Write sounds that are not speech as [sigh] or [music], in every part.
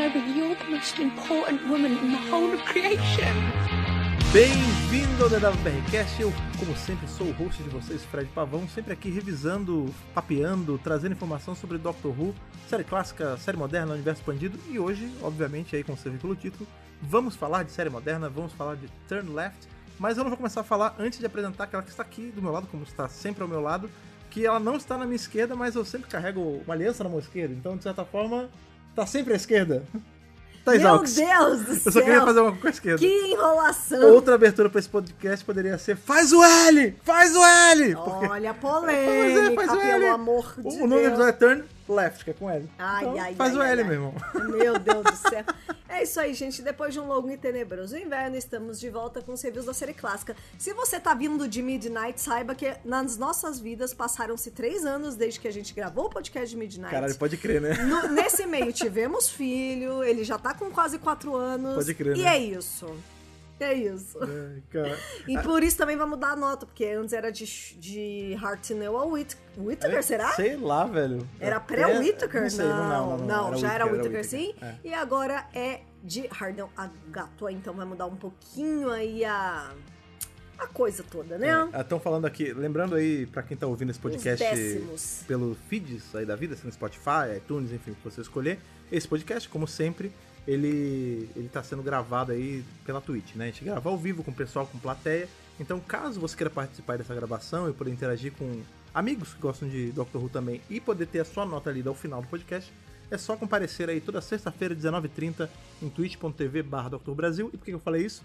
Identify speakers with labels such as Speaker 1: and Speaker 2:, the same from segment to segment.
Speaker 1: the most important woman in the whole of creation.
Speaker 2: Bem-vindo ao DWBRCast, eu, como sempre, sou o host de vocês, Fred Pavão, sempre aqui revisando, papeando, trazendo informação sobre Doctor Who, série clássica, série moderna, universo expandido, e hoje, obviamente, aí como você viu pelo título, vamos falar de série moderna, vamos falar de Turn Left, mas eu não vou começar a falar antes de apresentar aquela que está aqui do meu lado, como está sempre ao meu lado, que ela não está na minha esquerda, mas eu sempre carrego uma aliança na mão esquerda, então, de certa forma, tá sempre à esquerda. [laughs] Tá
Speaker 3: Meu
Speaker 2: exausto.
Speaker 3: Deus do
Speaker 2: Eu
Speaker 3: céu!
Speaker 2: só queria fazer uma com a esquerda.
Speaker 3: Que enrolação!
Speaker 2: Outra abertura pra esse podcast poderia ser Faz o L! Faz o L! Porque
Speaker 3: Olha a
Speaker 2: Pois
Speaker 3: polêmica,
Speaker 2: é, [laughs] faz o L.
Speaker 3: pelo amor de
Speaker 2: o,
Speaker 3: Deus!
Speaker 2: o nome do episódio é Turn Left, que é com L.
Speaker 3: Ai,
Speaker 2: Então,
Speaker 3: ai,
Speaker 2: faz
Speaker 3: ai,
Speaker 2: o
Speaker 3: ai,
Speaker 2: L,
Speaker 3: ai.
Speaker 2: meu
Speaker 3: [laughs]
Speaker 2: irmão.
Speaker 3: Meu Deus do céu. É isso aí, gente. Depois de um longo e tenebroso inverno, estamos de volta com os reviews da série clássica. Se você tá vindo de Midnight, saiba que nas nossas vidas passaram-se três anos desde que a gente gravou o podcast de Midnight.
Speaker 2: Caralho, pode crer, né?
Speaker 3: No- nesse meio tivemos filho, ele já tá com quase quatro anos.
Speaker 2: Pode crer,
Speaker 3: E
Speaker 2: né?
Speaker 3: é isso. É isso.
Speaker 2: Ai, cara.
Speaker 3: E por isso também vai mudar a nota, porque antes era de, de Hartnell a Whit Whittaker, será?
Speaker 2: É, Sei lá, velho.
Speaker 3: Era
Speaker 2: Até-
Speaker 3: pré-Whittaker?
Speaker 2: Não, sei, não, não, não, não.
Speaker 3: já era
Speaker 2: Whittaker,
Speaker 3: Whittaker, sim.
Speaker 2: É.
Speaker 3: E agora é de Hartnell a Gatua, então vai mudar um pouquinho aí a, a coisa toda, né?
Speaker 2: Estão É. falando aqui, lembrando aí, pra quem tá ouvindo esse podcast
Speaker 3: décimos.
Speaker 2: pelo feeds aí da vida, assim, no Spotify, iTunes, enfim, o que você escolher, esse podcast, como sempre, ele, ele tá sendo gravado aí pela Twitch, né? A gente grava ao vivo com o pessoal, com plateia. Então, caso você queira participar dessa gravação e poder interagir com amigos que gostam de Doctor Who também e poder ter a sua nota lida ao final do podcast, é só comparecer aí toda sexta-feira, 19h30, em twitch.tv barra Doctor Who Brasil. E por que que eu falei isso?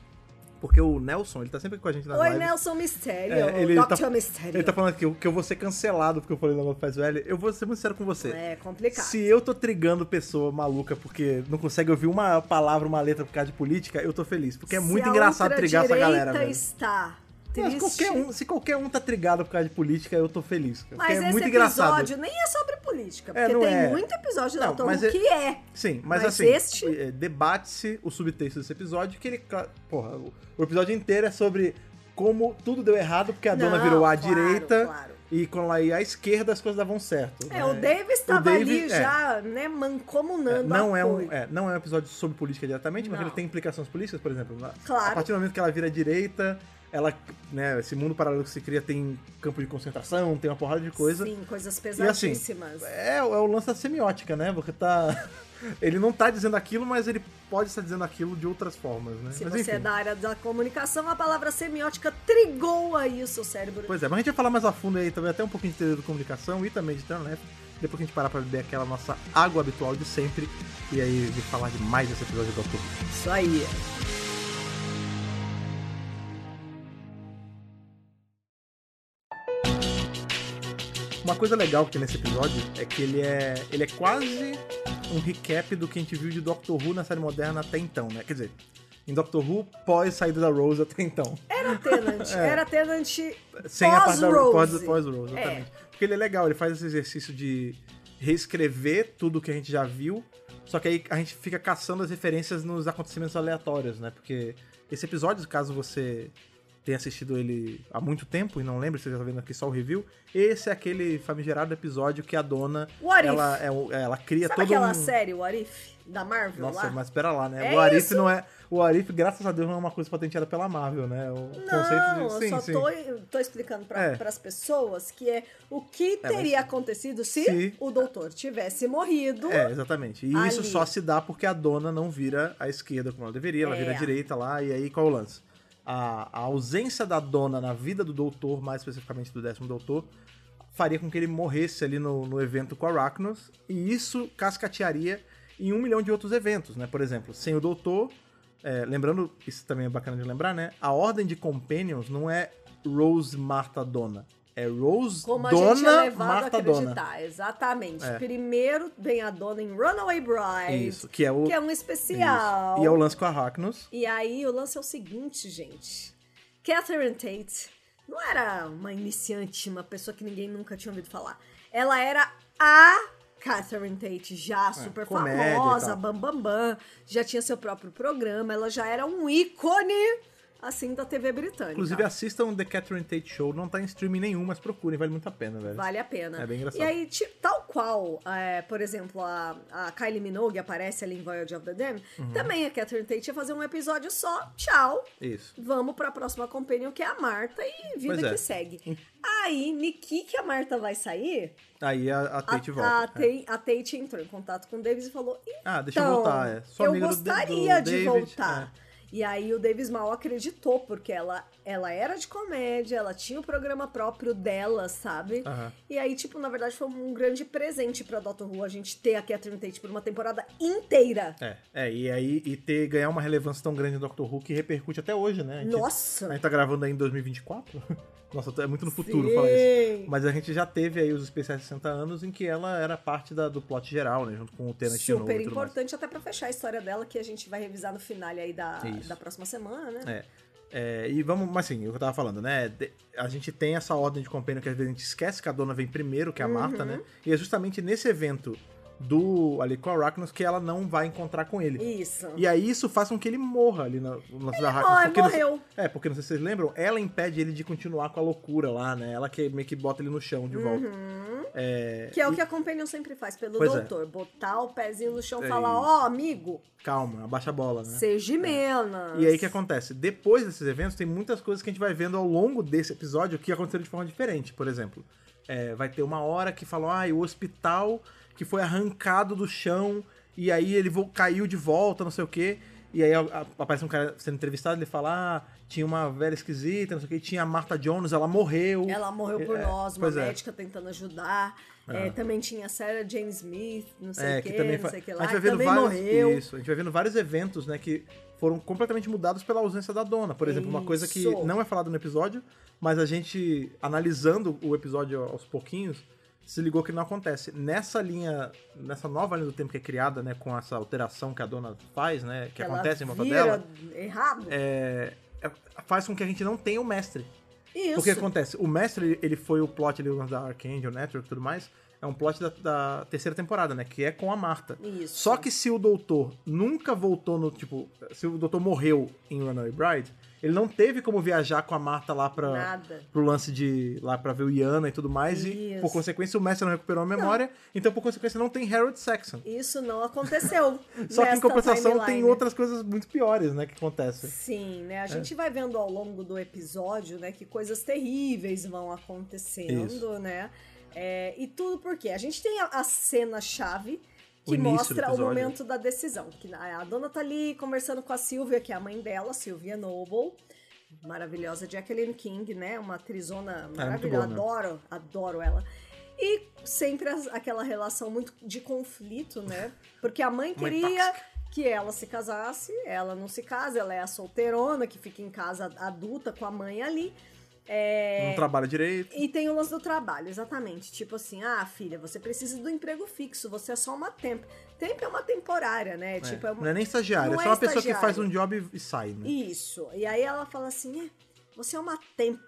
Speaker 2: Porque o Nelson, ele tá sempre com a gente na
Speaker 3: Oi,
Speaker 2: live.
Speaker 3: Nelson Mistério,
Speaker 2: É, ele
Speaker 3: Dr.
Speaker 2: tá-
Speaker 3: Mistério.
Speaker 2: Ele tá falando que eu, que eu vou ser cancelado porque eu falei negócio faz velho. Eu vou ser muito sincero com você.
Speaker 3: É complicado.
Speaker 2: Se eu tô trigando pessoa maluca porque não consegue ouvir uma palavra, uma letra por causa de política, eu tô feliz. Porque é
Speaker 3: Se
Speaker 2: muito
Speaker 3: a
Speaker 2: engraçado trigar essa galera,
Speaker 3: ultradireita
Speaker 2: velho.
Speaker 3: está
Speaker 2: Mas
Speaker 3: triste...
Speaker 2: qualquer um, se qualquer um tá trigado por causa de política, eu tô feliz. Porque
Speaker 3: Mas
Speaker 2: é
Speaker 3: esse
Speaker 2: muito engraçado.
Speaker 3: episódio nem é sobre política,
Speaker 2: É,
Speaker 3: porque
Speaker 2: não
Speaker 3: tem
Speaker 2: é.
Speaker 3: muito episódio
Speaker 2: Não,
Speaker 3: da Tom
Speaker 2: mas é-
Speaker 3: que é.
Speaker 2: Sim, mas,
Speaker 3: Mas
Speaker 2: assim,
Speaker 3: este-
Speaker 2: eh, debate-se o subtexto desse episódio, que ele. cla- Porra, o o episódio inteiro é sobre como tudo deu errado, porque a dona
Speaker 3: Não,
Speaker 2: virou à
Speaker 3: claro,
Speaker 2: direita
Speaker 3: claro.
Speaker 2: e quando ela ia à esquerda as coisas davam certo. né?
Speaker 3: É, o Davis estava
Speaker 2: Dave-
Speaker 3: ali
Speaker 2: é.
Speaker 3: já, né,
Speaker 2: É,
Speaker 3: mancomunando
Speaker 2: não
Speaker 3: a
Speaker 2: é, um,
Speaker 3: coisa.
Speaker 2: é, não é um episódio sobre política diretamente, mas
Speaker 3: Não.
Speaker 2: ele tem implicações políticas, por exemplo. na-
Speaker 3: Claro.
Speaker 2: A partir do momento que ela vira à direita, ela, né, esse mundo paralelo que se cria tem campo de concentração, tem uma porrada de coisa.
Speaker 3: Sim, coisas
Speaker 2: E assim,
Speaker 3: pesadíssimas.
Speaker 2: É, é o lance da semiótica, né? Porque tá. [laughs] Ele não tá dizendo aquilo, mas ele pode estar dizendo aquilo de outras formas, né?
Speaker 3: Se
Speaker 2: mas
Speaker 3: você
Speaker 2: enfim.
Speaker 3: é da área da comunicação, a palavra semiótica trigou aí o seu cérebro.
Speaker 2: Pois é, mas a gente vai falar mais a fundo aí também, até um pouquinho de teoria de comunicação e também de turn left, depois que a gente parar pra beber aquela nossa água habitual de sempre e aí de falar de mais desse episódio do Doctor Who.
Speaker 3: Isso aí.
Speaker 2: Uma coisa legal que tem nesse episódio é que ele é, ele é quase um recap do que a gente viu de Doctor Who na série moderna até então, né? Quer dizer, em Doctor Who pós saída da Rose até então.
Speaker 3: Era
Speaker 2: [laughs]
Speaker 3: Tenant.
Speaker 2: É.
Speaker 3: Era Tenant
Speaker 2: Sem a parte da
Speaker 3: pós-Rose.
Speaker 2: pós- Pós-Rose,
Speaker 3: É.
Speaker 2: exatamente. Porque ele é legal, ele faz esse exercício de reescrever tudo que a gente já viu, só que aí a gente fica caçando as referências nos acontecimentos aleatórios, né? Porque esse episódio, caso você tenha assistido ele há muito tempo e não lembra, você já tá vendo aqui só o review, esse é aquele famigerado episódio que a dona,
Speaker 3: What
Speaker 2: ela,
Speaker 3: If?
Speaker 2: é o- ela cria
Speaker 3: Sabe
Speaker 2: todo
Speaker 3: aquela
Speaker 2: um...
Speaker 3: série, o Arif, da Marvel
Speaker 2: Nossa,
Speaker 3: lá?
Speaker 2: mas pera lá, né?
Speaker 3: É
Speaker 2: o Arif
Speaker 3: isso.
Speaker 2: não é... O Arif, graças a Deus, não é uma coisa patenteada pela Marvel, né? O
Speaker 3: Não,
Speaker 2: conceito de... Sim,
Speaker 3: eu só
Speaker 2: sim.
Speaker 3: Tô, eu tô explicando
Speaker 2: É.
Speaker 3: para as pessoas que é o que teria acontecido se,
Speaker 2: Se-
Speaker 3: o doutor tivesse morrido.
Speaker 2: É, exatamente. E
Speaker 3: Ali.
Speaker 2: isso só se dá porque a dona não vira à esquerda como ela deveria, ela
Speaker 3: É.
Speaker 2: vira à direita lá, e aí qual é o lance? A, a ausência da dona na vida do doutor, mais especificamente do décimo doutor, faria com que ele morresse ali no, no evento com a Arachnos, e isso cascatearia em um milhão de outros eventos, né? Por exemplo, sem o doutor, é, lembrando, isso também é bacana de lembrar, né? A ordem de Companions não é Rose, Marta, Dona. É Rose,
Speaker 3: Como a gente é
Speaker 2: Dona,
Speaker 3: levado
Speaker 2: Marta,
Speaker 3: a
Speaker 2: Dona.
Speaker 3: acreditar, exatamente.
Speaker 2: É.
Speaker 3: Primeiro vem a dona em Runaway Bride,
Speaker 2: Isso, que é o...
Speaker 3: que é um especial.
Speaker 2: Isso. E é o lance com a Arachnos.
Speaker 3: E aí o lance é o seguinte, gente. Catherine Tate não era uma iniciante, uma pessoa que ninguém nunca tinha ouvido falar. Ela era a Catherine Tate, já super
Speaker 2: É, comédia e
Speaker 3: famosa,
Speaker 2: tal.
Speaker 3: bam, bam, bam, já tinha seu próprio programa, ela já era um ícone assim da TV britânica.
Speaker 2: Inclusive, assistam The Catherine Tate Show. Não tá em streaming nenhum, mas procurem, vale muito a pena, velho.
Speaker 3: Vale a pena.
Speaker 2: É bem engraçado.
Speaker 3: E aí, ti- tal qual, é, por exemplo, a, a Kylie Minogue aparece ali em Voyage of the Dam,
Speaker 2: Uhum.
Speaker 3: também a Catherine Tate ia fazer um episódio só, tchau,
Speaker 2: Isso.
Speaker 3: vamos pra próxima companion, que é a Marta, e vida
Speaker 2: Pois é.
Speaker 3: que segue. Aí, Niki, que a Marta vai sair,
Speaker 2: Aí a, a
Speaker 3: a,
Speaker 2: Tate volta.
Speaker 3: Ah, a
Speaker 2: é.
Speaker 3: Tate, a Tate entrou em contato com o Davis e falou, então,
Speaker 2: Ah, deixa eu voltar, é. Sou
Speaker 3: eu
Speaker 2: amigo do- do
Speaker 3: gostaria de
Speaker 2: David, é.
Speaker 3: voltar. E aí o Davis Mal acreditou, porque ela, ela era de comédia, ela tinha o programa próprio dela, sabe?
Speaker 2: Aham.
Speaker 3: E aí, tipo, na verdade foi um grande presente pra Doctor Who a gente ter a Catherine Tate por uma temporada inteira.
Speaker 2: É, é, e aí e ter ganhar uma relevância tão grande no Doctor Who que repercute até hoje, né? A gente-
Speaker 3: Nossa!
Speaker 2: A gente tá gravando aí em 2024? [laughs] Nossa, é muito no futuro
Speaker 3: Sim.
Speaker 2: falar isso. Mas a gente já teve aí os especiais de 60 anos em que ela era parte da- do plot geral, né? Junto com o Tenant de novo
Speaker 3: Super
Speaker 2: e tudo mais.
Speaker 3: importante, até pra fechar a história dela, que a gente vai revisar no final aí da,
Speaker 2: Isso.
Speaker 3: da próxima semana, né?
Speaker 2: É. É, e vamos, mas assim, o que eu tava falando, né? de- a gente tem essa ordem de companion que às vezes a gente esquece que a dona vem primeiro, que é a Marta,
Speaker 3: Uhum.
Speaker 2: né? E é justamente nesse evento do ali com a Arachnos que ela não vai encontrar com ele.
Speaker 3: Isso.
Speaker 2: É. E aí isso faz com que ele morra ali na- no lance da Arachnos.
Speaker 3: morre,
Speaker 2: porque não sei-
Speaker 3: morreu.
Speaker 2: é, porque não sei se vocês lembram, ela impede ele de continuar com a loucura lá, né? Ela que meio que bota ele no chão de volta.
Speaker 3: Uhum.
Speaker 2: É,
Speaker 3: Que é o
Speaker 2: e-
Speaker 3: que a Companion sempre faz pelo
Speaker 2: Pois é.
Speaker 3: doutor. Botar o pezinho no chão e
Speaker 2: É
Speaker 3: falar,
Speaker 2: isso.
Speaker 3: ó, amigo,
Speaker 2: Calma, abaixa a bola, né?
Speaker 3: seja menos.
Speaker 2: E aí o que acontece? Depois desses eventos, tem muitas coisas que a gente vai vendo ao longo desse episódio que aconteceram de forma diferente. Por exemplo, é, vai ter uma hora que falam, ah, o hospital que foi arrancado do chão e aí ele vo- caiu de volta, não sei o quê. E aí a- a- aparece um cara sendo entrevistado, ele fala, ah, tinha uma velha esquisita, não sei o quê, tinha a Martha Jones, ela morreu.
Speaker 3: Ela morreu por
Speaker 2: É,
Speaker 3: nós, uma
Speaker 2: pois é.
Speaker 3: médica tentando ajudar. É, também tinha a Sarah Jane Smith, não sei o
Speaker 2: É,
Speaker 3: que,
Speaker 2: que também
Speaker 3: não
Speaker 2: fa-
Speaker 3: sei o que
Speaker 2: a
Speaker 3: lá.
Speaker 2: gente vai
Speaker 3: que
Speaker 2: vendo
Speaker 3: também
Speaker 2: vários,
Speaker 3: morreu.
Speaker 2: Isso, a gente vai vendo vários eventos, né, que foram completamente mudados pela ausência da dona. Por exemplo, uma coisa que
Speaker 3: Isso.
Speaker 2: não é falada no episódio, mas a gente, analisando o episódio aos pouquinhos, se ligou que não acontece. Nessa linha, nessa nova linha do tempo que é criada, né, com essa alteração que a dona faz, né, que
Speaker 3: Ela
Speaker 2: acontece em volta
Speaker 3: vira
Speaker 2: dela,
Speaker 3: Errado.
Speaker 2: é, é- faz com que a gente não tenha o mestre.
Speaker 3: Isso.
Speaker 2: Porque acontece, o mestre, ele- ele foi o plot ali da Archangel Network e tudo mais, é um plot da, da terceira temporada, né? Que é com a Marta.
Speaker 3: Isso.
Speaker 2: Só que se o doutor nunca voltou no, tipo, se o doutor morreu em Runaway Bride, ele não teve como viajar com a Marta lá pra...
Speaker 3: Nada.
Speaker 2: Pro lance de lá pra ver o Iana e tudo mais, e
Speaker 3: Isso.
Speaker 2: por consequência o mestre não recuperou a memória, então por consequência não tem Harold Saxon.
Speaker 3: Isso não aconteceu.
Speaker 2: [laughs] Só que em
Speaker 3: nesta
Speaker 2: compensação tem
Speaker 3: timeline.
Speaker 2: outras coisas muito piores, né, que acontecem.
Speaker 3: Sim, né?
Speaker 2: É.
Speaker 3: A gente vai vendo ao longo do episódio, né, que coisas terríveis vão acontecendo,
Speaker 2: Isso.
Speaker 3: né? É, e tudo porque a gente tem a, a cena-chave
Speaker 2: O
Speaker 3: que
Speaker 2: início do
Speaker 3: mostra o
Speaker 2: episódio.
Speaker 3: momento da decisão. Que a, a dona tá ali conversando com a Silvia, que é a mãe dela, Silvia Noble. Maravilhosa Jacqueline King, né? Uma atrizona
Speaker 2: boa,
Speaker 3: maravilhosa.
Speaker 2: né?
Speaker 3: Adoro, adoro ela. E sempre as- aquela relação muito de conflito, né? Porque a mãe
Speaker 2: Mãe
Speaker 3: queria que ela se casasse, ela não se casa, ela é a solteirona que fica em casa adulta com a mãe ali. É,
Speaker 2: Não trabalha direito.
Speaker 3: E tem o lance do trabalho, exatamente. Tipo assim, ah, filha, você precisa do emprego fixo, você é só uma temp. Temp é uma temporária, né? Tipo, é uma-
Speaker 2: Não é nem estagiário,
Speaker 3: Não
Speaker 2: é
Speaker 3: é
Speaker 2: só uma pessoa que
Speaker 3: estagiário.
Speaker 2: faz um job e- e sai, né?
Speaker 3: Isso. E aí ela fala assim: é, você é uma temp.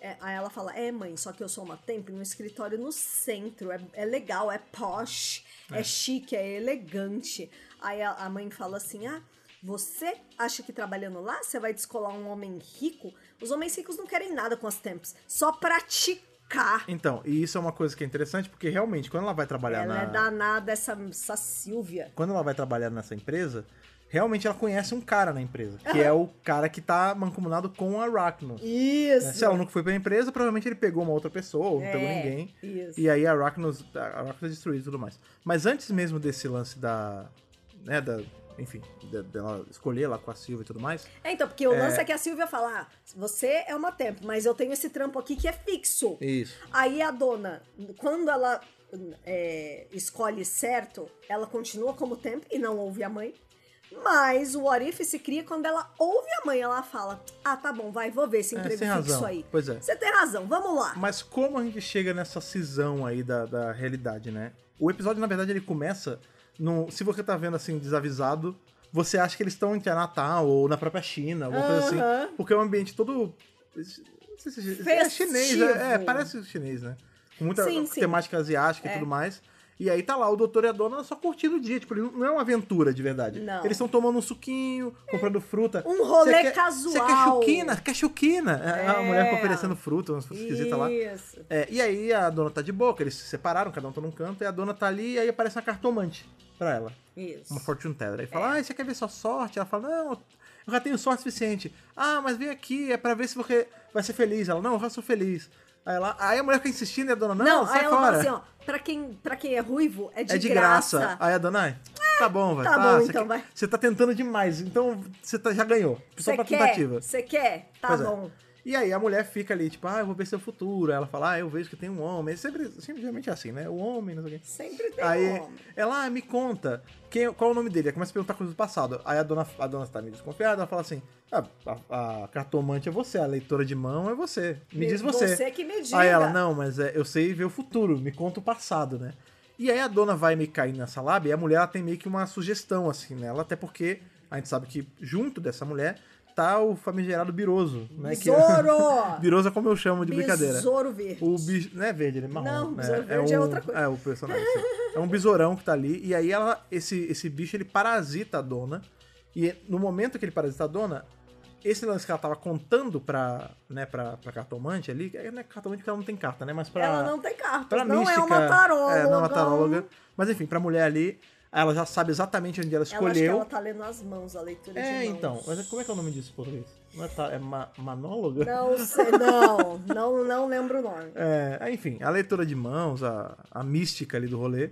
Speaker 3: É, aí ela fala: é, mãe, só que eu sou uma temp num escritório no centro. É, é legal, é posh, é. chique, é elegante. Aí a, a mãe fala assim: ah. Você acha que trabalhando lá você vai descolar um homem rico? Os homens ricos não querem nada com as temps, só praticar.
Speaker 2: Então, e isso é uma coisa que é interessante, porque realmente, quando ela vai trabalhar
Speaker 3: Ela
Speaker 2: na.
Speaker 3: é danada, essa, essa Silvia.
Speaker 2: Quando ela vai trabalhar nessa empresa, realmente ela conhece um cara na empresa, que é o cara que tá mancomunado com a Arachnos. né?
Speaker 3: Isso.
Speaker 2: Se ela não foi pra empresa, provavelmente ele pegou uma outra pessoa, ou não pegou
Speaker 3: É,
Speaker 2: ninguém.
Speaker 3: Isso.
Speaker 2: E aí a Arachnos, a Arachnos é destruída e tudo mais. Mas antes mesmo desse lance da. né, da. Enfim, da- dela escolher lá com a Silva e tudo mais.
Speaker 3: É, então, porque o lance é que a Silvia fala: ah, você é uma tempo, mas eu tenho esse trampo aqui que é fixo.
Speaker 2: Isso.
Speaker 3: Aí a dona, quando ela é, escolhe certo, ela continua como tempo e não ouve a mãe. Mas o What If se cria quando ela ouve a mãe, ela fala: Ah, tá bom, vai, vou ver esse
Speaker 2: É,
Speaker 3: emprego
Speaker 2: tem
Speaker 3: fixo
Speaker 2: razão.
Speaker 3: aí.
Speaker 2: Pois é.
Speaker 3: Você tem razão, vamos lá.
Speaker 2: Mas como a gente chega nessa cisão aí da, da realidade, né? O episódio, na verdade, ele começa. No, se você tá vendo assim, desavisado, você acha que eles estão em Natal ou na própria China, alguma coisa
Speaker 3: Aham.
Speaker 2: assim. Porque é um ambiente todo. Não sei se é
Speaker 3: Festivo.
Speaker 2: chinês, é, é, parece chinês, né? Com muita
Speaker 3: Sim, É. sim.
Speaker 2: temática asiática e tudo mais. E aí tá lá o doutor e a dona só curtindo o dia. Tipo, ele não- não é uma aventura de verdade.
Speaker 3: Não.
Speaker 2: Eles estão tomando um suquinho, comprando fruta.
Speaker 3: Um rolê
Speaker 2: Você quer-
Speaker 3: casual.
Speaker 2: Você quer chuquina? Quer chuquina? É, A
Speaker 3: É.
Speaker 2: mulher oferecendo fruta, umas frutas esquisitas lá.
Speaker 3: Isso.
Speaker 2: É, e aí a dona tá de boca, eles se separaram, cada um tá num canto, e a dona tá ali, e aí aparece uma cartomante pra ela,
Speaker 3: Isso.
Speaker 2: uma fortune teller. Aí
Speaker 3: É.
Speaker 2: fala, ah, você quer ver sua sorte? Ela fala, não, eu já tenho sorte suficiente. Ah, mas vem aqui, é pra ver se você vai ser feliz. Ela, não, eu já sou feliz. Aí, ela, aí a mulher fica insistindo, e a dona, não,
Speaker 3: Não,
Speaker 2: sai
Speaker 3: aí ela
Speaker 2: fora.
Speaker 3: fala assim, ó, pra quem, pra quem é ruivo, é de,
Speaker 2: é de graça. Aí a dona, ai, tá bom, vai.
Speaker 3: tá bom,
Speaker 2: você
Speaker 3: então,
Speaker 2: quer-
Speaker 3: vai."
Speaker 2: Você tá tentando demais, então você tá- já ganhou. Só
Speaker 3: Você
Speaker 2: pra
Speaker 3: quer?
Speaker 2: tentativa.
Speaker 3: Você quer? Tá
Speaker 2: Pois é.
Speaker 3: bom.
Speaker 2: E aí a mulher fica ali, tipo, ah, eu vou ver seu futuro. Aí Ela fala, ah, eu vejo que tem um homem. Sempre, sempre geralmente é assim, né? O homem, não sei o quê.
Speaker 3: Sempre tem
Speaker 2: Aí
Speaker 3: um homem.
Speaker 2: ela, ah, me conta, quem, qual é o nome dele? Aí começa a perguntar coisas do passado. Aí a dona, a dona tá meio desconfiada, ela fala assim, ah, a, a cartomante é você, a leitora de mão é você. Me diz você.
Speaker 3: Você que me diga.
Speaker 2: Aí ela, não, mas é, eu sei ver o futuro, me conta o passado, né? E aí a dona vai me cair nessa lábia e a mulher ela tem meio que uma sugestão, assim, nela, até porque a gente sabe que junto dessa mulher tá o famigerado Biroso, né? que- [laughs]
Speaker 3: Besouro!
Speaker 2: Biroso é como eu chamo de brincadeira.
Speaker 3: Besouro verde.
Speaker 2: O bicho. Não é verde, ele é marrom.
Speaker 3: Não,
Speaker 2: né?
Speaker 3: besouro verde é
Speaker 2: um-
Speaker 3: outra coisa.
Speaker 2: É o personagem. sim. É um besourão que tá ali. E aí ela, esse, esse bicho ele parasita a dona. E no momento que ele parasita a dona, esse lance que ela tava contando pra, né, pra, pra cartomante ali, é, não é cartomante porque ela não tem carta, né? Mas pra.
Speaker 3: Ela não tem carta.
Speaker 2: pra
Speaker 3: Não
Speaker 2: mística,
Speaker 3: é uma taróloga.
Speaker 2: É, não é uma taróloga. Mas enfim, pra mulher ali, ela já sabe exatamente onde ela
Speaker 3: Ela acha que
Speaker 2: escolheu.
Speaker 3: ela tá lendo as mãos, a leitura de
Speaker 2: é,
Speaker 3: mãos.
Speaker 2: então. Mas como é que é o nome disso em português? Não é, ta- é ma- manóloga?
Speaker 3: Não sei, não. Não, não lembro o nome.
Speaker 2: É, enfim, a leitura de mãos, a, a mística ali do rolê.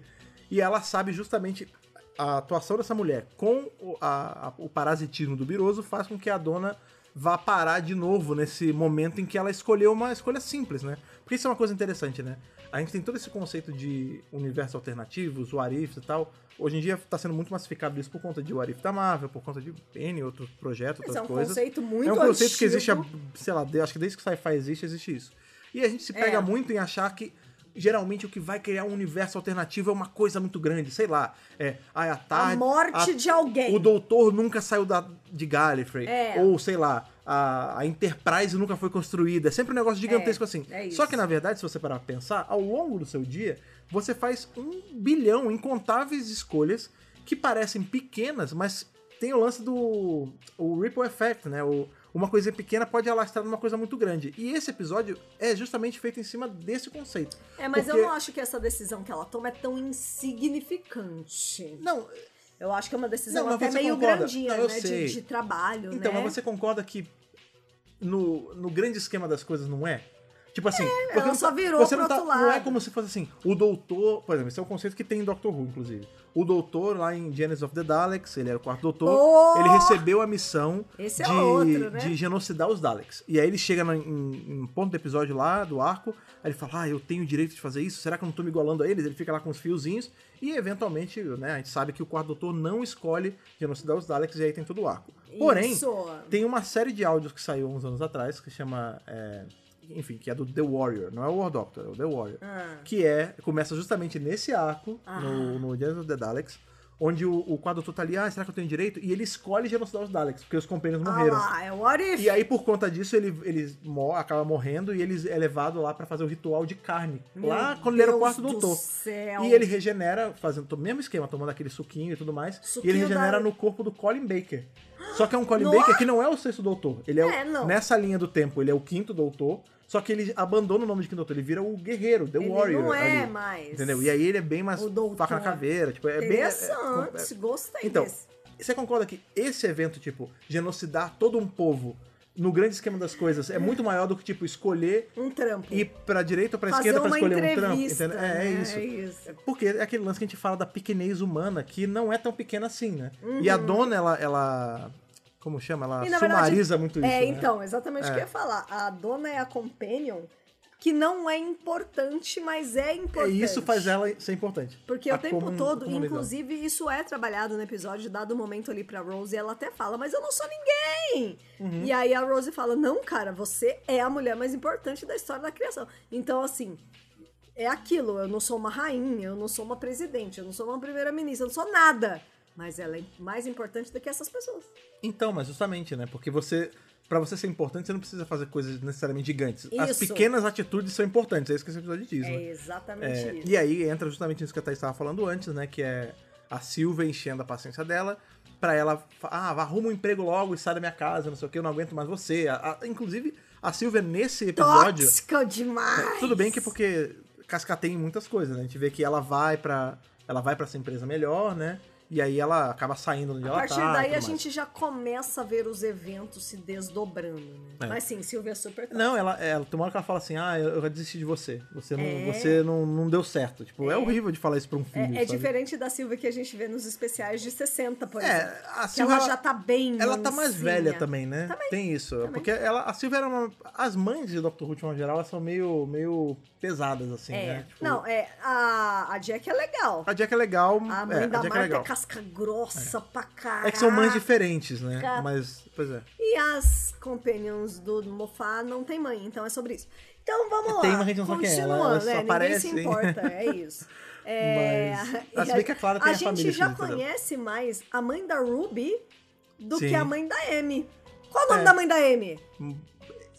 Speaker 2: E ela sabe justamente a atuação dessa mulher com o, a- a- o parasitismo do Biroso faz com que a dona vá parar de novo nesse momento em que ela escolheu uma escolha simples, né? Porque isso é uma coisa interessante, né? A gente tem todo esse conceito de universo alternativo, os what ifs e tal. Hoje em dia tá sendo muito massificado isso por conta de What If da Marvel, por conta de N outros projetos,
Speaker 3: Mas
Speaker 2: outras
Speaker 3: é um
Speaker 2: coisas.
Speaker 3: conceito muito
Speaker 2: É um conceito que
Speaker 3: antigo.
Speaker 2: existe, há, sei lá, de- acho que desde que o sci-fi existe, existe isso. E a gente se pega
Speaker 3: É.
Speaker 2: muito em achar que geralmente o que vai criar um universo alternativo é uma coisa muito grande, sei lá. É, ai, a tarde.
Speaker 3: A morte de alguém.
Speaker 2: O doutor nunca saiu da, de Gallifrey.
Speaker 3: É.
Speaker 2: Ou, sei lá, a, a Enterprise nunca foi construída. É sempre um negócio gigantesco assim.
Speaker 3: é isso.
Speaker 2: Só que, na verdade, se você parar pra pensar, ao longo do seu dia, você faz um bilhão, incontáveis escolhas que parecem pequenas, mas tem o lance do o ripple effect, né? O- uma coisa pequena pode alastrar numa coisa muito grande. E esse episódio é justamente feito em cima desse conceito.
Speaker 3: É, mas
Speaker 2: Porque-
Speaker 3: eu não acho que essa decisão que ela toma é tão insignificante.
Speaker 2: Não,
Speaker 3: Eu acho que é uma decisão
Speaker 2: Não, mas
Speaker 3: até
Speaker 2: você
Speaker 3: meio
Speaker 2: concorda?
Speaker 3: grandinha,
Speaker 2: Não, eu
Speaker 3: né?
Speaker 2: sei.
Speaker 3: De, de trabalho,
Speaker 2: Então,
Speaker 3: né?
Speaker 2: mas você concorda que no, no grande esquema das coisas não é? Tipo assim, porque
Speaker 3: ela
Speaker 2: não-
Speaker 3: só virou
Speaker 2: você
Speaker 3: pro
Speaker 2: não, tá,
Speaker 3: outro
Speaker 2: não é
Speaker 3: lado.
Speaker 2: como se fosse assim, o doutor, por exemplo, esse é um conceito que tem em Doctor Who, inclusive. O doutor lá em Genesis of the Daleks, ele era o quarto doutor,
Speaker 3: Oh!
Speaker 2: ele recebeu a missão
Speaker 3: Esse é
Speaker 2: de,
Speaker 3: outro, né?
Speaker 2: de genocidar os Daleks. E aí ele chega na- em, em ponto do episódio lá, do arco, aí ele fala, ah, eu tenho o direito de fazer isso, será que eu não tô me igualando a eles? Ele fica lá com os fiozinhos, e eventualmente, né, a gente sabe que o quarto doutor não escolhe genocidar os Daleks, e aí tem todo o arco. Porém,
Speaker 3: Isso.
Speaker 2: tem uma série de áudios que saiu uns anos atrás que chama. é, enfim, que é do The Warrior, não é o War Doctor, é o The Warrior.
Speaker 3: Ah.
Speaker 2: Que é. Começa justamente nesse arco,
Speaker 3: Ah.
Speaker 2: no, no Genesis of the Daleks, onde o, o quadro tá ali, ah, será que eu tenho direito? E ele escolhe genocidar os Daleks, porque os companheiros
Speaker 3: Ah
Speaker 2: morreram.
Speaker 3: lá, é what if?
Speaker 2: E aí, por conta disso, ele, ele mo- acaba morrendo e ele é levado lá pra fazer o ritual de carne.
Speaker 3: Meu
Speaker 2: lá quando ele era o
Speaker 3: Deus
Speaker 2: quarto
Speaker 3: do
Speaker 2: doutor.
Speaker 3: céu.
Speaker 2: E ele é regenera, fazendo o mesmo esquema, tomando aquele suquinho e tudo mais. e ele
Speaker 3: Suquinho
Speaker 2: regenera
Speaker 3: da-
Speaker 2: no corpo do Colin Baker. Só que é um Colin
Speaker 3: Nossa!
Speaker 2: Baker que não é o sexto doutor. Ele é, o-
Speaker 3: É, não.
Speaker 2: nessa linha do tempo, ele é o quinto doutor. Só que ele abandona o nome de quinto doutor. Ele vira o guerreiro, The
Speaker 3: Ele
Speaker 2: Warrior.
Speaker 3: não é
Speaker 2: ali,
Speaker 3: mais.
Speaker 2: Entendeu? E aí ele é bem mais
Speaker 3: O doutor.
Speaker 2: faca na caveira. Tipo, é bem. é- é-
Speaker 3: Interessante, gostei
Speaker 2: então,
Speaker 3: desse.
Speaker 2: você concorda que esse evento, tipo, genocidar todo um povo no grande esquema das coisas é muito maior do que, tipo, escolher
Speaker 3: Um trampo.
Speaker 2: ir pra direita ou pra
Speaker 3: Fazer
Speaker 2: esquerda pra
Speaker 3: uma
Speaker 2: escolher um
Speaker 3: entrevista.
Speaker 2: trampo? entendeu? É, é
Speaker 3: né?
Speaker 2: isso.
Speaker 3: É isso.
Speaker 2: Porque é aquele lance que a gente fala da pequenez humana, que não é tão pequena assim, né? E a dona, ela. ela como chama? Ela
Speaker 3: Uhum. E, na verdade,
Speaker 2: sumariza muito isso.
Speaker 3: É,
Speaker 2: né?
Speaker 3: então, exatamente o que eu ia falar. A dona é a companion, que não é importante, mas é
Speaker 2: É,
Speaker 3: importante.
Speaker 2: isso faz ela ser importante.
Speaker 3: Porque
Speaker 2: A
Speaker 3: o tempo
Speaker 2: comun-
Speaker 3: todo,
Speaker 2: comunidade.
Speaker 3: inclusive, isso é trabalhado no episódio, dado o momento ali pra Rose, ela até fala, mas eu não sou ninguém!
Speaker 2: Uhum.
Speaker 3: E aí a Rose fala, não, cara, você é a mulher mais importante da história da criação. Então, assim, é aquilo, eu não sou uma rainha, eu não sou uma presidente, eu não sou uma primeira-ministra, eu não sou nada. Mas ela é mais importante do que essas pessoas.
Speaker 2: Então, mas justamente, né? Porque você Pra você ser importante, você não precisa fazer coisas necessariamente gigantes. As
Speaker 3: Isso.
Speaker 2: pequenas atitudes são importantes, é isso que esse episódio diz,
Speaker 3: É
Speaker 2: né?
Speaker 3: exatamente
Speaker 2: É,
Speaker 3: isso.
Speaker 2: e aí entra justamente isso que a Thaís estava falando antes, né? Que é a Silvia enchendo a paciência dela pra ela, fa- ah, arruma um emprego logo e sai da minha casa, não sei o que, eu não aguento mais você. A- a- inclusive, a Silvia nesse episódio.
Speaker 3: Tóxico demais!
Speaker 2: Tudo bem que é porque cascateia em muitas coisas, né? A gente vê que ela vai pra. ela vai para essa empresa melhor, né? E aí ela acaba saindo onde
Speaker 3: A
Speaker 2: ela tá.
Speaker 3: partir
Speaker 2: e
Speaker 3: daí a
Speaker 2: tudo mais.
Speaker 3: gente já começa a ver os eventos se desdobrando, né?
Speaker 2: É.
Speaker 3: Mas sim, Silvia é super tóxica.
Speaker 2: Não, ela, ela tem uma hora que ela fala assim, ah, eu, eu já desisti de você. Você não,
Speaker 3: É.
Speaker 2: você não, não deu certo. Tipo, é. horrível de falar isso pra um filho.
Speaker 3: É, é
Speaker 2: sabe?
Speaker 3: diferente da Silvia que a gente vê nos especiais de 60, por exemplo.
Speaker 2: É, a
Speaker 3: Que
Speaker 2: Silvia.
Speaker 3: ela, já assim, é. tá bem.
Speaker 2: ela tá mais
Speaker 3: mansinha.
Speaker 2: velha também, né? Tem isso. Porque ela, a Silvia era uma. As mães de Dr. Who, de uma geral, elas são meio, meio pesadas, assim,
Speaker 3: É.
Speaker 2: né? Tipo,
Speaker 3: Não, é, a, a Jack é legal.
Speaker 2: A Jack é legal.
Speaker 3: A mãe
Speaker 2: é,
Speaker 3: da
Speaker 2: a Jack é
Speaker 3: Marta é,
Speaker 2: legal.
Speaker 3: casca grossa pra caralho.
Speaker 2: É que são mães diferentes, né?
Speaker 3: Caraca.
Speaker 2: Mas, pois é.
Speaker 3: E as companions do Mofá não tem mãe, então é sobre isso. Então vamos lá.
Speaker 2: Tem, mas a gente não sabe quem é,
Speaker 3: Continuando,
Speaker 2: ela só
Speaker 3: né?
Speaker 2: aparece,
Speaker 3: Ninguém se
Speaker 2: hein?
Speaker 3: importa,
Speaker 2: [laughs]
Speaker 3: é isso. É,
Speaker 2: Mas-
Speaker 3: [laughs] e
Speaker 2: mas
Speaker 3: a-
Speaker 2: bem que é claro, tem
Speaker 3: a
Speaker 2: a
Speaker 3: gente
Speaker 2: família né?
Speaker 3: já
Speaker 2: esquisita dela.
Speaker 3: conhece mais a mãe da Ruby do
Speaker 2: Sim.
Speaker 3: que a mãe da Amy. Qual o nome
Speaker 2: É.
Speaker 3: da mãe da Amy?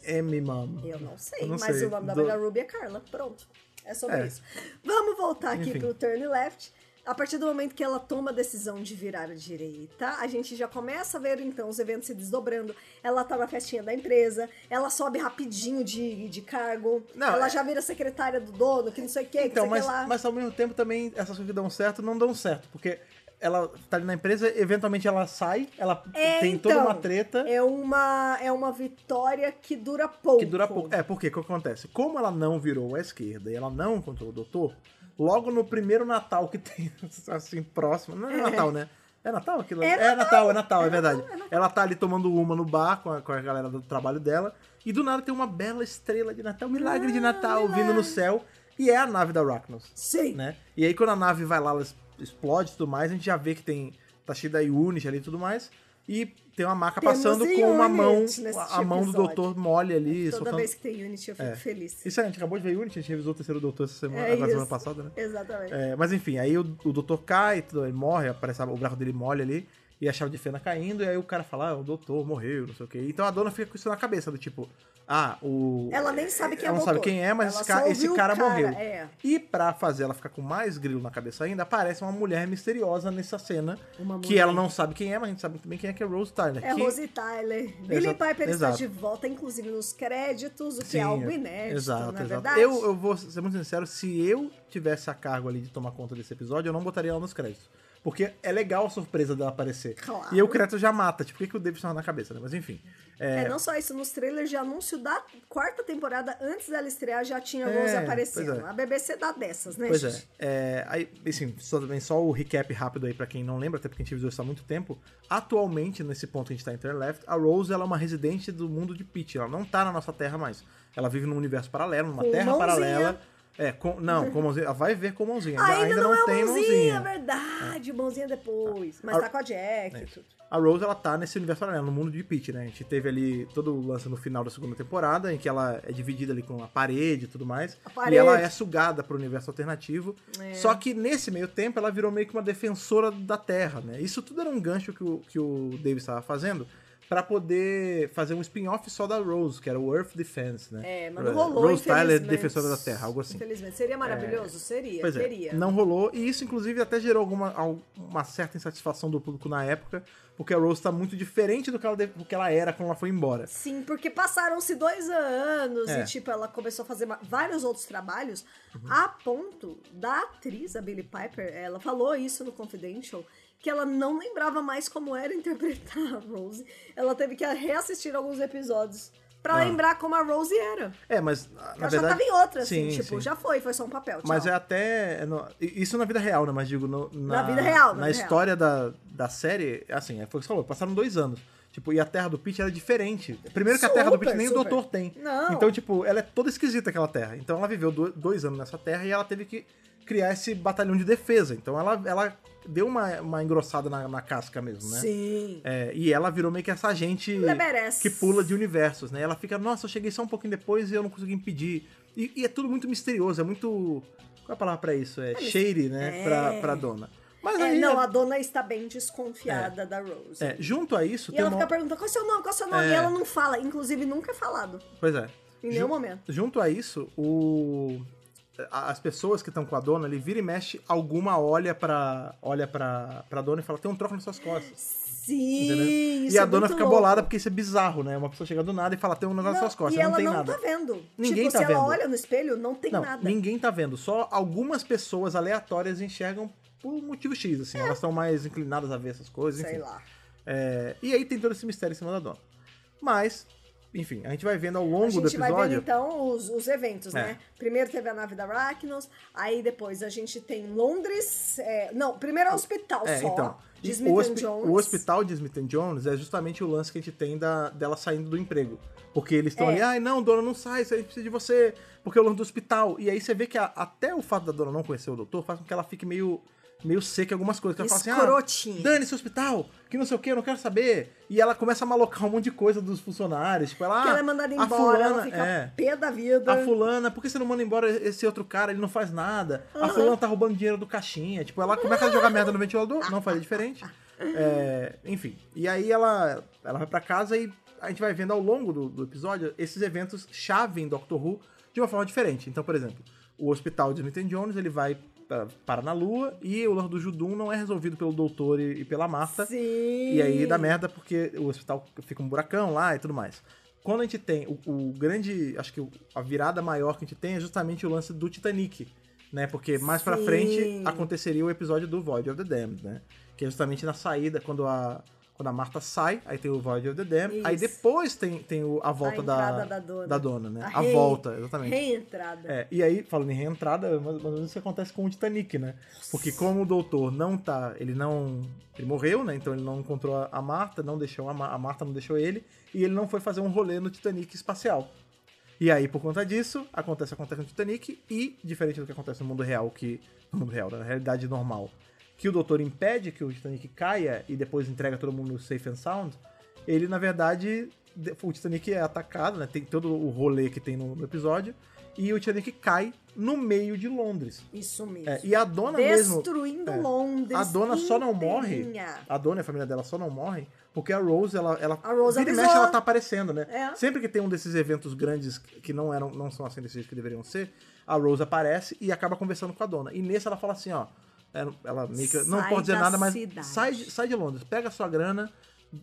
Speaker 2: M, mama.
Speaker 3: Eu não sei,
Speaker 2: Eu não
Speaker 3: mas
Speaker 2: sei.
Speaker 3: o nome da
Speaker 2: Do-
Speaker 3: mãe da Ruby é Carla. Pronto. É sobre
Speaker 2: É.
Speaker 3: isso. Vamos voltar aqui
Speaker 2: Enfim.
Speaker 3: pro turn left. A partir do momento que ela toma a decisão de virar à direita, a gente já começa a ver então os eventos se desdobrando. Ela tá na festinha da empresa, ela sobe rapidinho de, de cargo,
Speaker 2: Não,
Speaker 3: ela
Speaker 2: é-
Speaker 3: já vira secretária do dono, que não sei o que, que
Speaker 2: Então,
Speaker 3: não sei
Speaker 2: mas,
Speaker 3: o que lá.
Speaker 2: mas ao mesmo tempo também essas coisas que dão certo não dão certo, porque ela tá ali na empresa, eventualmente ela sai, ela
Speaker 3: É,
Speaker 2: tem
Speaker 3: então,
Speaker 2: toda uma treta
Speaker 3: É uma, é uma vitória que dura pouco.
Speaker 2: que dura pouco. É, porque o que acontece? Como ela não virou a esquerda e ela não controlou o doutor, logo no primeiro Natal que tem, [laughs] assim, próximo. Não é Natal, né? É Natal aquilo?
Speaker 3: É
Speaker 2: é Natal, é Natal, é, verdade. Ela tá ali tomando uma no bar com a, com a galera do trabalho dela. E do nada tem uma bela estrela de Natal, um milagre de Natal vindo no céu. E é a nave da Arachnos
Speaker 3: Sim.
Speaker 2: né? E aí quando a nave vai lá, ela es- explode e tudo mais, a gente já vê que tem. Tá cheio da Unit ali e tudo mais. E tem uma maca
Speaker 3: Temos
Speaker 2: passando com uma
Speaker 3: Unit
Speaker 2: mão.
Speaker 3: neste
Speaker 2: A mão do
Speaker 3: tipo episódio.
Speaker 2: doutor mole ali.
Speaker 3: Toda
Speaker 2: soltando-
Speaker 3: vez que tem Unity eu fico
Speaker 2: É.
Speaker 3: feliz.
Speaker 2: Isso aí, a gente acabou de ver Unit, a gente revisou o terceiro doutor essa semana,
Speaker 3: É
Speaker 2: agora
Speaker 3: isso.
Speaker 2: semana passada, né?
Speaker 3: Exatamente.
Speaker 2: É, mas enfim, aí o, o doutor cai, tudo, ele morre, aparece a- o braço dele mole ali, e a chave de fenda caindo, e aí o cara fala, ah, o doutor morreu, não sei o quê. Então a dona fica com isso na cabeça, do tipo, ah, o.
Speaker 3: Ela nem sabe quem é
Speaker 2: Ela não
Speaker 3: doutor.
Speaker 2: sabe quem é, mas
Speaker 3: Ela
Speaker 2: esse
Speaker 3: só
Speaker 2: cara, esse
Speaker 3: ouviu o
Speaker 2: cara,
Speaker 3: cara,
Speaker 2: morreu.
Speaker 3: é.
Speaker 2: E pra fazer ela ficar com mais grilo na cabeça ainda, aparece uma mulher misteriosa nessa cena,
Speaker 3: Uma
Speaker 2: que
Speaker 3: mulher.
Speaker 2: ela não sabe quem é, mas a gente sabe muito bem quem é, que é Rose Tyler.
Speaker 3: É
Speaker 2: que...
Speaker 3: Rose Tyler. Billy
Speaker 2: Exato,
Speaker 3: Piper
Speaker 2: exato.
Speaker 3: está de volta, inclusive nos créditos, o que
Speaker 2: Sim,
Speaker 3: é algo
Speaker 2: é.
Speaker 3: inédito,
Speaker 2: exato,
Speaker 3: não é
Speaker 2: exato.
Speaker 3: verdade?
Speaker 2: Eu, eu vou ser muito sincero, se eu tivesse a cargo ali de tomar conta desse episódio, eu não botaria ela nos créditos. Porque é legal a surpresa dela aparecer.
Speaker 3: Claro.
Speaker 2: E aí o crédito já mata. Tipo, por que, que o Davis tava na cabeça, né? Mas enfim. É,
Speaker 3: É, não só isso, nos trailers de anúncio da quarta temporada, antes dela estrear, já tinha
Speaker 2: É,
Speaker 3: Rose aparecendo.
Speaker 2: pois é.
Speaker 3: A BBC dá dessas, né,
Speaker 2: Pois é.
Speaker 3: gente?
Speaker 2: é aí, assim, só, também só o recap rápido aí pra quem não lembra, até porque a gente visou isso há muito tempo. Atualmente, nesse ponto que a gente tá em Turn Left, a Rose ela é uma residente do mundo de Peach. Ela não tá na nossa Terra mais. Ela vive num universo paralelo, numa
Speaker 3: Com
Speaker 2: terra
Speaker 3: mãozinha.
Speaker 2: paralela. É, com, não, com mãozinha. Ela vai ver com mãozinha.
Speaker 3: Ainda, não, é
Speaker 2: tem
Speaker 3: mãozinha,
Speaker 2: mãozinha.
Speaker 3: verdade. Mãozinha depois. Mas
Speaker 2: A-
Speaker 3: tá com a Jack
Speaker 2: É.
Speaker 3: e tudo.
Speaker 2: A Rose, ela tá nesse universo paralelo, no mundo de Peach, né? A gente teve ali todo o lance no final da segunda temporada, em que ela é dividida ali com a parede e tudo mais.
Speaker 3: A parede.
Speaker 2: E ela é sugada pro universo alternativo.
Speaker 3: É.
Speaker 2: Só que nesse meio tempo, ela virou meio que uma defensora da Terra, né? Isso tudo era um gancho que o, que o Davis estava fazendo pra poder fazer um spin-off só da Rose, que era o Earth Defense, né?
Speaker 3: É, mas não rolou,
Speaker 2: Rose Tyler,
Speaker 3: infelizmente.
Speaker 2: defensora da Terra, algo assim.
Speaker 3: Infelizmente. Seria maravilhoso? Seria,
Speaker 2: Pois
Speaker 3: seria.
Speaker 2: é, não rolou. E isso, inclusive, até gerou alguma al- uma certa insatisfação do público na época, porque a Rose tá muito diferente do que ela, de- do que ela era quando ela foi embora.
Speaker 3: Sim, porque passaram-se dois anos
Speaker 2: É. Uhum.
Speaker 3: e, tipo, ela começou a fazer ma- vários outros trabalhos a ponto da atriz, a Billie Piper, ela falou isso no Confidential, que ela não lembrava mais como era [laughs] interpretar a Rose. Ela teve que reassistir alguns episódios pra
Speaker 2: Ah.
Speaker 3: lembrar como a Rose era.
Speaker 2: É, mas na
Speaker 3: Ela já
Speaker 2: verdade.
Speaker 3: tava em outra, assim,
Speaker 2: Sim,
Speaker 3: tipo,
Speaker 2: sim.
Speaker 3: já foi, foi só um papel. Tchau.
Speaker 2: Mas é até. é no- isso na vida real, né? Mas digo, no- na,
Speaker 3: Na vida real, na
Speaker 2: na
Speaker 3: vida real.
Speaker 2: história da, da série, assim, é, foi o que você falou, passaram dois anos. Tipo, e a Terra do Pete era diferente. Primeiro que a Terra do
Speaker 3: Super,
Speaker 2: Pete nem o
Speaker 3: super.
Speaker 2: Doutor tem.
Speaker 3: Não.
Speaker 2: Então, tipo, ela é toda esquisita aquela Terra. Então ela viveu do- dois anos nessa Terra e ela teve que criar esse batalhão de defesa. Então ela, ela deu uma, uma engrossada na, na casca mesmo, né?
Speaker 3: Sim.
Speaker 2: É, e ela virou meio que essa gente
Speaker 3: Ela merece.
Speaker 2: que pula de universos, né? Ela fica, nossa, eu cheguei só um pouquinho depois e eu não consegui impedir. E, e é tudo muito misterioso, é muito. Qual é a palavra pra isso? É shady, né?
Speaker 3: É.
Speaker 2: Pra, pra dona. Mas
Speaker 3: É,
Speaker 2: aí.
Speaker 3: não,
Speaker 2: é-
Speaker 3: a dona está bem desconfiada da Rose.
Speaker 2: é, junto a isso
Speaker 3: E
Speaker 2: tem
Speaker 3: ela
Speaker 2: uma.
Speaker 3: fica perguntando qual é seu nome, qual é seu nome,
Speaker 2: É.
Speaker 3: e ela não fala, inclusive nunca é falado.
Speaker 2: Pois é.
Speaker 3: Em nenhum momento.
Speaker 2: Junto a isso, o a- as pessoas que estão com a dona, ele vira e mexe, alguma olha pra, olha pra, pra dona e fala, tem um troco nas suas costas.
Speaker 3: Sim,
Speaker 2: entendeu?
Speaker 3: isso
Speaker 2: e a
Speaker 3: é
Speaker 2: dona
Speaker 3: muito
Speaker 2: fica
Speaker 3: louco.
Speaker 2: bolada porque isso é bizarro, né? Uma pessoa chega do nada e fala, tem um negócio nas suas costas,
Speaker 3: e ela
Speaker 2: não tem
Speaker 3: não
Speaker 2: nada.
Speaker 3: tá vendo.
Speaker 2: Ninguém
Speaker 3: tipo,
Speaker 2: tá
Speaker 3: se ela
Speaker 2: vendo.
Speaker 3: olha no espelho, não tem
Speaker 2: não,
Speaker 3: nada.
Speaker 2: ninguém tá vendo, só algumas pessoas aleatórias enxergam por motivo X, assim, elas estão mais inclinadas a ver essas coisas,
Speaker 3: É. Sei
Speaker 2: enfim.
Speaker 3: lá.
Speaker 2: É, e aí tem todo esse mistério em cima da dona. Mas, enfim, a gente vai vendo ao longo
Speaker 3: A
Speaker 2: do
Speaker 3: gente vai
Speaker 2: episódio.
Speaker 3: vendo então os, os eventos,
Speaker 2: É.
Speaker 3: né? Primeiro teve a nave da Arachnos, aí depois a gente tem Londres. é, não, primeiro é o hospital
Speaker 2: É,
Speaker 3: só.
Speaker 2: então.
Speaker 3: de
Speaker 2: e
Speaker 3: Smith
Speaker 2: o,
Speaker 3: and
Speaker 2: hospi-
Speaker 3: Jones.
Speaker 2: o hospital de Smith and Jones é justamente o lance que a gente tem da, dela saindo do emprego. Porque eles estão
Speaker 3: É.
Speaker 2: ali, ai não, dona, não sai, isso aí precisa de você, porque é o lance do hospital. E aí você vê que a- até o fato da dona não conhecer o doutor faz com que ela fique meio, meio seca em algumas coisas. Que ela fala assim, ah,
Speaker 3: Escrotinha.
Speaker 2: dane-se o hospital, que não sei o que, eu não quero saber. E ela começa a malocar um monte de coisa dos funcionários. Tipo, ela,
Speaker 3: Que ela é
Speaker 2: "Ah,
Speaker 3: mandada
Speaker 2: a
Speaker 3: embora, ela
Speaker 2: fulana-
Speaker 3: fica
Speaker 2: é.
Speaker 3: pé da vida.
Speaker 2: A fulana, por que você não manda embora esse outro cara? Ele não faz nada. A fulana tá roubando dinheiro do caixinha. Tipo, ela começa a jogar merda no ventilador, não faria diferente. É, enfim. E aí ela, ela vai pra casa e a gente vai vendo ao longo do, do episódio esses eventos chave em Doctor Who de uma forma diferente. Então, por exemplo, o hospital de Smith and Jones, ele vai pra- para na lua e o lance do Judum não é resolvido pelo doutor e, e pela Marta.
Speaker 3: Sim.
Speaker 2: E aí dá merda porque o hospital fica um buracão lá e tudo mais. Quando a gente tem o, o grande, acho que o- a virada maior que a gente tem é justamente o lance do Titanic, né? Porque mais pra
Speaker 3: Sim.
Speaker 2: frente aconteceria o episódio do Void of the Damned, né? Que é justamente na saída quando a quando a Marta sai, aí tem o Void of the Damned, aí
Speaker 3: Isso.
Speaker 2: depois tem, tem o- a volta da,
Speaker 3: entrada da dona. Ah,
Speaker 2: né?
Speaker 3: A
Speaker 2: A,
Speaker 3: rei-
Speaker 2: volta, exatamente.
Speaker 3: Reentrada.
Speaker 2: É, e aí, falando em reentrada, mais mais ou menos isso acontece com o Titanic, né? Porque como o doutor não tá, ele não, ele morreu, né? Então ele não encontrou a- a Marta, não deixou a, Ma- a Marta não deixou ele, e ele não foi fazer um rolê no Titanic espacial. E aí, por conta disso, acontece acontece no Titanic e diferente do que acontece no mundo real, que no mundo real, na realidade normal, que o doutor impede que o Titanic caia e depois entrega todo mundo safe and sound, ele na verdade de- o Titanic é atacado, né? Tem todo o rolê que tem no, no episódio e o Titanic cai no meio de Londres.
Speaker 3: Isso mesmo.
Speaker 2: É, e a dona mesmo,
Speaker 3: Destruindo
Speaker 2: é.
Speaker 3: Londres.
Speaker 2: a dona só não morre.
Speaker 3: inteirinha.
Speaker 2: A dona e a família dela só não morrem porque a Rose, ela, ela
Speaker 3: A Rose
Speaker 2: vira e
Speaker 3: avisou.
Speaker 2: mexe, ela tá aparecendo, né?
Speaker 3: É.
Speaker 2: Sempre que tem um desses eventos grandes que não eram, não são assim desses que deveriam ser, a Rose aparece e acaba conversando com a dona. E nesse ela fala assim, ó, ela- ela meio que não
Speaker 3: Sai
Speaker 2: pode dizer
Speaker 3: da
Speaker 2: nada, mas
Speaker 3: cidade.
Speaker 2: sai, de- sai de Londres, pega a sua grana,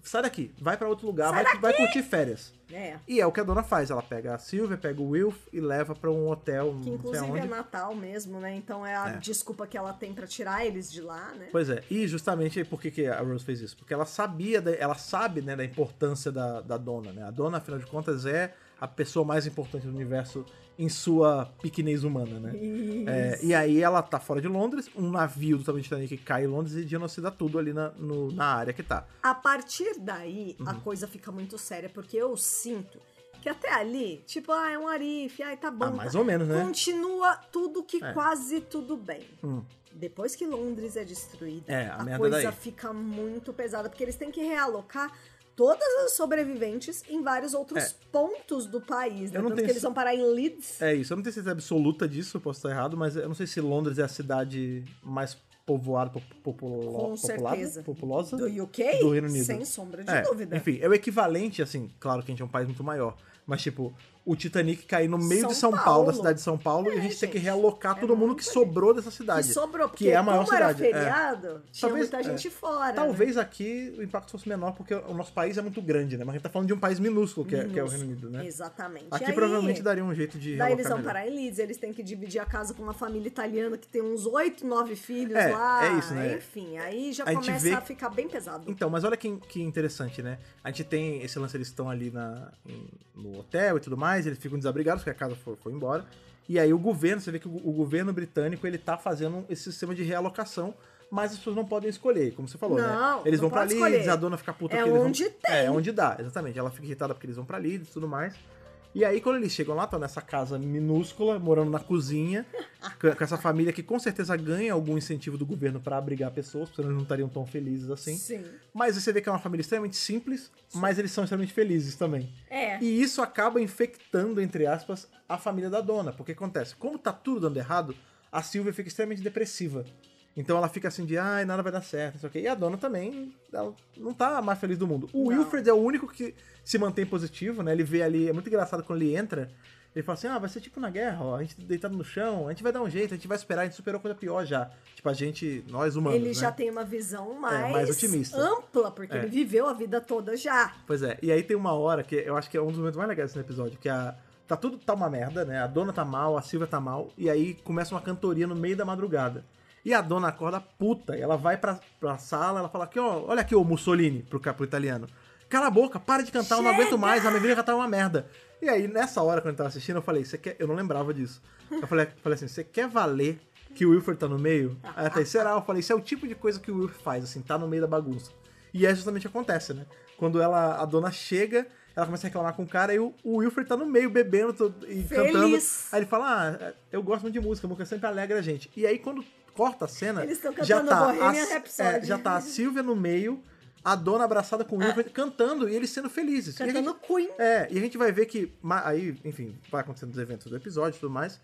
Speaker 2: sai daqui, vai pra outro lugar, vai, vai curtir férias.
Speaker 3: É.
Speaker 2: E é o que a dona faz, ela pega a Silvia, pega o Wilf e leva pra um hotel,
Speaker 3: Que
Speaker 2: não sei
Speaker 3: inclusive é
Speaker 2: onde.
Speaker 3: Natal mesmo, né? Então é a
Speaker 2: É.
Speaker 3: desculpa que ela tem pra tirar eles de lá, né?
Speaker 2: Pois é, e justamente por que, que a Rose fez isso? Porque ela sabia, da- ela sabe né, da importância da, da dona, né? A dona, afinal de contas, é a pessoa mais importante do universo em sua pequenez humana, né? É, e aí ela tá fora de Londres, um navio do tamanho do Titanic cai em Londres e genocida tudo ali na, no- na área que tá.
Speaker 3: A partir daí,
Speaker 2: Uhum.
Speaker 3: a coisa fica muito séria, porque eu sinto que até ali, tipo, ah, é um arife, ai, tá bom.
Speaker 2: Ah, mais
Speaker 3: tá.
Speaker 2: ou menos, né?
Speaker 3: Continua tudo que
Speaker 2: É.
Speaker 3: quase tudo bem.
Speaker 2: Hum.
Speaker 3: Depois que Londres é destruída,
Speaker 2: É, a
Speaker 3: a,
Speaker 2: merda
Speaker 3: coisa
Speaker 2: daí.
Speaker 3: fica muito pesada, porque eles têm que realocar todas as sobreviventes em vários outros pontos do país, né?
Speaker 2: É. Eu não
Speaker 3: Tanto
Speaker 2: tenho
Speaker 3: que eles
Speaker 2: cer-
Speaker 3: vão parar em Leeds.
Speaker 2: É isso, eu não tenho certeza absoluta disso, eu posso estar errado, mas eu não sei se Londres é a cidade mais povoada, po- populo-
Speaker 3: Com
Speaker 2: populada,
Speaker 3: certeza.
Speaker 2: populosa.
Speaker 3: Do UK?
Speaker 2: É. Do Reino Unido.
Speaker 3: Sem sombra de
Speaker 2: É,
Speaker 3: dúvida.
Speaker 2: Enfim, é o equivalente, assim, claro que a gente é um país muito maior, mas tipo, o Titanic cair no meio
Speaker 3: São
Speaker 2: de São Paulo,
Speaker 3: Paulo,
Speaker 2: da cidade de São Paulo, e a
Speaker 3: É,
Speaker 2: gente, tem que
Speaker 3: gente,
Speaker 2: realocar
Speaker 3: é
Speaker 2: todo mundo
Speaker 3: muita
Speaker 2: que
Speaker 3: gente.
Speaker 2: sobrou dessa cidade.
Speaker 3: Que sobrou, porque
Speaker 2: que é a maior
Speaker 3: como
Speaker 2: cidade. é.
Speaker 3: era feriado, tinha
Speaker 2: Talvez-
Speaker 3: muita gente
Speaker 2: é.
Speaker 3: fora. né?
Speaker 2: Talvez aqui o impacto fosse menor, porque o nosso país é muito grande, né? Mas a gente tá falando de um país minúsculo, que, é, que é o Reino Unido, né?
Speaker 3: Exatamente.
Speaker 2: Aqui
Speaker 3: E aí,
Speaker 2: provavelmente daria um jeito de
Speaker 3: Daí
Speaker 2: realocar
Speaker 3: eles vão
Speaker 2: melhor.
Speaker 3: parar em Leeds, eles têm que dividir a casa com uma família italiana que tem uns oito, nove filhos
Speaker 2: É,
Speaker 3: lá.
Speaker 2: é isso, né?
Speaker 3: Enfim, aí já
Speaker 2: A gente
Speaker 3: começa
Speaker 2: vê-
Speaker 3: a ficar bem pesado.
Speaker 2: Então, mas olha que, que interessante, né? A gente tem esse lance, eles estão ali na, em- no hotel e tudo mais, eles ficam desabrigados porque a casa foi, foi embora. E aí o governo, você vê que o, o governo britânico, ele tá fazendo esse sistema de realocação, mas as pessoas não podem escolher, como você falou, né?
Speaker 3: Não,
Speaker 2: Eles vão
Speaker 3: não
Speaker 2: pra
Speaker 3: pode
Speaker 2: Leeds,
Speaker 3: escolher.
Speaker 2: a dona fica puta
Speaker 3: É
Speaker 2: que eles vão-
Speaker 3: onde tem.
Speaker 2: É, onde dá, exatamente. Ela fica irritada porque eles vão pra Leeds e tudo mais. E aí, quando eles chegam lá, estão nessa casa minúscula, morando na
Speaker 3: [laughs]
Speaker 2: cozinha, com com essa família que com certeza ganha algum incentivo do governo pra abrigar pessoas, porque senão eles não estariam tão felizes assim.
Speaker 3: Sim.
Speaker 2: Mas você vê que é uma família extremamente simples, mas eles são extremamente felizes também.
Speaker 3: É.
Speaker 2: E isso acaba infectando, entre aspas, a família da dona. Porque acontece, como tá tudo dando errado, a Silvia fica extremamente depressiva. Então ela fica assim de, ai, nada vai dar certo, não sei o quê. E a dona também ela não tá a mais feliz do mundo. O
Speaker 3: Não.
Speaker 2: Wilfred é o único que se mantém positivo, né? Ele vê ali, é muito engraçado quando ele entra. Ele fala assim, ah, vai ser tipo na guerra, ó, a gente deitado no chão, a gente vai dar um jeito, a gente vai esperar, a gente superou coisa pior já. Tipo, a gente, nós humanos,
Speaker 3: ele
Speaker 2: né?
Speaker 3: já tem uma visão mais,
Speaker 2: mais otimista.
Speaker 3: ampla, porque
Speaker 2: É.
Speaker 3: ele viveu a vida toda já.
Speaker 2: Pois é, e aí tem uma hora que eu acho que é um dos momentos mais legais desse episódio, que a. Tá tudo tá uma merda, né? A dona tá mal, a Silvia tá mal, e aí começa uma cantoria no meio da madrugada. E a dona acorda puta, e ela vai pra, pra sala, ela fala aqui, ó, olha aqui o Mussolini pro, ca- pro italiano. Cala a boca, para de cantar, eu não aguento mais, a minha vida já tá uma merda. E aí, nessa hora, quando eu tava assistindo, eu falei, você quer. Eu não lembrava disso. Eu falei, falei assim, você quer valer que o Wilfred tá no meio? Aí ela falei, será? Eu falei, isso é o tipo de coisa que o Wilfred faz, assim, tá no meio da bagunça. E é justamente o que acontece, né? Quando ela, a dona chega, ela começa a reclamar com o cara e o, o Wilfred tá no meio bebendo todo- e
Speaker 3: Feliz.
Speaker 2: cantando. Aí ele fala: Ah, eu gosto muito de música, música sempre alegra a gente. E aí quando corta a cena,
Speaker 3: Eles tão
Speaker 2: É. já
Speaker 3: cantando
Speaker 2: tá,
Speaker 3: Bohemian
Speaker 2: a,
Speaker 3: Rhapsody.
Speaker 2: é, já tá a Silvia no meio, a dona abraçada com o Wilfred cantando e eles sendo felizes. E a gente-
Speaker 3: Cantando Queen.
Speaker 2: é, e a gente vai ver que. ma- Aí, enfim, vai acontecendo os eventos do episódio e tudo mais.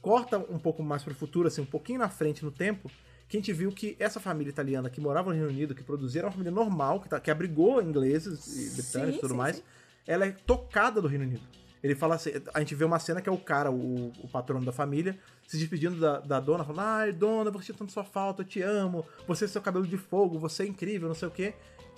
Speaker 2: Corta um pouco mais pro futuro, assim, um pouquinho na frente no tempo, que a gente viu que essa família italiana que morava no Reino Unido, que produzia, era uma família normal, que, tá- que abrigou ingleses e britânicos e
Speaker 3: Sim,
Speaker 2: tudo
Speaker 3: sim,
Speaker 2: mais.
Speaker 3: sim.
Speaker 2: Ela é tocada do Reino Unido. Ele fala assim, a gente vê uma cena que é o cara, o, o patrono da família, se despedindo da, da dona, falando, ai, dona, vou sentir tanto sua falta, eu te amo, você é seu cabelo de fogo, você é incrível, não sei o quê.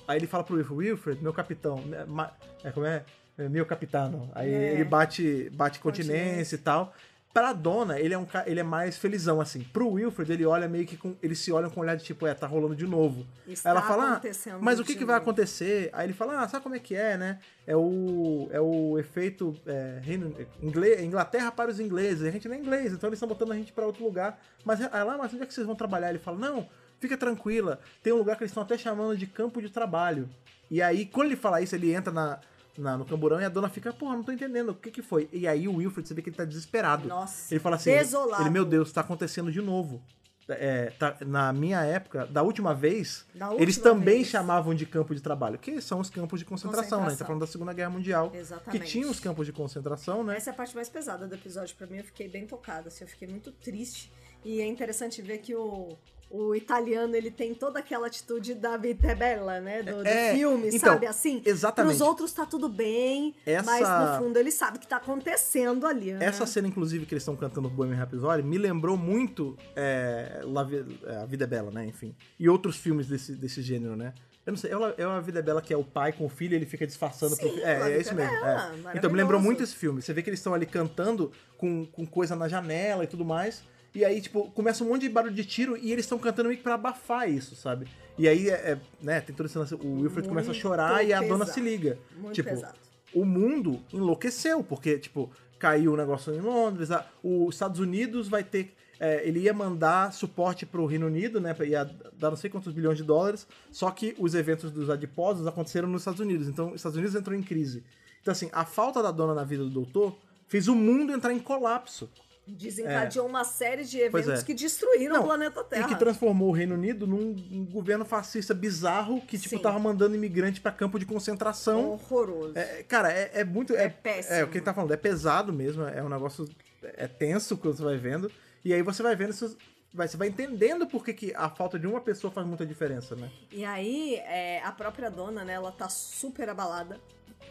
Speaker 2: Aí ele fala pro Wilfred, Wilfred, meu capitão, né, ma- é, como é? É, Meu capitano. Aí
Speaker 3: É.
Speaker 2: ele bate, bate continência
Speaker 3: Continência.
Speaker 2: e tal. Pra dona, ele é, um, ca- ele é mais felizão, assim. Pro Wilfred, ele olha meio que com. Eles se olham com um olhar de tipo, é, tá rolando de novo.
Speaker 3: Está
Speaker 2: Aí ela fala, "Ah,
Speaker 3: acontecendo né,
Speaker 2: mas o que,
Speaker 3: de
Speaker 2: que vai
Speaker 3: novo."
Speaker 2: acontecer? Aí ele fala, ah, sabe como é que é, né? É o, é o efeito é, Reino- Ingle- Inglaterra para os ingleses. A gente não é inglês, então eles estão botando a gente pra outro lugar. Mas aí lá, mas onde é que vocês vão trabalhar? Ele fala, não, fica tranquila. Tem um lugar que eles estão até chamando de campo de trabalho. E aí, quando ele fala isso, ele entra na, na- no camburão e a dona fica, porra, não tô entendendo, o que que foi? E aí o Wilfred, você vê que ele tá desesperado.
Speaker 3: Nossa,
Speaker 2: ele fala assim,
Speaker 3: desolado.
Speaker 2: ele, meu Deus, tá acontecendo de novo. É, tá- na minha época, da última vez,
Speaker 3: Da
Speaker 2: eles
Speaker 3: última
Speaker 2: também
Speaker 3: vez.
Speaker 2: chamavam de campo de trabalho, que são os campos de concentração, né? A gente tá
Speaker 3: Concentração.
Speaker 2: falando da Segunda Guerra Mundial.
Speaker 3: Exatamente.
Speaker 2: Que tinha os campos de concentração, né?
Speaker 3: Essa é a parte mais pesada do episódio pra mim. Eu fiquei bem tocada, assim, eu fiquei muito triste. E é interessante ver que o, o italiano ele tem toda aquela atitude da Vitebella, né? Do, do
Speaker 2: É,
Speaker 3: filme,
Speaker 2: então,
Speaker 3: sabe? Assim,
Speaker 2: exatamente.
Speaker 3: pros outros tá tudo bem,
Speaker 2: Essa-
Speaker 3: mas no fundo ele sabe o que tá acontecendo ali. Né?
Speaker 2: Essa cena, inclusive, que eles estão cantando o Bohemian Rhapsody, me lembrou muito é, La Vi- é, A Vida é Bela, né? Enfim. E outros filmes desse, desse gênero, né? Eu não sei, é o La- é A Vida é Bela que é o pai com o filho, ele fica disfarçando.
Speaker 3: Sim,
Speaker 2: fi-
Speaker 3: La
Speaker 2: é, é
Speaker 3: Vida
Speaker 2: isso
Speaker 3: é
Speaker 2: mesmo.
Speaker 3: Bella,
Speaker 2: é. Então me
Speaker 3: maravilhoso.
Speaker 2: lembrou muito esse filme. Você vê que eles estão ali cantando com, com coisa na janela e tudo mais. E aí, tipo, começa um monte de barulho de tiro e eles estão cantando meio que pra abafar isso, sabe? E aí, é, é, né, tem todo esse lance, o Wilfred começa a
Speaker 3: Muito
Speaker 2: chorar e a dona se
Speaker 3: pesado.
Speaker 2: liga.
Speaker 3: Muito
Speaker 2: tipo,
Speaker 3: pesado.
Speaker 2: o mundo enlouqueceu, porque, tipo, caiu o negócio em Londres, a- os Estados Unidos vai ter. é, ele ia mandar suporte pro Reino Unido, né? Ia dar não sei quantos bilhões de dólares, só que os eventos dos adiposos aconteceram nos Estados Unidos, então os Estados Unidos entrou em crise. Então, assim, a falta da dona na vida do doutor fez o mundo entrar em colapso.
Speaker 3: Desencadeou uma série de
Speaker 2: é. Pois
Speaker 3: eventos
Speaker 2: é.
Speaker 3: que destruíram
Speaker 2: Não,
Speaker 3: o planeta Terra.
Speaker 2: E que transformou o Reino Unido num num governo fascista bizarro que, tipo,
Speaker 3: Sim.
Speaker 2: tava mandando imigrante pra campo de concentração.
Speaker 3: Horroroso.
Speaker 2: É, cara, é, é muito. É,
Speaker 3: É péssimo.
Speaker 2: É o que ele tá falando, é pesado mesmo, é um negócio. É tenso quando você vai vendo. E aí você vai vendo, isso- vai- você vai entendendo por que, que a falta de uma pessoa faz muita diferença, né?
Speaker 3: E aí, é, a própria dona, né, ela tá super abalada.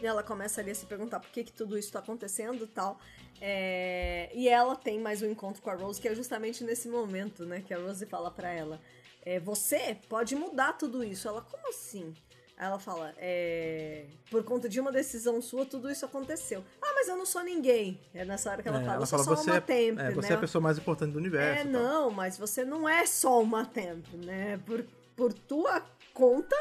Speaker 3: E ela começa ali a se perguntar por que, que tudo isso tá acontecendo e tal. É, e ela tem mais um encontro com a Rose, que é justamente nesse momento, né, que a Rose fala pra ela: é, Você pode mudar tudo isso. Ela, como assim? Aí Ela fala, é, por conta de uma decisão sua, tudo isso aconteceu. Ah, mas eu não sou ninguém. É nessa hora que ela
Speaker 2: É,
Speaker 3: fala, eu sou só
Speaker 2: você,
Speaker 3: uma
Speaker 2: é-
Speaker 3: temp,
Speaker 2: é, você é
Speaker 3: né?
Speaker 2: tá- a pessoa mais importante do universo.
Speaker 3: É,
Speaker 2: e tal.
Speaker 3: não, mas você não é só uma temp, né? Por, por tua conta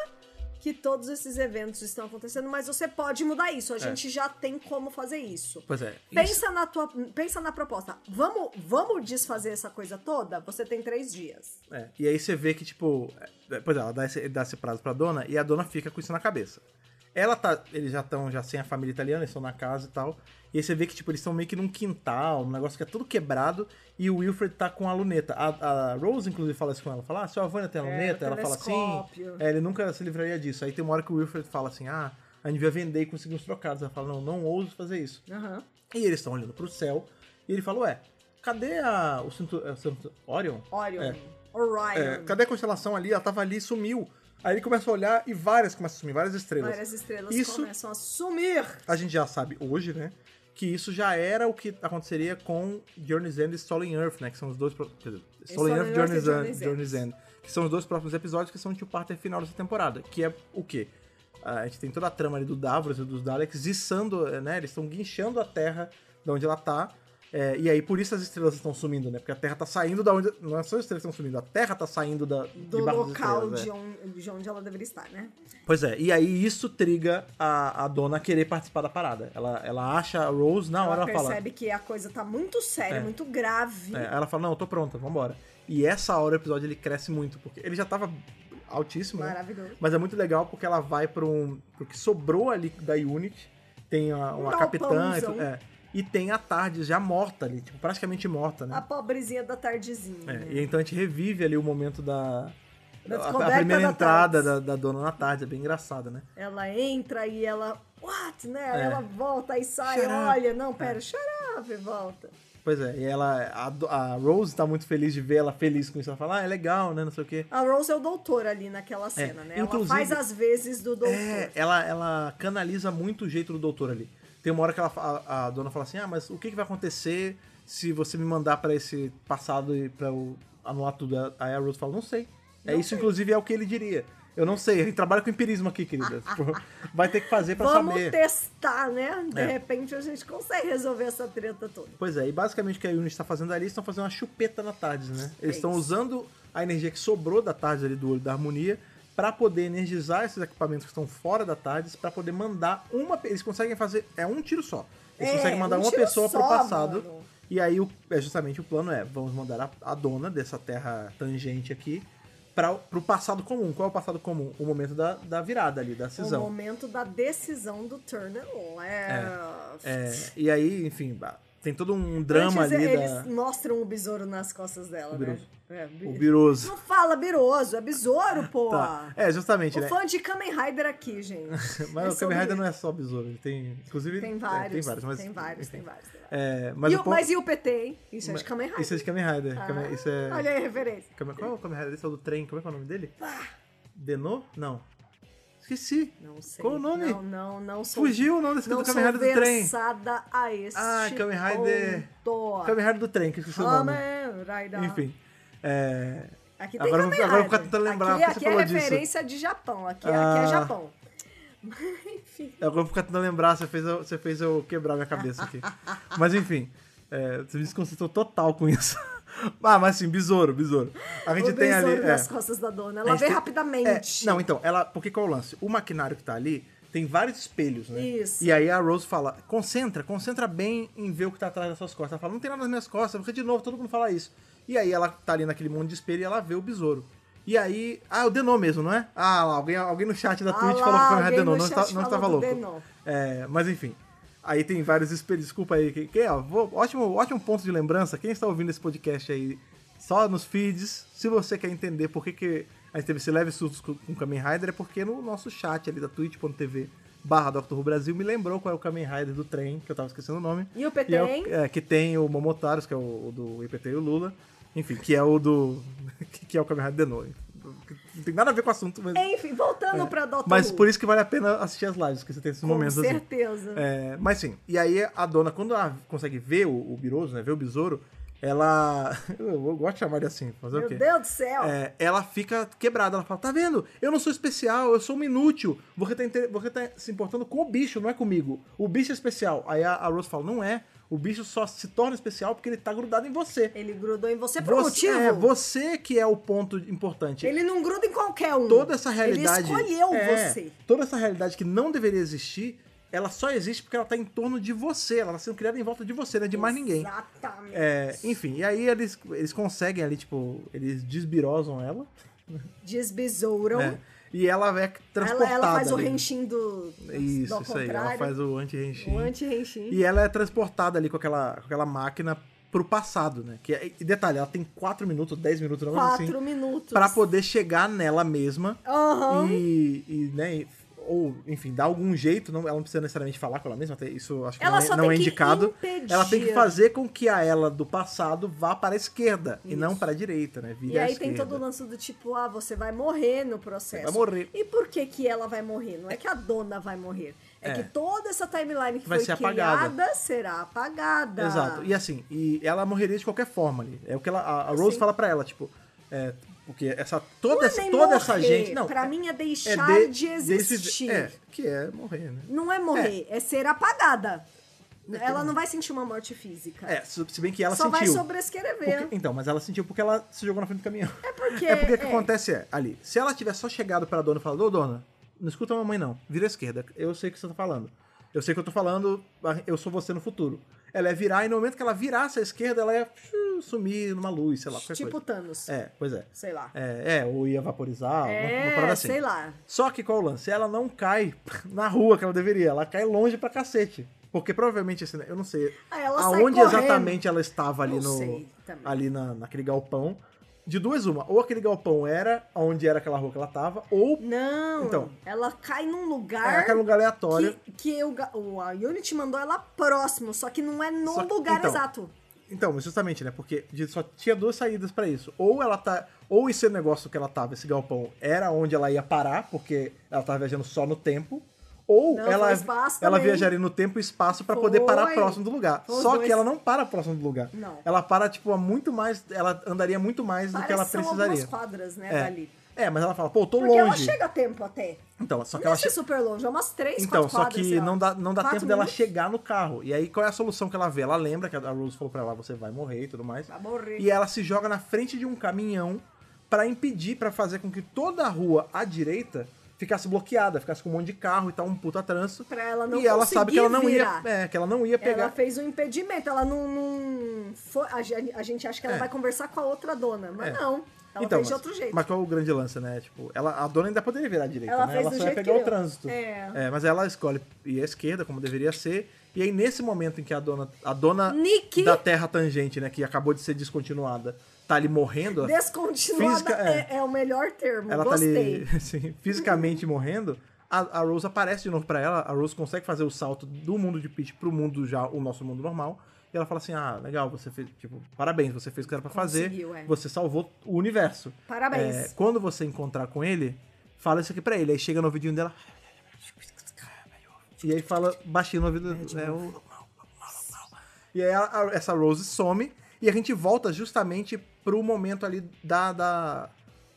Speaker 3: que todos esses eventos estão acontecendo, mas você pode mudar isso. A gente já tem como fazer isso.
Speaker 2: Pois é. isso-
Speaker 3: Pensa na tua, pensa na proposta. Vamos, vamos desfazer essa coisa toda? Você tem três dias.
Speaker 2: é, e aí você vê que, tipo. é, Pois é, ela dá esse, dá esse prazo pra dona e a dona fica com isso na cabeça. Ela tá. Eles já estão já sem a família italiana, eles estão na casa e tal. E aí você vê que, tipo, eles estão meio que num quintal, um negócio que é todo quebrado, e o Wilfred tá com a luneta. A, a Rose, inclusive, fala isso com ela. Fala, ah, sua avó ainda tem a
Speaker 3: É,
Speaker 2: luneta?
Speaker 3: o
Speaker 2: ela fala assim.
Speaker 3: telescópio.
Speaker 2: É, ele nunca se livraria disso. Aí tem uma hora que o Wilfred fala assim, ah, a gente vai vender e conseguir uns trocados. Ela fala, não, não ouso fazer isso.
Speaker 3: Aham.
Speaker 2: E eles estão olhando pro céu, e ele fala, ué, cadê a, o cinto, é o cinto- Orion?
Speaker 3: Orion.
Speaker 2: É. É,
Speaker 3: Orion.
Speaker 2: cadê a constelação ali? Ela tava ali e sumiu. Aí ele começa a olhar e várias começam a sumir, várias estrelas.
Speaker 3: Várias estrelas
Speaker 2: Isso
Speaker 3: começam a sumir.
Speaker 2: a gente já sabe hoje, né? Que isso já era o que aconteceria com Journey's End e Stolen Earth, né? Que são os dois. pro- Quer dizer, Stolen Earth e Journey's, End, Journey's End. Que são os dois próximos episódios que são o two-parter final dessa temporada. Que é o quê? A gente tem toda a trama ali do Davros e dos Daleks içando, né? Eles estão guinchando a Terra de onde ela tá. É, e aí, por isso as estrelas estão sumindo, né? Porque a Terra tá saindo da onde. Não é só as estrelas estão sumindo, a Terra tá saindo da,
Speaker 3: Do
Speaker 2: debaixo das
Speaker 3: local
Speaker 2: estrelas,
Speaker 3: de
Speaker 2: é.
Speaker 3: onde, de onde ela deveria estar, né?
Speaker 2: Pois é, e aí isso triga a, a dona a querer participar da parada. Ela, ela acha a Rose, na hora
Speaker 3: ela
Speaker 2: ela fala.
Speaker 3: percebe que a coisa tá muito séria,
Speaker 2: É.
Speaker 3: muito grave.
Speaker 2: É, ela fala, não, eu tô pronta, vambora. E essa hora o episódio ele cresce muito, porque ele já tava altíssimo, né?
Speaker 3: Maravilhoso.
Speaker 2: Mas é muito legal porque ela vai pra um. Pro que sobrou ali da Unit, tem a-
Speaker 3: Um
Speaker 2: uma capitã e,
Speaker 3: galpãozão.
Speaker 2: tu- é, e tem a tarde já morta ali, tipo, praticamente morta, né?
Speaker 3: A pobrezinha da tardezinha.
Speaker 2: É,
Speaker 3: né?
Speaker 2: e então a gente revive ali o momento da.
Speaker 3: Da
Speaker 2: a- a,
Speaker 3: descoberta
Speaker 2: primeira
Speaker 3: da
Speaker 2: entrada da,
Speaker 3: Tardes.
Speaker 2: da dona na tarde, é bem engraçada, né?
Speaker 3: Ela entra e ela. What, né?
Speaker 2: É.
Speaker 3: Ela volta e sai,
Speaker 2: Shut up.
Speaker 3: olha. Não, pera, xarabe, volta.
Speaker 2: Pois é, e ela. A, do- a Rose tá muito feliz de ver ela feliz com isso. Ela fala, ah, é legal, né? Não sei o quê.
Speaker 3: A Rose é o doutor ali naquela cena, né? Ela
Speaker 2: É. inclusive-
Speaker 3: faz as vezes do doutor.
Speaker 2: É, ela, ela canaliza muito o jeito do doutor ali. Tem uma hora que ela, fa- a, a dona fala assim: Ah, mas o que, que vai acontecer se você me mandar pra esse passado e pra eu anular tudo? Aí a Rose fala: Não sei. É isso, inclusive, é o que ele diria. Eu não sei, ele trabalha com empirismo aqui, querida. Tipo, vai ter que fazer pra
Speaker 3: Vamos
Speaker 2: saber.
Speaker 3: testar, né? De
Speaker 2: É.
Speaker 3: repente a gente consegue resolver essa treta toda.
Speaker 2: Pois é, e basicamente o que a Unity está fazendo ali, eles estão fazendo uma chupeta na tarde, né?
Speaker 3: É
Speaker 2: Eles estão usando a energia que sobrou da tarde ali do olho da harmonia para poder energizar esses equipamentos que estão fora da tarde, para poder mandar uma. pe- Eles conseguem fazer. É um tiro só. Eles
Speaker 3: É,
Speaker 2: conseguem mandar
Speaker 3: um
Speaker 2: uma
Speaker 3: tiro
Speaker 2: pessoa pro
Speaker 3: só,
Speaker 2: passado.
Speaker 3: mano.
Speaker 2: E aí, o, é justamente o plano é: vamos mandar a, a dona dessa terra tangente aqui para pro passado comum. Qual é o passado comum? O momento da, da virada ali, da
Speaker 3: O
Speaker 2: cisão.
Speaker 3: momento da decisão do Turner Left.
Speaker 2: É, e aí, enfim, ba- tem todo um drama
Speaker 3: Antes,
Speaker 2: ali
Speaker 3: eles
Speaker 2: da.
Speaker 3: mostram o besouro nas costas dela,
Speaker 2: O
Speaker 3: né?
Speaker 2: biroso.
Speaker 3: É, bi-
Speaker 2: O Biroso.
Speaker 3: Não fala biroso, é besouro, pô.
Speaker 2: Tá. É, justamente,
Speaker 3: o
Speaker 2: né?
Speaker 3: fã de Kamen Rider aqui, gente.
Speaker 2: Mas
Speaker 3: É
Speaker 2: o Kamen Rider
Speaker 3: sobre-
Speaker 2: não [laughs] é só besouro, ele tem. Inclusive.
Speaker 3: Tem
Speaker 2: é,
Speaker 3: vários,
Speaker 2: tem vários, mas.
Speaker 3: tem vários,
Speaker 2: enfim.
Speaker 3: tem vários. tem vários.
Speaker 2: É, mas
Speaker 3: e,
Speaker 2: o
Speaker 3: o,
Speaker 2: ponto-
Speaker 3: mas e o PT, hein? Isso é de Kamen Rider.
Speaker 2: Isso é de Kamen Rider. Kamen- isso é.
Speaker 3: Ah, Olha aí a referência.
Speaker 2: Kamen- Qual é o Kamen Rider? Esse é o do trem, como é que é o nome dele? Denô? Não. Esqueci.
Speaker 3: Não sei.
Speaker 2: Qual o nome?
Speaker 3: Não, não, não sou...
Speaker 2: Fugiu o nome desse
Speaker 3: não
Speaker 2: do
Speaker 3: sou
Speaker 2: Kamen Rider do trem.
Speaker 3: versada a esse
Speaker 2: Ah, Kamen Rider-
Speaker 3: ponto.
Speaker 2: Kamen Rider do trem, que eu esqueci o nome.
Speaker 3: Kamen Rider.
Speaker 2: Enfim. É.
Speaker 3: Aqui tem
Speaker 2: Agora eu
Speaker 3: Kamen
Speaker 2: vou- agora eu vou
Speaker 3: Rider.
Speaker 2: tentar lembrar,
Speaker 3: Aqui,
Speaker 2: porque
Speaker 3: aqui
Speaker 2: você falou
Speaker 3: é
Speaker 2: disso.
Speaker 3: referência de Japão. Aqui,
Speaker 2: Ah.
Speaker 3: aqui é Japão. Enfim.
Speaker 2: Agora é, eu vou ficar tentando lembrar, você fez, eu- você fez eu quebrar minha cabeça
Speaker 3: [laughs]
Speaker 2: aqui. Mas enfim, é, você me desconcertou total com isso. [laughs] Ah, mas sim, besouro, besouro. A gente
Speaker 3: o
Speaker 2: tem ali.
Speaker 3: besouro nas
Speaker 2: é.
Speaker 3: costas da dona.
Speaker 2: A
Speaker 3: Ela
Speaker 2: gente
Speaker 3: vê
Speaker 2: tem-
Speaker 3: rapidamente.
Speaker 2: É, não, então, ela. Porque qual é o lance? O maquinário que tá ali tem vários espelhos, né?
Speaker 3: Isso.
Speaker 2: E aí a Rose fala: concentra, concentra bem em ver o que tá atrás das suas costas. Ela fala: não tem nada nas minhas costas, porque de novo todo mundo fala isso. E aí ela tá ali naquele monte de espelho e ela vê o besouro. E aí. Ah, o Denon mesmo, não é? Ah lá, alguém, alguém no chat da
Speaker 3: Ah
Speaker 2: Twitch
Speaker 3: lá,
Speaker 2: falou que foi o
Speaker 3: alguém
Speaker 2: Denon,
Speaker 3: no
Speaker 2: não,
Speaker 3: chat
Speaker 2: está, não
Speaker 3: falou
Speaker 2: estava
Speaker 3: do
Speaker 2: louco.
Speaker 3: Denon.
Speaker 2: É, mas enfim. Aí tem vários espelhos. Desculpa aí. Que, que, ó, vou- ótimo, ótimo ponto de lembrança. Quem está ouvindo esse podcast aí só nos feeds, se você quer entender por que, que a gente teve esse leve susto com com o Kamen Rider, é porque no nosso chat ali da twitch.tv barra Dr. Who Brasil me lembrou qual é o Kamen Rider do trem, que eu tava esquecendo o nome.
Speaker 3: E o PT,
Speaker 2: é o-
Speaker 3: hein?
Speaker 2: é, que tem o Momotaros, que é o, o do IPT e o Lula. Enfim, que é o do... [laughs] que, que é o Kamen Rider de novo. Não tem nada a ver com o assunto, mas...
Speaker 3: Enfim, voltando pra Dr.
Speaker 2: É, Mas
Speaker 3: Who.
Speaker 2: por isso que vale a pena assistir as lives, que você tem esses momentos
Speaker 3: Com
Speaker 2: assim.
Speaker 3: certeza.
Speaker 2: É, mas sim, e aí a dona, quando ela consegue ver o, o Biroso, né? Ver o besouro, ela. [laughs] Eu gosto de chamar de assim, fazer
Speaker 3: Meu
Speaker 2: o quê?
Speaker 3: Deus do céu.
Speaker 2: É, ela fica quebrada, ela fala: tá vendo? Eu não sou especial, eu sou um inútil. Você tá, inte- você tá se importando com o bicho, não é comigo. O bicho é especial. Aí a, a Rose fala: não é. O bicho só se torna especial porque ele tá grudado em você.
Speaker 3: Ele grudou em você por um
Speaker 2: você,
Speaker 3: motivo.
Speaker 2: é, você que é o ponto importante
Speaker 3: Ele não gruda em qualquer um.
Speaker 2: toda essa realidade.
Speaker 3: Ele escolheu
Speaker 2: é,
Speaker 3: você.
Speaker 2: Toda essa realidade que não deveria existir, ela só existe porque ela tá em torno de você. Ela tá sendo criada em volta de você, não é de mais ninguém.
Speaker 3: Exatamente.
Speaker 2: É, enfim, e aí eles, eles conseguem ali, tipo, eles desbirosam ela.
Speaker 3: Desbesouram.
Speaker 2: né? E ela é transportada.
Speaker 3: Ela, ela faz o
Speaker 2: ali.
Speaker 3: renchim do. Um
Speaker 2: Isso,
Speaker 3: do
Speaker 2: isso aí. Ela faz o anti-renchim.
Speaker 3: o anti-renchim.
Speaker 2: E ela é transportada ali com aquela, com aquela máquina pro passado, né? Que, é- e detalhe, ela tem 4 minutos, 10 minutos, não
Speaker 3: Quatro
Speaker 2: assim.
Speaker 3: minutos.
Speaker 2: Pra poder chegar nela mesma
Speaker 3: Aham.
Speaker 2: e, e, né, e ou, enfim, dá algum jeito, não, ela não precisa necessariamente falar com ela mesma, até isso acho que
Speaker 3: Ela
Speaker 2: não, é-
Speaker 3: só
Speaker 2: não
Speaker 3: tem
Speaker 2: é
Speaker 3: que
Speaker 2: indicado.
Speaker 3: impedir.
Speaker 2: Ela tem que fazer com que a ela do passado vá para a esquerda e não para a direita, né? Vire
Speaker 3: E
Speaker 2: à
Speaker 3: aí tem
Speaker 2: esquerda.
Speaker 3: todo o lance do tipo, ah, você vai morrer no processo.
Speaker 2: Vai morrer.
Speaker 3: E por que que ela vai morrer? Não é que a dona vai morrer. É,
Speaker 2: É.
Speaker 3: que toda essa timeline que
Speaker 2: Vai
Speaker 3: foi
Speaker 2: ser
Speaker 3: criada
Speaker 2: apagada.
Speaker 3: será apagada.
Speaker 2: Exato. E assim, e ela morreria de qualquer forma ali. É o que ela, a, a Rose
Speaker 3: Sim.
Speaker 2: fala pra ela, tipo, é, porque essa
Speaker 3: Não
Speaker 2: toda
Speaker 3: é
Speaker 2: essa,
Speaker 3: nem
Speaker 2: toda essa
Speaker 3: morrer,
Speaker 2: gente, não,
Speaker 3: pra
Speaker 2: é-
Speaker 3: mim é
Speaker 2: é
Speaker 3: deixar de, existir.
Speaker 2: É, que é morrer, né?
Speaker 3: Não é morrer, é, ser apagada. Ela não vai sentir uma morte física.
Speaker 2: É, se se bem que ela
Speaker 3: Só vai
Speaker 2: sentiu.
Speaker 3: sobrescrever.
Speaker 2: Porque- então, mas ela sentiu porque ela se jogou na frente do caminhão. É
Speaker 3: porque-
Speaker 2: É porque o que
Speaker 3: é.
Speaker 2: acontece é, ali, se ela tivesse só chegado pra dona e falado, ô dona, não escuta a mamãe não, vira à esquerda, eu sei o que você tá falando. Eu sei o que eu tô falando, eu sou você no futuro. Ela é virar, e no momento que ela virasse à esquerda, ela ia pfiu, sumir numa luz, sei lá, qualquer
Speaker 3: tipo
Speaker 2: coisa.
Speaker 3: Thanos.
Speaker 2: É, pois é.
Speaker 3: Sei lá.
Speaker 2: É, é, ou ia vaporizar, uma- uma
Speaker 3: É,
Speaker 2: parada assim.
Speaker 3: sei lá.
Speaker 2: Só que qual o lance? Ela não cai [laughs] na rua que ela deveria, ela cai longe pra cacete. Porque provavelmente, assim, eu não sei
Speaker 3: Ah, ela sai
Speaker 2: aonde
Speaker 3: correndo.
Speaker 2: exatamente ela estava ali,
Speaker 3: Não
Speaker 2: no,
Speaker 3: sei também.
Speaker 2: ali na, naquele galpão. De duas, uma. Ou aquele galpão era onde era aquela rua que ela tava, ou
Speaker 3: Não,
Speaker 2: Então. É,
Speaker 3: ela cai num lugar...
Speaker 2: era aquele lugar aleatório.
Speaker 3: Que, que o, ga- o, a Unity mandou ela próximo, só que não é no
Speaker 2: Só que-
Speaker 3: lugar
Speaker 2: então.
Speaker 3: exato.
Speaker 2: Então, mas justamente, né? Porque de- só tinha duas saídas pra isso. Ou ela tá. Ou esse negócio que ela tava, esse galpão, era onde ela ia parar, porque ela tava viajando só no tempo. Ou
Speaker 3: Não, foi
Speaker 2: ela,
Speaker 3: o espaço
Speaker 2: ela
Speaker 3: também.
Speaker 2: viajaria no tempo e espaço pra poder
Speaker 3: Foi.
Speaker 2: parar próximo do lugar.
Speaker 3: Foi os
Speaker 2: Só
Speaker 3: dois.
Speaker 2: que ela não para próximo do lugar.
Speaker 3: Não.
Speaker 2: Ela para, tipo, a muito mais. Ela andaria muito mais do
Speaker 3: Parece
Speaker 2: que ela
Speaker 3: que são algumas
Speaker 2: precisaria.
Speaker 3: quadras, né,
Speaker 2: É.
Speaker 3: dali.
Speaker 2: É, mas ela fala, pô, eu tô
Speaker 3: Porque ela
Speaker 2: longe.
Speaker 3: chega a tempo até.
Speaker 2: Então, só que
Speaker 3: não
Speaker 2: ela
Speaker 3: é
Speaker 2: chega.
Speaker 3: super longe, é umas três,
Speaker 2: Então,
Speaker 3: quatro
Speaker 2: só
Speaker 3: quadras. sei
Speaker 2: que
Speaker 3: lá.
Speaker 2: não dá, não dá tempo
Speaker 3: Quatro
Speaker 2: dela
Speaker 3: minutos.
Speaker 2: chegar no carro. E aí, qual é a solução que ela vê? Ela lembra que a Rose falou pra ela, você vai morrer e tudo mais.
Speaker 3: Vai morrer.
Speaker 2: E ela se joga na frente de um caminhão pra impedir, pra fazer com que toda a rua à direita ficasse bloqueada, ficasse com um monte de carro e tal, um puta trânsito.
Speaker 3: Pra ela não
Speaker 2: e ela sabe que ela não
Speaker 3: conseguir
Speaker 2: ia,
Speaker 3: virar.
Speaker 2: é, que ela não ia pegar.
Speaker 3: Ela fez um impedimento, ela não. não foi- a, gen- a gente acha que ela
Speaker 2: É.
Speaker 3: vai conversar com a outra dona, mas
Speaker 2: É.
Speaker 3: não. Ela
Speaker 2: então,
Speaker 3: fez de
Speaker 2: mas-
Speaker 3: outro jeito.
Speaker 2: Mas qual é o grande lance, né? Tipo, ela, a dona ainda poderia virar à direita,
Speaker 3: Ela
Speaker 2: né?
Speaker 3: fez
Speaker 2: ela
Speaker 3: do
Speaker 2: só ia
Speaker 3: jeito
Speaker 2: pegar
Speaker 3: que
Speaker 2: o
Speaker 3: deu.
Speaker 2: trânsito.
Speaker 3: É.
Speaker 2: mas ela escolhe ir à esquerda, como deveria ser. E aí, nesse momento em que a dona, a dona
Speaker 3: Nick!
Speaker 2: da Terra Tangente, né, que acabou de ser descontinuada, tá ali morrendo.
Speaker 3: Descontinuada
Speaker 2: Física- é.
Speaker 3: é. é o melhor termo.
Speaker 2: ela [laughs]
Speaker 3: Gostei.
Speaker 2: tá ali assim, fisicamente morrendo. A, a Rose aparece de novo pra ela. A Rose consegue fazer o salto do mundo de Peach pro mundo já, o nosso mundo normal. E ela fala assim: Ah, legal, você fez, tipo, parabéns, você fez o que era pra fazer.
Speaker 3: Conseguiu, é.
Speaker 2: Você salvou o universo.
Speaker 3: Parabéns.
Speaker 2: É, quando você encontrar com ele, fala isso aqui pra ele. Aí chega no ouvidinho dela.
Speaker 3: é
Speaker 2: E aí fala baixinho no ouvido. né, o- E aí a- a- essa Rose some. E a gente volta justamente pro momento ali da. da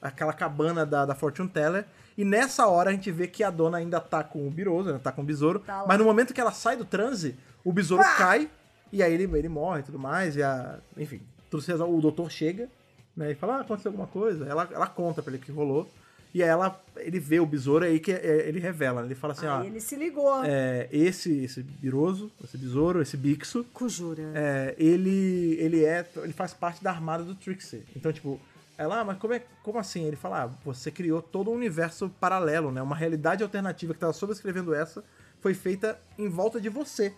Speaker 2: aquela cabana da, da Fortune Teller. E nessa hora a gente vê que a dona ainda tá com o Biroso, ainda tá com o besouro.
Speaker 3: Tá lá.
Speaker 2: mas no momento que ela sai do transe, o besouro
Speaker 3: Ah!
Speaker 2: cai. E aí ele, ele morre e tudo mais. E a. Enfim, tudo se resol- o doutor chega, né? E fala, ah, aconteceu alguma coisa. Ela, ela conta pra ele o que rolou. E aí ela, ele vê o besouro aí que é, ele revela. né? Ele fala assim, ó.
Speaker 3: Aí ele se ligou.
Speaker 2: É, esse, esse biroso, esse besouro, esse bixo,
Speaker 3: Cujura.
Speaker 2: é, ele, ele é, ele faz parte da armada do Trixie. Então, tipo, ela, ah, mas como, é, como assim? Ele fala, ah, você criou todo um universo paralelo, né? Uma realidade alternativa que tava sobrescrevendo essa foi feita em volta de você.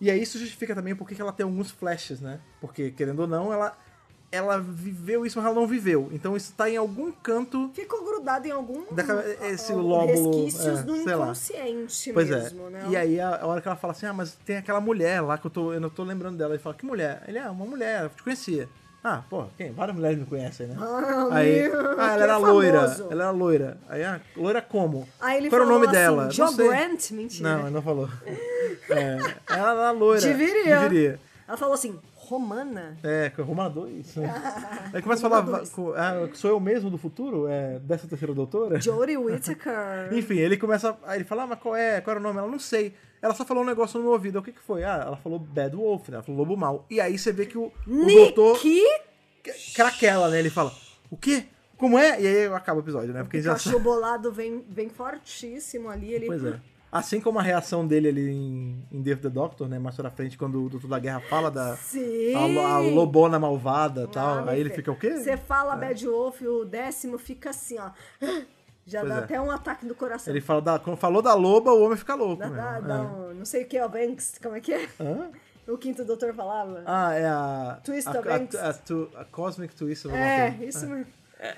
Speaker 2: E aí isso justifica também porque que ela tem alguns flashes, né? Porque, querendo ou não, ela, ela viveu isso, mas ela não viveu. Então isso tá em algum canto
Speaker 3: Ficou grudado em algum.
Speaker 2: Da cabe- esse
Speaker 3: algum
Speaker 2: lóbulo,
Speaker 3: Resquícios
Speaker 2: é,
Speaker 3: do
Speaker 2: sei lá.
Speaker 3: inconsciente
Speaker 2: Pois
Speaker 3: mesmo,
Speaker 2: é.
Speaker 3: né?
Speaker 2: E aí a, a hora que ela fala assim, ah, mas tem aquela mulher lá que eu tô. Eu não tô lembrando dela. Ele fala, que mulher? Ele é ah, uma mulher, eu te conhecia. Ah, porra, quem? Várias mulheres me conhecem, né?
Speaker 3: Ah,
Speaker 2: aí,
Speaker 3: meu,
Speaker 2: ah,
Speaker 3: que
Speaker 2: ela era loira.
Speaker 3: famoso.
Speaker 2: Ela era loira. Aí, ah, loira como?
Speaker 3: Aí ele
Speaker 2: Qual era o
Speaker 3: falou
Speaker 2: nome
Speaker 3: assim,
Speaker 2: dela?
Speaker 3: "Jo
Speaker 2: não sei.
Speaker 3: Grant?" Mentira.
Speaker 2: Não, ele não falou. É, ela era loira.
Speaker 3: Deveria.
Speaker 2: Deveria.
Speaker 3: Ela falou assim, romana?
Speaker 2: É, arruma
Speaker 3: [laughs]
Speaker 2: dois. Aí começa a falar, va- co- ah, sou eu mesmo do futuro? É, dessa terceira doutora?
Speaker 3: Jodie Whittaker.
Speaker 2: Enfim, ele começa. Aí ele fala, ah, mas qual é? Qual era o nome? Ela não sei. Ela só falou um negócio no meu ouvido. O que, que foi? Ah, ela falou Bad Wolf, né? Ela falou Lobo Mal. E aí você vê que o, [laughs] o doutor
Speaker 3: Nick
Speaker 2: craquela, né? Ele fala, o quê? Como é? E aí acaba o episódio, né? Porque
Speaker 3: O
Speaker 2: ele já sabe.
Speaker 3: cachorro bolado vem, vem fortíssimo ali. Ele...
Speaker 2: Pois é. Assim como a reação dele ali em, em Dave the Doctor, né? Mais pra frente, quando o Doutor da Guerra fala da.
Speaker 3: Sim.
Speaker 2: A, lo- a lobona malvada e
Speaker 3: Ah,
Speaker 2: tal.
Speaker 3: meu
Speaker 2: Aí ele
Speaker 3: filho.
Speaker 2: fica o quê? É.
Speaker 3: Você fala Bad Wolf, o décimo fica assim, ó. [gasps] Já
Speaker 2: Pois
Speaker 3: dá
Speaker 2: é.
Speaker 3: até um ataque do coração.
Speaker 2: Ele fala da. Quando falou da loba, o homem fica louco.
Speaker 3: Dá,
Speaker 2: mesmo.
Speaker 3: dá,
Speaker 2: É.
Speaker 3: dá um- não sei o que, ó, Banks, como é que é?
Speaker 2: Hã?
Speaker 3: O quinto doutor falava.
Speaker 2: Ah, é a.
Speaker 3: Twist
Speaker 2: a,
Speaker 3: of
Speaker 2: a,
Speaker 3: Angst.
Speaker 2: a- a- a Cosmic Twist of
Speaker 3: é,
Speaker 2: Angst.
Speaker 3: isso mesmo.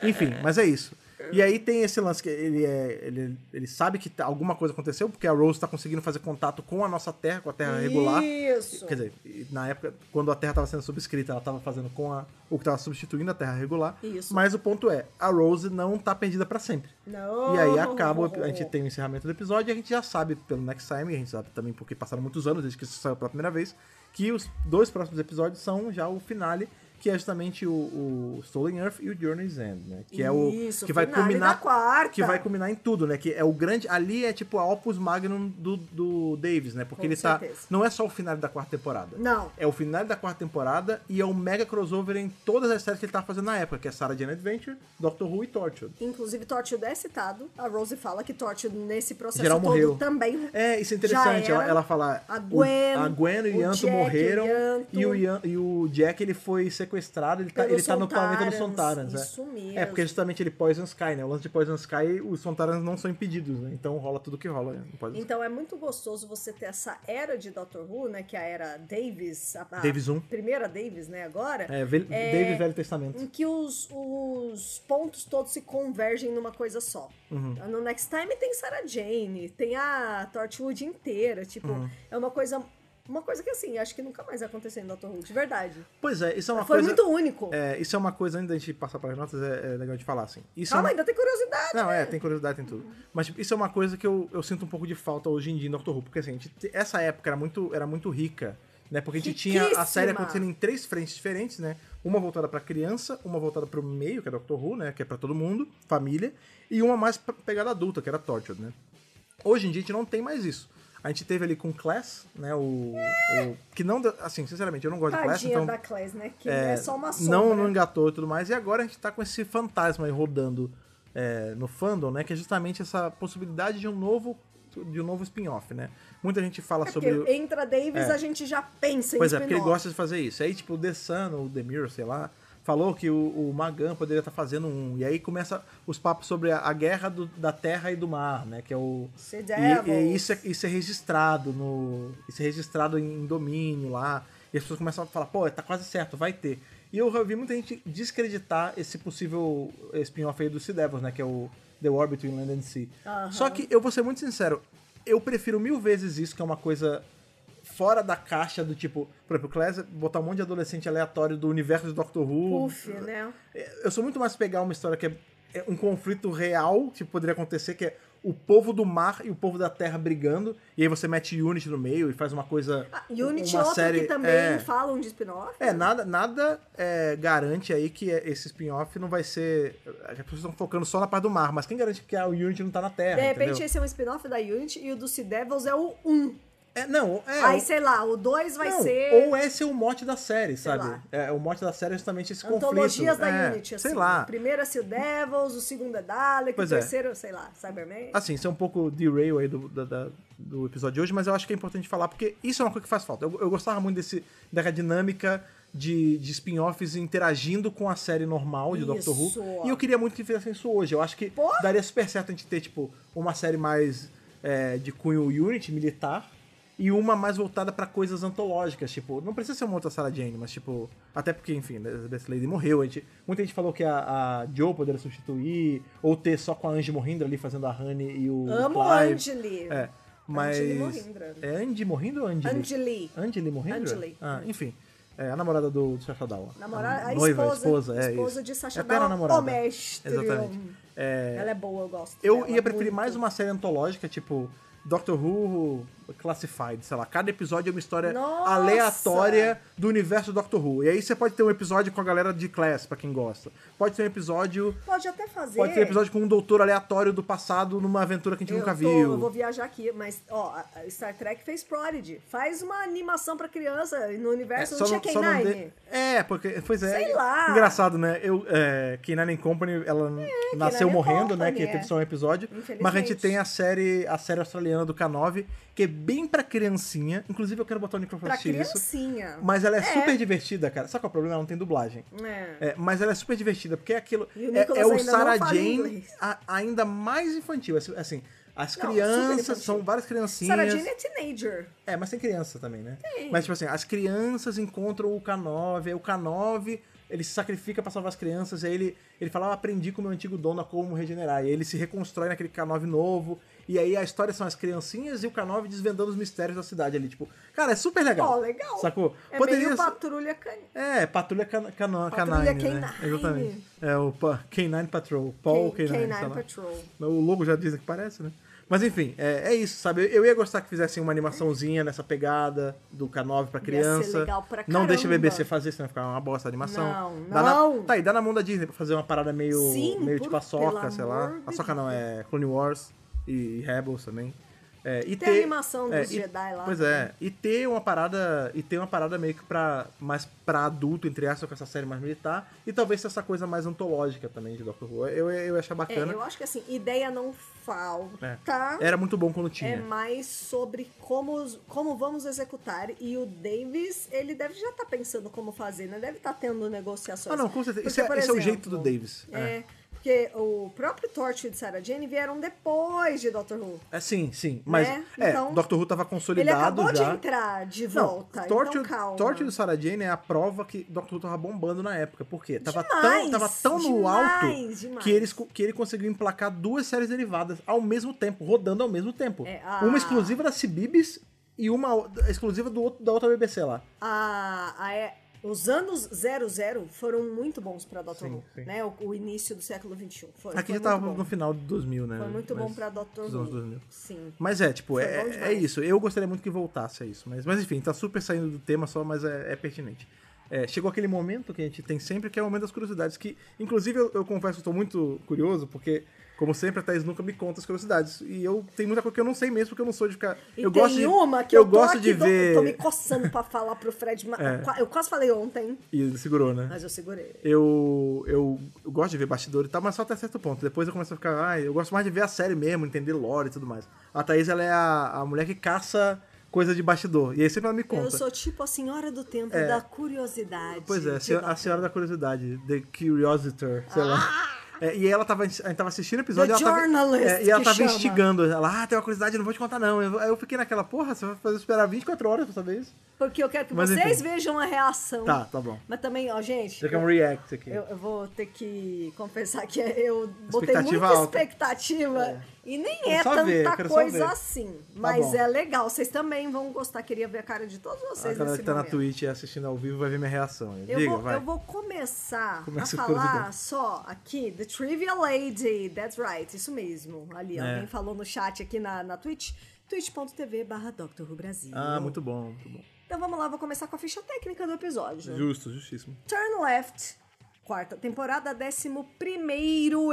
Speaker 2: Enfim, mas é isso. E aí tem esse lance que ele, é, ele, ele sabe que tá- alguma coisa aconteceu, porque a Rose tá conseguindo fazer contato com a nossa Terra, com a Terra regular.
Speaker 3: Isso.
Speaker 2: Quer dizer, na época, quando a Terra estava sendo subscrita, ela estava fazendo com a. o que estava substituindo a Terra regular.
Speaker 3: Isso.
Speaker 2: Mas o ponto é, a Rose não tá perdida pra sempre.
Speaker 3: Não.
Speaker 2: E aí acaba, o epi- a gente tem o encerramento do episódio e a gente já sabe pelo Next Time, e a gente sabe também porque passaram muitos anos desde que isso saiu pela primeira vez, que os dois próximos episódios são já o finale, que é justamente o, o Stolen Earth e o Journey's End, né? Que é o
Speaker 3: Isso,
Speaker 2: que vai
Speaker 3: finale
Speaker 2: culminar
Speaker 3: da quarta.
Speaker 2: que vai culminar em tudo, né? Que é o grande ali é tipo a opus magnum do, do Davis, né? Porque
Speaker 3: Com
Speaker 2: ele
Speaker 3: certeza.
Speaker 2: tá não é só o finale da quarta temporada.
Speaker 3: Não.
Speaker 2: É o final da quarta temporada e é um mega crossover em todas as séries que ele tava fazendo na época, que é Sarah Jane Adventure, Doctor Who e Tortured.
Speaker 3: Inclusive, Tortio é citado. A Rose fala que Tortio, nesse processo
Speaker 2: Geral
Speaker 3: todo,
Speaker 2: morreu.
Speaker 3: também.
Speaker 2: É, isso é
Speaker 3: Já
Speaker 2: interessante.
Speaker 3: era.
Speaker 2: Ela, ela fala.
Speaker 3: A Gwen,
Speaker 2: o, a Gwen e
Speaker 3: o
Speaker 2: o Yanto
Speaker 3: Jack,
Speaker 2: morreram.
Speaker 3: o Ianto.
Speaker 2: E, o Ian- e o Jack ele foi sequestrado. Ele tá,
Speaker 3: Pelo
Speaker 2: ele tá no planeta dos
Speaker 3: Sontarans,
Speaker 2: Sontarans. né?
Speaker 3: isso mesmo.
Speaker 2: É, porque justamente ele Poison Sky, né? O lance de Poison Sky, os Sontarans não são impedidos, né? Então rola tudo que rola. né? no Poison Sky.
Speaker 3: Então é muito gostoso você ter essa era de Doctor Who, né? Que é a era Davis. A, a
Speaker 2: Davis 1.
Speaker 3: Primeira Davis, né? Agora.
Speaker 2: É, ve-
Speaker 3: é,
Speaker 2: David Velho Testamento.
Speaker 3: Em que os, os pontos todos se convergem numa coisa só.
Speaker 2: Uhum.
Speaker 3: Tá? No Next Time tem Sarah Jane, tem a Torchwood inteira. Tipo,
Speaker 2: Uhum.
Speaker 3: é uma coisa. Uma coisa que assim, acho que nunca mais vai acontecer em Doctor Who, de verdade.
Speaker 2: Pois é, isso é uma
Speaker 3: Foi
Speaker 2: coisa.
Speaker 3: muito único.
Speaker 2: é, isso é uma coisa, antes da gente passar para as notas, é, é legal de falar, assim. Isso é
Speaker 3: Calma,
Speaker 2: uma-
Speaker 3: ainda tem curiosidade. né?
Speaker 2: Não, é, tem curiosidade, tem tudo. Mas tipo, isso é uma coisa que eu, eu sinto um pouco de falta hoje em dia em Doctor Who, porque assim, a gente te- essa época era muito, era muito rica, né? Porque a gente tinha
Speaker 3: Riquíssima!
Speaker 2: a série acontecendo em três frentes diferentes, né? Uma voltada pra criança, uma voltada pro meio, que é Doctor Who, né? Que é pra todo mundo, família, e uma mais pra pegada adulta, que era Tortured, né? Hoje em dia a gente não tem mais isso. A gente teve ali com Class, né? O, o- que não, deu- assim, sinceramente, eu não gosto de Class,
Speaker 3: Tadinha
Speaker 2: então
Speaker 3: da Class, né? Que é, só uma sombra.
Speaker 2: não, não engatou e tudo mais. E agora a gente tá com esse fantasma aí rodando é, no fandom, né? Que é justamente essa possibilidade de um novo, de um novo spin-off, né? Muita gente fala
Speaker 3: É
Speaker 2: sobre. É.
Speaker 3: porque entra Davis, a gente já pensa
Speaker 2: Pois
Speaker 3: em
Speaker 2: é, porque ele
Speaker 3: spin-off.
Speaker 2: gosta de fazer isso. Aí, tipo, o The Sun, ou The Mirror, sei lá, falou que o, o Magan poderia estar fazendo um. E aí começa os papos sobre a, a guerra do- da terra e do mar, né? Que é o.
Speaker 3: The
Speaker 2: E,
Speaker 3: Devils.
Speaker 2: e isso, é, isso é registrado no. Isso é registrado em domínio lá. E as pessoas começam a falar, pô, tá quase certo, vai ter. E eu já vi muita gente descreditar esse possível spin-off aí do Sea Devils, né? Que é o The War Between Land and Sea.
Speaker 3: Aham.
Speaker 2: Só que eu vou ser muito sincero, eu prefiro mil vezes isso, que é uma coisa fora da caixa do tipo, por exemplo, Class, botar um monte de adolescente aleatório do universo de Doctor Who.
Speaker 3: Puff, né?
Speaker 2: É, Eu sou muito mais pegar uma história que é, é um conflito real que poderia acontecer, que é o povo do mar e o povo da terra brigando, e aí você mete Unity no meio e faz uma coisa. um,
Speaker 3: Ah, Unity,
Speaker 2: uma
Speaker 3: outra
Speaker 2: série,
Speaker 3: que também
Speaker 2: é,
Speaker 3: falam de spin-off.
Speaker 2: é, nada, nada é, garante aí que esse spin-off não vai ser. As pessoas estão focando só na parte do mar, mas quem garante que a Unity não tá na Terra?
Speaker 3: De repente,
Speaker 2: entendeu?
Speaker 3: esse é um spin-off da Unity e o do Sea Devils é o 1.
Speaker 2: É, não, é.
Speaker 3: Aí, sei lá, o 2 vai
Speaker 2: Não,
Speaker 3: ser.
Speaker 2: Ou esse é o mote da série, sabe?
Speaker 3: lá.
Speaker 2: É, o mote da série é justamente esse
Speaker 3: Antologias
Speaker 2: conflito.
Speaker 3: da
Speaker 2: é,
Speaker 3: Unity, assim.
Speaker 2: Sei lá.
Speaker 3: O primeiro é Sea Devils, o segundo é Dalek,
Speaker 2: Pois
Speaker 3: o
Speaker 2: é.
Speaker 3: terceiro, sei lá, Cyberman.
Speaker 2: Assim, isso é um pouco derail aí do, da- da- do episódio de hoje, mas eu acho que é importante falar, porque isso é uma coisa que faz falta. Eu, eu gostava muito desse, dessa dinâmica de, de spin-offs interagindo com a série normal de Doctor
Speaker 3: Isso.
Speaker 2: Who. E eu queria muito que fizessem isso hoje. Eu acho que
Speaker 3: Pô!
Speaker 2: daria super certo a gente ter, tipo, uma série mais é, de cunho Unity, militar, e uma mais voltada pra coisas antológicas, tipo, não precisa ser uma outra Sarah Jane, mas tipo, até porque, enfim, né, Elizabeth Lady morreu, a gente, muita gente falou que a, a Joe poderia substituir, ou ter só com a Angie Morrindra ali fazendo a Honey e o
Speaker 3: Amo
Speaker 2: Clive.
Speaker 3: Angeli.
Speaker 2: É, mas...
Speaker 3: Angeli Morrindra.
Speaker 2: É Andy Morrindra ou Angeli?
Speaker 3: Angeli.
Speaker 2: Angeli Morrindra?
Speaker 3: Angeli.
Speaker 2: Ah, enfim. É a namorada do, do Sacha Dawa.
Speaker 3: Namorada, a
Speaker 2: noiva,
Speaker 3: esposa,
Speaker 2: esposa, é
Speaker 3: esposa
Speaker 2: isso.
Speaker 3: de
Speaker 2: É
Speaker 3: Sacha
Speaker 2: eterna
Speaker 3: Dawa,
Speaker 2: namorada.
Speaker 3: o mestre.
Speaker 2: Exatamente. É,
Speaker 3: Ela é boa, eu gosto.
Speaker 2: eu
Speaker 3: dela
Speaker 2: ia preferir
Speaker 3: muito.
Speaker 2: mais uma série antológica, tipo Doctor Who Classified, sei lá. Cada episódio é uma história
Speaker 3: Nossa!
Speaker 2: aleatória do universo Doctor Who. E aí você pode ter um episódio com a galera de Class, pra quem gosta. Pode ter um episódio.
Speaker 3: Pode até fazer.
Speaker 2: Pode ter um episódio com um doutor aleatório do passado numa aventura que a gente
Speaker 3: Eu
Speaker 2: nunca
Speaker 3: tô-
Speaker 2: viu.
Speaker 3: Eu vou viajar aqui, mas, ó, a- a Star Trek fez Prodigy. Faz uma animação pra criança no universo do
Speaker 2: não-
Speaker 3: Check
Speaker 2: É, só não
Speaker 3: 9
Speaker 2: de- É, porque. Pois é.
Speaker 3: Sei lá.
Speaker 2: Engraçado, né? Eu, é, K-9 Company, ela nasceu
Speaker 3: K-9
Speaker 2: morrendo, né?
Speaker 3: Company,
Speaker 2: Que
Speaker 3: é.
Speaker 2: teve só um episódio.
Speaker 3: Infelizmente.
Speaker 2: Mas a gente tem a série, a série australiana do K9, que é bem pra criancinha. Inclusive, eu quero botar o Nicolas pra
Speaker 3: Pra
Speaker 2: assistir isso.
Speaker 3: criancinha.
Speaker 2: Mas ela é,
Speaker 3: É.
Speaker 2: super divertida, cara. Sabe qual é o problema? Ela não tem dublagem.
Speaker 3: É.
Speaker 2: É, mas ela é super divertida, porque é aquilo.
Speaker 3: E o
Speaker 2: é,
Speaker 3: Nicolas
Speaker 2: é o
Speaker 3: ainda não
Speaker 2: Sarah
Speaker 3: fala
Speaker 2: Jane
Speaker 3: inglês.
Speaker 2: a- ainda mais infantil. assim, Assim, As
Speaker 3: Não, super
Speaker 2: crianças,
Speaker 3: infantil.
Speaker 2: são várias criancinhas.
Speaker 3: Sarah Jane é teenager.
Speaker 2: É, mas tem criança também, né?
Speaker 3: Tem.
Speaker 2: Mas, tipo assim, as crianças encontram o K9, aí o K9, ele se sacrifica pra salvar as crianças, aí ele, ele fala, ah, aprendi com o meu antigo dono a como regenerar. E aí ele se reconstrói naquele K9 novo, e aí a história são as criancinhas e o K9 desvendando os mistérios da cidade ali, tipo... Cara, é super legal.
Speaker 3: Ó, legal.
Speaker 2: Sacou?
Speaker 3: É meio patrulha canina.
Speaker 2: É, Patrulha Can Cano-
Speaker 3: Patrulha
Speaker 2: Canine, né?
Speaker 3: Canine.
Speaker 2: Exatamente. É o pa- Canine Patrol. Paul
Speaker 3: K-
Speaker 2: Canine,
Speaker 3: Canine
Speaker 2: sei lá.
Speaker 3: Patrol.
Speaker 2: O logo já diz que parece, né? Mas enfim, é, é isso, sabe? Eu ia gostar que fizessem uma animaçãozinha nessa pegada do K9 pra criança.
Speaker 3: legal pra
Speaker 2: não deixa a
Speaker 3: caramba.
Speaker 2: BBC fazer, senão vai ficar uma bosta a animação.
Speaker 3: Não,
Speaker 2: Dá na-
Speaker 3: não.
Speaker 2: tá aí, dá na mão da Disney pra fazer uma parada meio,
Speaker 3: Sim,
Speaker 2: meio
Speaker 3: por-
Speaker 2: tipo Açoca,
Speaker 3: pelo
Speaker 2: sei lá.
Speaker 3: amor de
Speaker 2: Açoca não, é Clone Wars e Rebels também. É, e
Speaker 3: Tem a animação dos
Speaker 2: e-
Speaker 3: Jedi lá né?
Speaker 2: Pois é, e ter uma parada, e ter uma parada meio que pra, mais pra adulto, entre aspas, com essa série mais militar, e talvez essa coisa mais antológica também de Doctor Who. Eu, eu, eu ia achar
Speaker 3: É,
Speaker 2: bacana.
Speaker 3: eu acho que assim, ideia não
Speaker 2: É.
Speaker 3: falta.
Speaker 2: Era muito bom quando
Speaker 3: É
Speaker 2: tinha.
Speaker 3: mais sobre como, os- como vamos executar. E o Davis, ele deve já estar pensando como fazer, né? Deve estar tendo negociações.
Speaker 2: ah, não, com certeza.
Speaker 3: assim. Porque,
Speaker 2: Isso, é,
Speaker 3: por
Speaker 2: esse é o
Speaker 3: exemplo,
Speaker 2: jeito do Davis. É.
Speaker 3: É, porque o próprio Torchwood e Sarah Jane vieram depois de Doctor Who.
Speaker 2: É, sim, sim. Mas
Speaker 3: Né?
Speaker 2: é,
Speaker 3: Então,
Speaker 2: Doctor Who tava consolidado
Speaker 3: ele acabou
Speaker 2: já.
Speaker 3: de entrar de
Speaker 2: Não,
Speaker 3: volta.
Speaker 2: Torture,
Speaker 3: então calma.
Speaker 2: Torture do Sarah Jane é a prova que Doctor Who tava bombando na época. Por quê? Tava tão,
Speaker 3: Demais,
Speaker 2: tava tão no
Speaker 3: demais,
Speaker 2: alto
Speaker 3: demais.
Speaker 2: Que, eles, co- que ele conseguiu emplacar duas séries derivadas ao mesmo tempo, rodando ao mesmo tempo.
Speaker 3: É, a-
Speaker 2: Uma exclusiva da Cibibis e uma o- exclusiva do outro, da outra BBC lá.
Speaker 3: a- a- é- os anos 00 foram muito bons pra Doctor
Speaker 2: Sim,
Speaker 3: Who,
Speaker 2: sim.
Speaker 3: né? O, o início do século XXI. Foi,
Speaker 2: Aqui
Speaker 3: foi
Speaker 2: já tava
Speaker 3: muito
Speaker 2: no
Speaker 3: bom.
Speaker 2: final de 2000, né?
Speaker 3: Foi muito
Speaker 2: Mas-
Speaker 3: bom pra Doctor
Speaker 2: dos
Speaker 3: Who.
Speaker 2: anos 2000.
Speaker 3: Sim.
Speaker 2: Mas é, tipo,
Speaker 3: Foi
Speaker 2: é,
Speaker 3: bom
Speaker 2: é
Speaker 3: demais.
Speaker 2: isso. Eu gostaria muito que voltasse a isso. Mas, mas enfim, tá super saindo do tema só, mas é, é pertinente. É, chegou aquele momento que a gente tem sempre, que é o momento das curiosidades, que, inclusive, eu, eu confesso que estou muito curioso, porque, como sempre, a Thaís nunca me conta as curiosidades. E eu tenho muita coisa que eu não sei mesmo, porque eu não sou de ficar.
Speaker 3: E
Speaker 2: eu
Speaker 3: tem
Speaker 2: gosto de,
Speaker 3: uma que eu,
Speaker 2: eu,
Speaker 3: tô
Speaker 2: gosto
Speaker 3: aqui,
Speaker 2: de
Speaker 3: tô-
Speaker 2: ver.
Speaker 3: tô me coçando pra falar pro Fred. mas-
Speaker 2: É.
Speaker 3: qua- Eu quase falei ontem,
Speaker 2: E segurou, né?
Speaker 3: mas eu segurei.
Speaker 2: Eu, eu, eu gosto de ver bastidor e tal, mas só até certo ponto. Depois eu começo a ficar, ai, eu gosto mais de ver a série mesmo, entender lore e tudo mais. A Thaís, ela é a, a mulher que caça coisa de bastidor. E aí sempre ela me conta. É.
Speaker 3: Eu sou tipo a senhora do tempo da curiosidade. Tipo,
Speaker 2: Pois é, a
Speaker 3: de
Speaker 2: senhora- a
Speaker 3: Doctor
Speaker 2: senhora da curiosidade, The Curiositor, sei lá. É, e ela tava, a gente tava assistindo o episódio
Speaker 3: Ah! The
Speaker 2: e ela tava,
Speaker 3: Journalist,
Speaker 2: é, e ela
Speaker 3: que
Speaker 2: tava
Speaker 3: chama.
Speaker 2: instigando. Ela, ah, tem uma curiosidade, eu não vou te contar não. Eu, aí eu fiquei naquela, porra, você vai fazer esperar 24 horas pra saber isso?
Speaker 3: Porque eu quero que
Speaker 2: Mas
Speaker 3: vocês
Speaker 2: enfim.
Speaker 3: vejam a reação.
Speaker 2: Tá, tá bom.
Speaker 3: Mas também, ó, gente.
Speaker 2: Já que é um react aqui.
Speaker 3: Eu, eu vou ter que confessar que é, eu botei
Speaker 2: Expectativa
Speaker 3: muita
Speaker 2: alta.
Speaker 3: expectativa e nem
Speaker 2: Quero
Speaker 3: é
Speaker 2: só
Speaker 3: tanta
Speaker 2: ver, quero só ver. Tá
Speaker 3: coisa assim. Mas
Speaker 2: bom.
Speaker 3: é legal, vocês também vão gostar. Queria ver a cara de todos
Speaker 2: a
Speaker 3: vocês
Speaker 2: galera
Speaker 3: nesse
Speaker 2: que tá na
Speaker 3: momento.
Speaker 2: Twitch assistindo ao vivo vai ver minha reação.
Speaker 3: Eu,
Speaker 2: Diga,
Speaker 3: vou,
Speaker 2: vai.
Speaker 3: eu vou começar
Speaker 2: Começa
Speaker 3: a
Speaker 2: a curiosidade.
Speaker 3: falar só aqui The Trivia Lady. That's right, isso mesmo. Ali,
Speaker 2: É.
Speaker 3: alguém falou no chat aqui na, na Twitch. twitch.tv barra Doctor Who Brasil.
Speaker 2: Ah, muito bom, muito bom.
Speaker 3: Então vamos lá, vou começar com a ficha técnica do episódio.
Speaker 2: É. Justo, justíssimo.
Speaker 3: Turn Left, quarta temporada, 11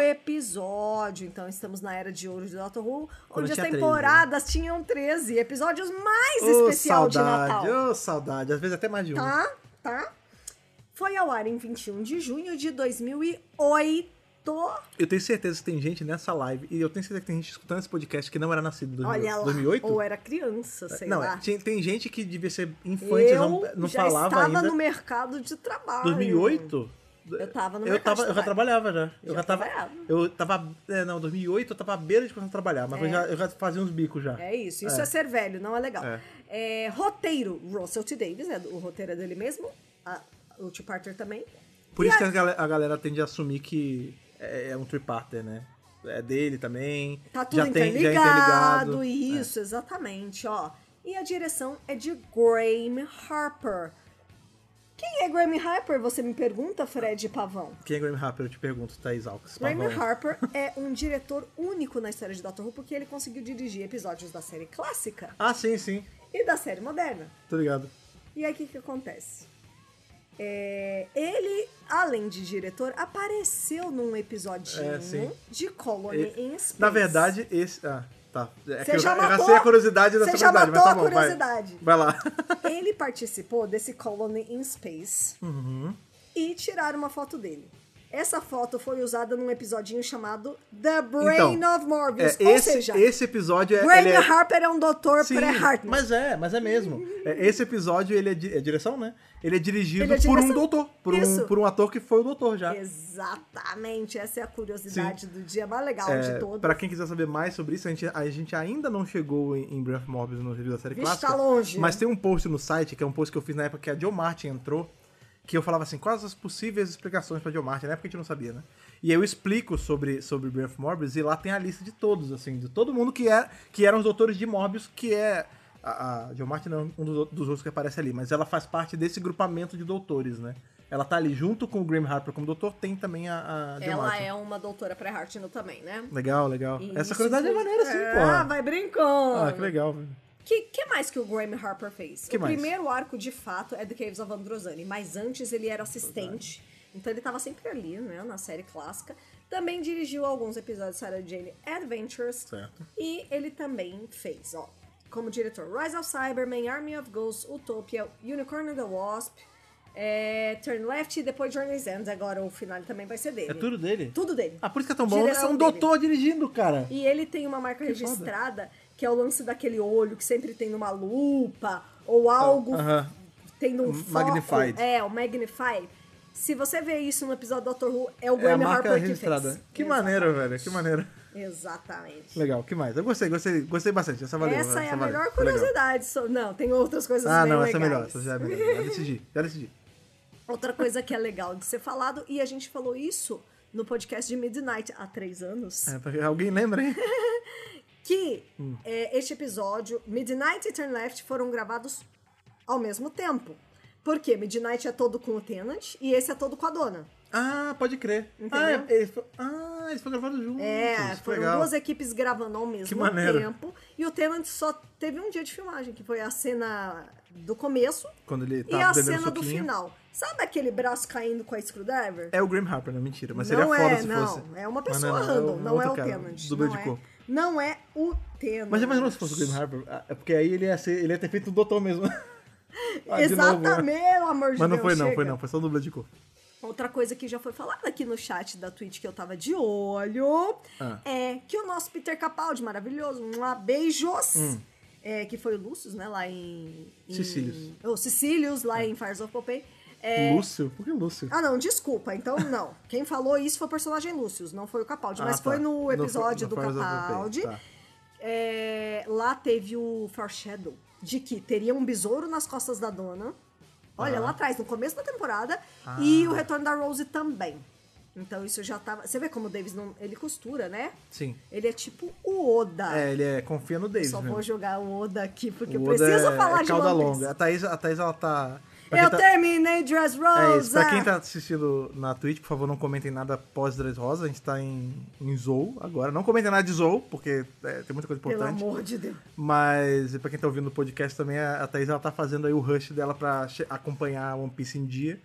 Speaker 3: episódio. Então estamos na era de ouro de Doctor Who,
Speaker 2: Quando
Speaker 3: onde as
Speaker 2: tinha 13,
Speaker 3: temporadas tinham 13 episódios mais
Speaker 2: Ô,
Speaker 3: especial de
Speaker 2: saudade,
Speaker 3: Natal.
Speaker 2: ô, saudade. Às vezes até mais de um.
Speaker 3: Tá? Tá? Foi ao ar em 21 de junho de 2008.
Speaker 2: Eu tenho certeza que tem gente nessa live, e eu tenho certeza que tem gente escutando esse podcast que não era nascido em 2008.
Speaker 3: Olha lá.
Speaker 2: 2008?
Speaker 3: Ou era criança, sei
Speaker 2: não, é,
Speaker 3: lá.
Speaker 2: tinha- tem gente que devia ser infante,
Speaker 3: Eu
Speaker 2: não, não
Speaker 3: já
Speaker 2: falava
Speaker 3: estava
Speaker 2: ainda.
Speaker 3: no mercado de trabalho.
Speaker 2: 2008?
Speaker 3: Eu tava no
Speaker 2: eu,
Speaker 3: mercado
Speaker 2: tava,
Speaker 3: de
Speaker 2: eu já trabalhava já. Eu já,
Speaker 3: Já
Speaker 2: tava.
Speaker 3: trabalhava.
Speaker 2: Eu tava. É, não, 2008 eu tava à beira de começar a trabalhar, mas eu, já, eu já fazia uns bicos já.
Speaker 3: É isso, isso é, ser velho, não é legal. É, roteiro, Russell T. Davis, né, o roteiro é dele mesmo, a, o T. Parter também.
Speaker 2: Por
Speaker 3: E
Speaker 2: isso que a galera, a galera tende a assumir que é, é um triparter, né? É dele também.
Speaker 3: Tá tudo
Speaker 2: já tem, já é
Speaker 3: interligado,
Speaker 2: interligado. É.
Speaker 3: isso, exatamente, ó. E a direção é de Graham Harper. Quem é Graham Harper, você me pergunta, Fred Pavão?
Speaker 2: Quem é Graham Harper? Eu te pergunto, Thaís Alves.
Speaker 3: Graham
Speaker 2: Pavão.
Speaker 3: Harper é um diretor único na história de Doctor Who porque ele conseguiu dirigir episódios da série clássica
Speaker 2: Ah, sim, sim.
Speaker 3: e da série moderna.
Speaker 2: Tô ligado.
Speaker 3: E aí, o que, que acontece? É, ele, além de diretor, apareceu num episodinho
Speaker 2: É, sim.
Speaker 3: de Colony
Speaker 2: Ele-
Speaker 3: in Space.
Speaker 2: Na verdade, esse. Ah, tá. É
Speaker 3: Você
Speaker 2: que eu
Speaker 3: já
Speaker 2: eu
Speaker 3: matou-
Speaker 2: sei a curiosidade da
Speaker 3: você
Speaker 2: sua
Speaker 3: já
Speaker 2: curiosidade, mas
Speaker 3: matou
Speaker 2: tá
Speaker 3: a
Speaker 2: bom. vai.
Speaker 3: curiosidade.
Speaker 2: Vai, lá.
Speaker 3: ele
Speaker 2: Uhum.
Speaker 3: participou desse Colony in Space e tiraram uma foto dele. Essa foto foi usada num episodinho chamado The
Speaker 2: [laughs]
Speaker 3: Brain
Speaker 2: Então,
Speaker 3: of Morbius.
Speaker 2: É,
Speaker 3: Ou
Speaker 2: esse,
Speaker 3: seja,
Speaker 2: esse episódio é.
Speaker 3: Brain
Speaker 2: ele é-
Speaker 3: Harper é um doutor
Speaker 2: Sim,
Speaker 3: pré-Hartman.
Speaker 2: mas é, mas é mesmo. É, Esse episódio ele é, di- é direção, né? Ele é dirigido
Speaker 3: Ele é
Speaker 2: por um
Speaker 3: direção.
Speaker 2: doutor, por um,
Speaker 3: Isso.
Speaker 2: por um ator que foi o doutor já.
Speaker 3: Exatamente, essa é a curiosidade do dia mais legal de
Speaker 2: É,
Speaker 3: todos.
Speaker 2: pra quem quiser saber mais sobre isso, a gente, a gente ainda não chegou em, em Breath of Morbius no review da série
Speaker 3: Vixe,
Speaker 2: clássica.
Speaker 3: tá longe.
Speaker 2: Mas tem um post no site, que é um post que eu fiz na época que a Joe Martin entrou, que eu falava assim, quais as possíveis explicações pra Joe Martin, na época a gente não sabia, né? E eu explico sobre, sobre Breath of Morbius e lá tem a lista de todos, assim, de todo mundo que, é, que eram os doutores de Morbius, que é... A, a Joe Martin é um dos, ou- dos outros que aparece ali, mas ela faz parte desse grupamento de doutores, né? Ela tá ali junto com o Graham Harper como doutor, tem também a, a Joe
Speaker 3: Ela
Speaker 2: Martin.
Speaker 3: é uma doutora pré-Hartman também, né?
Speaker 2: Legal, legal.
Speaker 3: E
Speaker 2: Essa
Speaker 3: isso
Speaker 2: curiosidade é
Speaker 3: foi-
Speaker 2: maneira, sim,
Speaker 3: É, Ah,
Speaker 2: porra.
Speaker 3: vai brincando.
Speaker 2: Ah, que legal. velho.
Speaker 3: Que, que mais que o Graham Harper fez?
Speaker 2: Que
Speaker 3: o
Speaker 2: mais?
Speaker 3: primeiro arco, de fato, é The Caves of Androzani, mas antes ele era assistente. Então ele tava sempre ali, né, na série clássica. Também dirigiu alguns episódios de Sarah Jane Adventures.
Speaker 2: Certo.
Speaker 3: E ele também fez, ó, como diretor, Rise of Cybermen, Army of Ghosts, Utopia, Unicorn and the Wasp, é, Turn Left e depois Journey's End. Agora o final também vai ser dele.
Speaker 2: É tudo dele?
Speaker 3: Tudo dele.
Speaker 2: Ah, por isso que é tão bom. né? É
Speaker 3: Direção
Speaker 2: um
Speaker 3: dele.
Speaker 2: doutor dirigindo, cara.
Speaker 3: E ele tem uma marca
Speaker 2: foda.
Speaker 3: registrada, que é o lance daquele olho que sempre tem numa lupa, ou algo
Speaker 2: Ah, aham.
Speaker 3: tendo um foco.
Speaker 2: Magnified.
Speaker 3: É, o Magnify. Se você vê isso no episódio do Dr. Who, é o
Speaker 2: É a
Speaker 3: Graham
Speaker 2: marca
Speaker 3: Harper
Speaker 2: registrada.
Speaker 3: que fez.
Speaker 2: Que
Speaker 3: Exatamente.
Speaker 2: maneiro, velho. Que maneiro.
Speaker 3: Exatamente.
Speaker 2: Legal, que mais? Eu gostei, gostei, gostei bastante. Essa valeu.
Speaker 3: essa é a
Speaker 2: valeu.
Speaker 3: melhor
Speaker 2: Foi legal.
Speaker 3: curiosidade. so- Não, tem outras coisas
Speaker 2: Ah,
Speaker 3: bem
Speaker 2: não,
Speaker 3: legais.
Speaker 2: essa é melhor. Essa já é melhor. Já decidi, já
Speaker 3: [laughs]
Speaker 2: decidi.
Speaker 3: Outra coisa que é legal de ser falado, e a gente falou isso no podcast de Midnight há três anos.
Speaker 2: É, porque alguém lembra, hein?
Speaker 3: que
Speaker 2: Hum.
Speaker 3: é, este episódio, Midnight e Turn Left, foram gravados ao mesmo tempo. Porque Midnight é todo com o Tenant e esse é todo com a dona.
Speaker 2: Ah, pode crer. Ah,
Speaker 3: Entendeu?
Speaker 2: eles foram, ah, eles foram gravados juntos.
Speaker 3: É,
Speaker 2: que
Speaker 3: foram
Speaker 2: Hum, legal.
Speaker 3: duas equipes gravando ao
Speaker 2: Que
Speaker 3: mesmo
Speaker 2: maneiro.
Speaker 3: tempo. E o Tenant só teve um dia de filmagem, que foi a cena do começo
Speaker 2: Quando ele tá
Speaker 3: e a
Speaker 2: bebendo
Speaker 3: cena do
Speaker 2: suquinho.
Speaker 3: final. Sabe aquele braço caindo com a screwdriver?
Speaker 2: É o Graham Harper, não, mentira. Mas
Speaker 3: não
Speaker 2: seria foda
Speaker 3: é,
Speaker 2: se
Speaker 3: não.
Speaker 2: fosse.
Speaker 3: É uma
Speaker 2: Mas
Speaker 3: pessoa
Speaker 2: não,
Speaker 3: random,
Speaker 2: um
Speaker 3: não é
Speaker 2: outro
Speaker 3: o
Speaker 2: cara,
Speaker 3: Tenant.
Speaker 2: Dublador
Speaker 3: não,
Speaker 2: de
Speaker 3: é,
Speaker 2: corpo.
Speaker 3: não é o Tenant.
Speaker 2: Mas imagina se fosse o Graham Harper, ah, é porque aí ele ia, ser, ele ia ter feito um doutor mesmo. [laughs] Ah, de novo, né?
Speaker 3: Exatamente, pelo amor de
Speaker 2: Mas não
Speaker 3: Deus,
Speaker 2: foi não,
Speaker 3: chega.
Speaker 2: foi não, foi só um dublê de cor.
Speaker 3: Outra coisa que já foi falada aqui no chat da Twitch que eu tava de olho
Speaker 2: Ah.
Speaker 3: é que o nosso Peter Capaldi, maravilhoso, um beijos, é, que foi o Lúcius, né, lá em... em
Speaker 2: Sicílios.
Speaker 3: O Sicílios, lá em Fires of Pompeii. É,
Speaker 2: Lúcio? Por que Lúcio?
Speaker 3: ah, não, desculpa. Então, não. Quem falou isso foi o personagem Lúcius, não foi o Capaldi.
Speaker 2: Ah,
Speaker 3: mas
Speaker 2: tá.
Speaker 3: foi no
Speaker 2: No-
Speaker 3: episódio
Speaker 2: no
Speaker 3: do
Speaker 2: Fires of Pompeii,
Speaker 3: Capaldi.
Speaker 2: tá.
Speaker 3: É, lá teve o foreshadow de que teria um besouro nas costas da dona. Olha,
Speaker 2: Ah.
Speaker 3: lá atrás, no começo da temporada.
Speaker 2: Ah.
Speaker 3: E o retorno da Rose também. Então isso já tava... Você vê como o Davis não... Ele costura, né?
Speaker 2: Sim.
Speaker 3: Ele é tipo o Oda.
Speaker 2: É, ele é, confia no Davis
Speaker 3: Só
Speaker 2: mesmo.
Speaker 3: vou jogar o Oda aqui, porque
Speaker 2: O
Speaker 3: eu
Speaker 2: Oda
Speaker 3: preciso
Speaker 2: é-
Speaker 3: falar
Speaker 2: é
Speaker 3: de
Speaker 2: cauda
Speaker 3: One Piece.
Speaker 2: longa. A Thaís, a Thaís, ela tá... pra
Speaker 3: Eu
Speaker 2: quem tá-
Speaker 3: terminei Dress Rosa!
Speaker 2: É isso, pra quem tá assistindo na Twitch, por favor, não comentem nada pós-Dress Rosa, a gente tá em, em Zou agora. Não comentem nada de Zou, porque é, tem muita coisa
Speaker 3: Pelo
Speaker 2: importante.
Speaker 3: amor de Deus.
Speaker 2: Mas pra quem tá ouvindo o podcast também, a a Thaís ela tá fazendo aí o rush dela pra che- acompanhar One Piece em dia.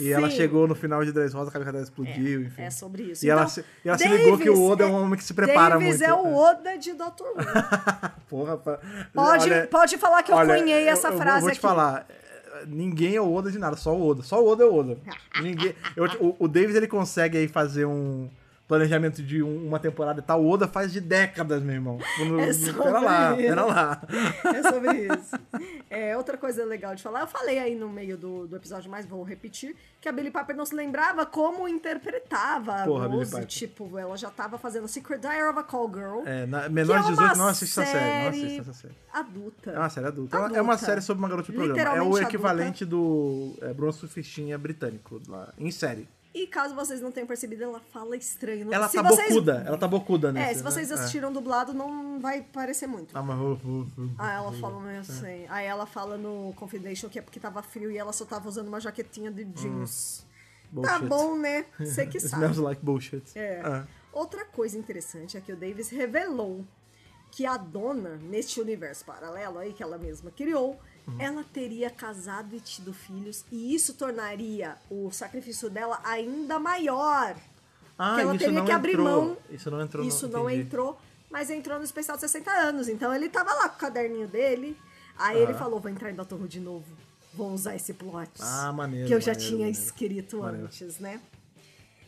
Speaker 2: E
Speaker 3: Sim.
Speaker 2: ela chegou no final de Dress Rosa, a cabeça dela explodiu, enfim. [laughs]
Speaker 3: É sobre isso.
Speaker 2: E ela
Speaker 3: Então,
Speaker 2: se- e ela se ligou que o Oda é um homem que se prepara
Speaker 3: Davis
Speaker 2: muito.
Speaker 3: é o Oda de Dr. Who.
Speaker 2: Ah, Porra, pra...
Speaker 3: Pode,
Speaker 2: olha-
Speaker 3: pode falar que eu
Speaker 2: olha,
Speaker 3: cunhei
Speaker 2: eu-
Speaker 3: essa
Speaker 2: eu vou-
Speaker 3: frase
Speaker 2: vou te
Speaker 3: aqui.
Speaker 2: falar. eh, Ninguém é o Oda de nada, só o Oda. Só o Oda é o Oda. Ninguém, eu te- o, o Davis ele consegue aí fazer um planejamento de um- uma temporada e tal. O Oda faz de décadas, meu irmão. Quando-
Speaker 3: [laughs] É sobre
Speaker 2: pera lá,
Speaker 3: isso.
Speaker 2: pera lá.
Speaker 3: É sobre isso. É, outra coisa legal de falar, eu falei aí no meio do, do episódio, mas vou repetir, que a Billy Piper não se lembrava como interpretava
Speaker 2: Porra,
Speaker 3: a
Speaker 2: Billie
Speaker 3: Rose.
Speaker 2: Piper.
Speaker 3: Tipo, ela já tava fazendo Secret Diary of a Call Girl.
Speaker 2: É, na-
Speaker 3: que
Speaker 2: menor
Speaker 3: é
Speaker 2: de
Speaker 3: uma
Speaker 2: 18 não assiste essa série. Não
Speaker 3: série
Speaker 2: assiste essa série.
Speaker 3: Adulta.
Speaker 2: É uma série adulta. É uma- É uma
Speaker 3: Adulta.
Speaker 2: série sobre uma garota de programa. É o
Speaker 3: Literalmente
Speaker 2: equivalente do é, Bruno Surfistinha britânico lá, em série.
Speaker 3: E caso vocês não tenham percebido, ela fala estranho.
Speaker 2: Ela
Speaker 3: se
Speaker 2: tá
Speaker 3: vocês...
Speaker 2: bocuda. Ela tá bocuda nesse, né?
Speaker 3: É, se vocês assistiram dublado, não vai parecer muito.
Speaker 2: Ah, mas...
Speaker 3: Ah, ela fala meio assim. Aí ela fala no Confidential que é porque tava frio e ela só tava usando uma jaquetinha de jeans. Tá
Speaker 2: Bullshit.
Speaker 3: bom, né? Você que
Speaker 2: Smells
Speaker 3: sabe.
Speaker 2: like bullshit.
Speaker 3: É.
Speaker 2: Ah.
Speaker 3: Outra coisa interessante é que o Davis revelou que a dona, neste universo paralelo aí que ela mesma criou, ela teria casado e tido filhos, e isso tornaria o sacrifício dela ainda maior.
Speaker 2: Ah,
Speaker 3: que ela
Speaker 2: isso
Speaker 3: teria
Speaker 2: não
Speaker 3: que abrir
Speaker 2: entrou.
Speaker 3: mão.
Speaker 2: Isso não entrou.
Speaker 3: Isso não
Speaker 2: entendi.
Speaker 3: entrou, mas entrou no especial de 60 anos. Então ele tava lá com o caderninho dele. Aí ele
Speaker 2: Aham.
Speaker 3: falou: vou entrar em Dr. Who de novo. Vou usar esse plot.
Speaker 2: Ah, maneiro,
Speaker 3: Que eu já
Speaker 2: maneiro,
Speaker 3: tinha
Speaker 2: maneiro.
Speaker 3: escrito
Speaker 2: Maneiro.
Speaker 3: antes, né?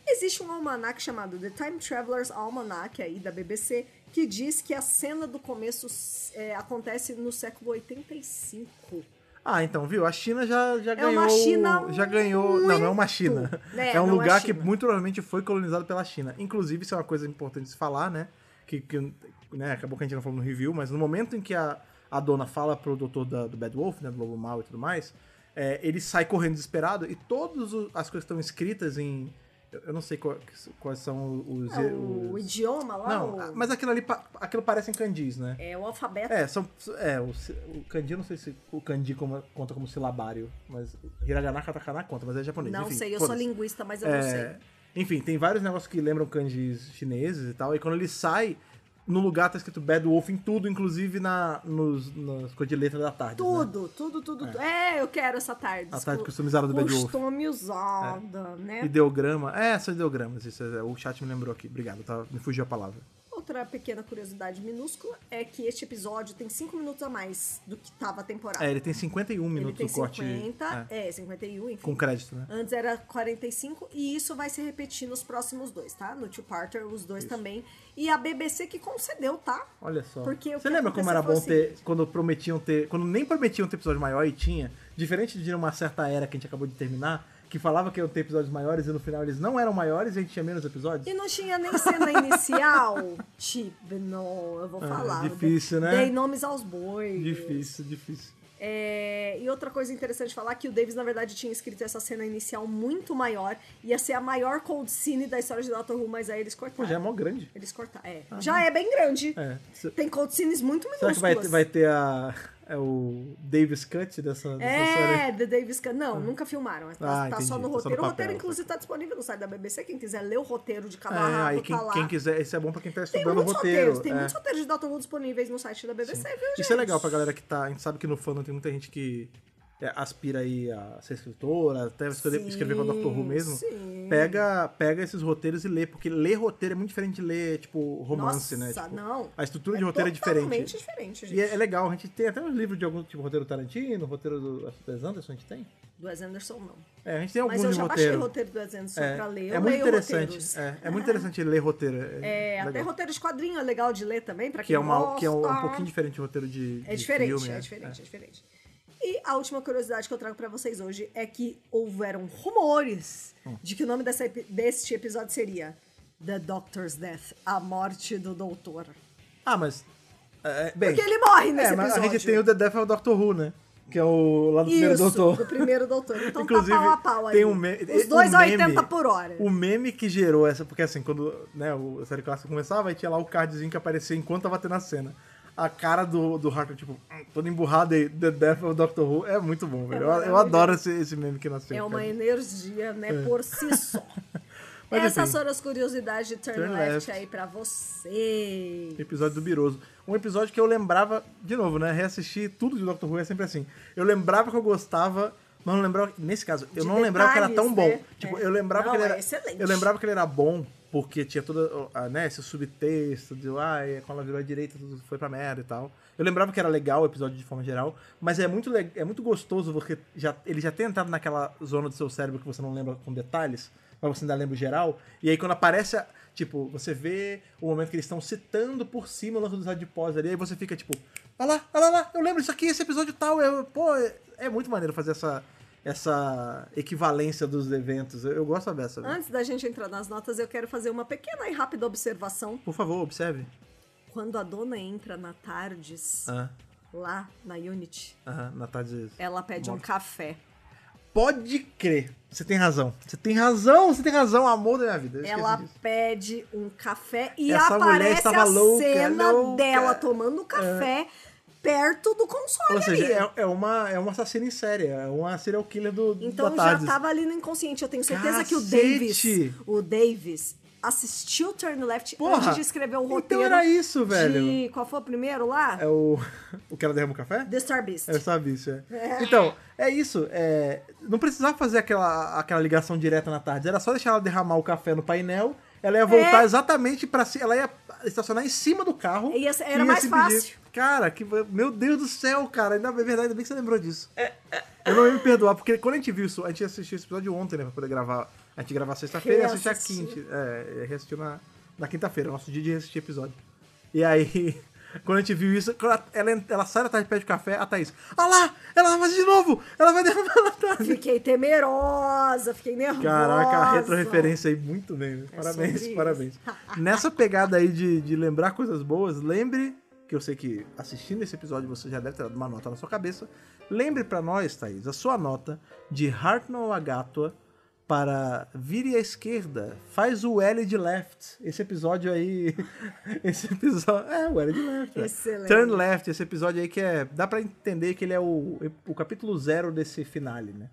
Speaker 3: Existe um almanac chamado The Time Traveler's Almanac, aí da BBC, que diz que a cena do começo é, acontece no século 85.
Speaker 2: Ah, então, viu? A China já, já
Speaker 3: É
Speaker 2: ganhou.
Speaker 3: uma China
Speaker 2: já ganhou. Não, não é uma China.
Speaker 3: muito.
Speaker 2: É,
Speaker 3: É,
Speaker 2: um
Speaker 3: não é
Speaker 2: lugar que
Speaker 3: China.
Speaker 2: muito provavelmente foi colonizado pela China. Inclusive, isso é uma coisa importante de se falar, né? Que, que, né, acabou que a gente não falou no review, mas no momento em que a, a dona fala pro doutor da- do Bad Wolf, né? Do Lobo Mal e tudo mais, é, ele sai correndo desesperado e todas o- as coisas que estão escritas em. Eu eu não sei qual- quais são os.
Speaker 3: É, o
Speaker 2: os-
Speaker 3: idioma lá,
Speaker 2: Não, ah,
Speaker 3: o,
Speaker 2: mas aquilo ali pa- aquilo parece em candis, né?
Speaker 3: é, o alfabeto.
Speaker 2: É, são, é o, si- o kanji, eu não sei se o kanji como- conta como silabário, mas hiragana, katakana conta, mas é japonês.
Speaker 3: não
Speaker 2: enfim,
Speaker 3: sei, eu sou
Speaker 2: foda-se.
Speaker 3: linguista, mas eu
Speaker 2: É,
Speaker 3: não sei.
Speaker 2: Enfim, tem vários negócios que lembram kanjis chineses e tal, e quando ele sai, no lugar tá escrito Bad Wolf em tudo, inclusive na, nos, nas coisas de letra da tarde. Né?
Speaker 3: Tudo, tudo, tudo, tudo. É, eu quero essa tarde.
Speaker 2: A tarde customizada do Bad Wolf. É.
Speaker 3: Customizada, né?
Speaker 2: Ideograma. É, são ideogramas, isso é, o chat me lembrou aqui. Obrigado, tá, me fugiu a palavra.
Speaker 3: Outra pequena curiosidade minúscula é que este episódio tem 5 minutos a mais do que tava a temporada.
Speaker 2: É, ele tem 51
Speaker 3: Ele
Speaker 2: minutos
Speaker 3: tem
Speaker 2: o corte.
Speaker 3: 50,
Speaker 2: é,
Speaker 3: é. 51, enfim.
Speaker 2: com crédito, né?
Speaker 3: Antes era 45 e isso vai se repetir nos próximos dois, tá? No Two Parter, os dois também. E a BBC que concedeu, tá?
Speaker 2: Olha só.
Speaker 3: Porque o
Speaker 2: Você
Speaker 3: que
Speaker 2: lembra como era
Speaker 3: aconteceu
Speaker 2: bom
Speaker 3: foi o
Speaker 2: ter. Quando prometiam ter. Quando nem prometiam ter episódio maior e tinha. Diferente de uma certa era que a gente acabou de terminar, que falava que iam ter episódios maiores e no final eles não eram maiores e a gente tinha menos episódios.
Speaker 3: E não tinha nem cena
Speaker 2: [laughs]
Speaker 3: inicial. tipo, não, eu vou
Speaker 2: É,
Speaker 3: falar. eu
Speaker 2: difícil,
Speaker 3: dei,
Speaker 2: né?
Speaker 3: Dei nomes aos bois.
Speaker 2: Difícil, difícil.
Speaker 3: É, e outra coisa interessante de falar que o Davis, na verdade, tinha escrito essa cena inicial muito maior. Ia ser a maior cold scene da história de Doctor Who, mas aí eles
Speaker 2: Pô, já é
Speaker 3: cortaram.
Speaker 2: mó grande.
Speaker 3: Eles cortaram. É. Já é bem grande.
Speaker 2: É. Se-
Speaker 3: Tem cold scenes muito
Speaker 2: Será
Speaker 3: minúsculas.
Speaker 2: que vai, ter- vai ter a. É o Davis Cut dessa, dessa série?
Speaker 3: É, The Davis Cut. Não, nunca filmaram. Tá,
Speaker 2: Ah, entendi. Tá
Speaker 3: tá só no
Speaker 2: só no
Speaker 3: roteiro. o
Speaker 2: papel,
Speaker 3: roteiro, inclusive, tá disponível no site da BBC. Quem quiser ler o roteiro de
Speaker 2: É,
Speaker 3: cabo a rabo,
Speaker 2: aí
Speaker 3: tá
Speaker 2: quem,
Speaker 3: lá.
Speaker 2: quem quiser, esse é bom pra quem tá
Speaker 3: Tem
Speaker 2: estudando o
Speaker 3: muitos
Speaker 2: roteiro.
Speaker 3: roteiros, tem
Speaker 2: é.
Speaker 3: muitos roteiros de Doctor Who disponíveis no site da BBC, viu, gente?
Speaker 2: Isso é legal pra galera que tá. A gente sabe que no fandom tem muita gente que é, aspira aí a ser escritora, até escrever,
Speaker 3: Sim,
Speaker 2: escrever pra Doctor Who mesmo.
Speaker 3: sim.
Speaker 2: Pega, pega esses roteiros e lê, porque ler roteiro é muito diferente de ler, tipo, romance, né?
Speaker 3: Nossa,
Speaker 2: Tipo,
Speaker 3: não.
Speaker 2: A estrutura
Speaker 3: É
Speaker 2: de roteiro é
Speaker 3: Totalmente
Speaker 2: diferente.
Speaker 3: diferente, gente.
Speaker 2: E é, é legal, a gente tem até uns livros de algum tipo roteiro Tarantino, roteiro do acho que do Wes Anderson, a gente tem?
Speaker 3: Do Wes Anderson, não.
Speaker 2: É, a gente tem alguns
Speaker 3: Mas eu
Speaker 2: de
Speaker 3: já baixei
Speaker 2: roteiro.
Speaker 3: o roteiro do Wes Anderson
Speaker 2: é,
Speaker 3: pra ler.
Speaker 2: é
Speaker 3: eu
Speaker 2: muito
Speaker 3: leio
Speaker 2: interessante.
Speaker 3: roteiros.
Speaker 2: É, é muito interessante ler roteiro. É,
Speaker 3: É, até
Speaker 2: legal.
Speaker 3: roteiro de quadrinho é legal de ler também, pra quem
Speaker 2: que é, uma,
Speaker 3: gosta.
Speaker 2: que é um, um pouquinho diferente do roteiro de,
Speaker 3: É
Speaker 2: de
Speaker 3: diferente,
Speaker 2: filme. né?
Speaker 3: é diferente, é. diferente. E a última curiosidade que eu trago pra vocês hoje é que houveram rumores
Speaker 2: Hum.
Speaker 3: de que o nome dessa epi- deste episódio seria The Doctor's Death, a morte do doutor.
Speaker 2: Ah, mas. é, bem,
Speaker 3: Porque ele morre nesse
Speaker 2: É, mas
Speaker 3: episódio.
Speaker 2: a gente tem o The Death of Doctor Who, né? Que é o lá do primeiro
Speaker 3: Isso,
Speaker 2: Doutor.
Speaker 3: do
Speaker 2: [laughs]
Speaker 3: primeiro doutor. Então
Speaker 2: Inclusive,
Speaker 3: tá pau a pau aí.
Speaker 2: tem um me-
Speaker 3: Os
Speaker 2: um
Speaker 3: dois a
Speaker 2: meme-
Speaker 3: 80 por hora.
Speaker 2: O meme que gerou essa, porque assim, quando né, o- a série clássica começava, aí tinha lá o cardzinho que aparecia enquanto tava tendo a cena. A cara do, do Harker, tipo, "Hum, todo emburrado aí, The Death of Doctor Who, é muito bom, velho. Eu, eu
Speaker 3: maravilhoso.
Speaker 2: adoro esse, esse meme que nasceu.
Speaker 3: É uma
Speaker 2: cara.
Speaker 3: energia, né, por si só.
Speaker 2: [laughs] Mas
Speaker 3: Essas
Speaker 2: enfim.
Speaker 3: foram as curiosidades de Turn,
Speaker 2: Turn
Speaker 3: left,
Speaker 2: Left.
Speaker 3: aí pra você.
Speaker 2: Episódio do Biroso. Um episódio que eu lembrava, de novo, né? Reassistir tudo de Doctor Who é sempre assim. Eu lembrava que eu gostava, mas não lembrava. Nesse caso, eu
Speaker 3: De
Speaker 2: não lembrava que era
Speaker 3: detalhes,
Speaker 2: tão bom.
Speaker 3: né?
Speaker 2: Tipo,
Speaker 3: É.
Speaker 2: eu lembrava
Speaker 3: Não,
Speaker 2: que ele era.
Speaker 3: é excelente.
Speaker 2: Eu lembrava que ele era bom, porque tinha todo ah, né, esse subtexto de ah, é, quando ela virou à direita, tudo foi pra merda e tal. Eu lembrava que era legal o episódio de forma geral, mas é muito, le- é muito gostoso porque já, ele já tem entrado naquela zona do seu cérebro que você não lembra com detalhes, mas você ainda lembra o geral. E aí quando aparece a- Tipo, você vê o momento que eles estão citando por cima o lance dos adipós ali, aí você fica tipo, olha lá, olha lá, lá, eu lembro disso aqui, esse episódio tal, eu, pô, é, é muito maneiro fazer essa, essa equivalência dos eventos. Eu, eu gosto da dessa. velho.
Speaker 3: Antes da gente entrar nas notas, eu quero fazer uma pequena e rápida observação.
Speaker 2: Por favor, observe.
Speaker 3: Quando a dona entra na Tardes,
Speaker 2: Ah,
Speaker 3: lá na Unity,
Speaker 2: aham, na tarde.
Speaker 3: ela pede um café.
Speaker 2: Pode crer. Você tem razão. Você tem razão, você tem razão, amor da minha vida. Eu esqueci
Speaker 3: Ela
Speaker 2: disso.
Speaker 3: pede um café e
Speaker 2: Essa mulher
Speaker 3: aparece
Speaker 2: estava
Speaker 3: a
Speaker 2: louca,
Speaker 3: cena
Speaker 2: louca. É.
Speaker 3: dela tomando café perto do console
Speaker 2: Ou seja,
Speaker 3: ali.
Speaker 2: é, é uma, é uma assassina em série, é uma serial killer do
Speaker 3: Então
Speaker 2: da
Speaker 3: já
Speaker 2: Tardes.
Speaker 3: tava ali no inconsciente. Eu tenho certeza que o Davis,
Speaker 2: Cacete!
Speaker 3: o Davis assistiu Turn Left
Speaker 2: Porra!
Speaker 3: antes de escrever o
Speaker 2: Então
Speaker 3: roteiro.
Speaker 2: era isso, velho.
Speaker 3: De, qual foi o primeiro lá?
Speaker 2: É o. [laughs] O que ela derrama o café?
Speaker 3: The Star Beast.
Speaker 2: Eu sabia isso, é.
Speaker 3: É.
Speaker 2: Então, é isso. é, não precisava fazer aquela, aquela ligação direta na tarde. Era só deixar ela derramar o café no painel. Ela ia voltar
Speaker 3: É.
Speaker 2: exatamente pra cima. Ela ia estacionar em cima do carro.
Speaker 3: Ia ser-
Speaker 2: e
Speaker 3: era mais
Speaker 2: se
Speaker 3: fácil.
Speaker 2: Cara, que, meu Deus do céu, cara. Ainda, é verdade, ainda bem que você lembrou disso. Eu não ia me perdoar, porque quando a gente viu isso, a gente assistiu esse episódio ontem, né? Pra poder gravar A gente grava sexta-feira e assiste a
Speaker 3: Reassistir.
Speaker 2: quinta. É, reassistiu na, na quinta-feira, nosso dia de assistir episódio. E aí, [laughs] quando a gente viu isso, quando ela, ela, ela sai da tarde e pede café, a Thaís. Ah lá! Ela vai fazer de novo! Ela vai derramar na tarde!
Speaker 3: Fiquei temerosa, fiquei nervosa.
Speaker 2: Caraca, a retroreferência aí muito bem. né?
Speaker 3: É
Speaker 2: Parabéns,
Speaker 3: sobre
Speaker 2: parabéns.
Speaker 3: [laughs]
Speaker 2: Nessa pegada aí de, de lembrar coisas boas, lembre, que eu sei que assistindo esse episódio você já deve ter dado uma nota na sua cabeça. Lembre pra nós, Thaís, a sua nota de Hartnell Agatua para Vire à Esquerda, faz o L de Left. Esse episódio aí. [laughs] Esse episódio. É, o L de Left. né?
Speaker 3: Excelente.
Speaker 2: Turn Left, esse episódio aí que é. Dá pra entender que ele é o, o capítulo zero desse finale, né?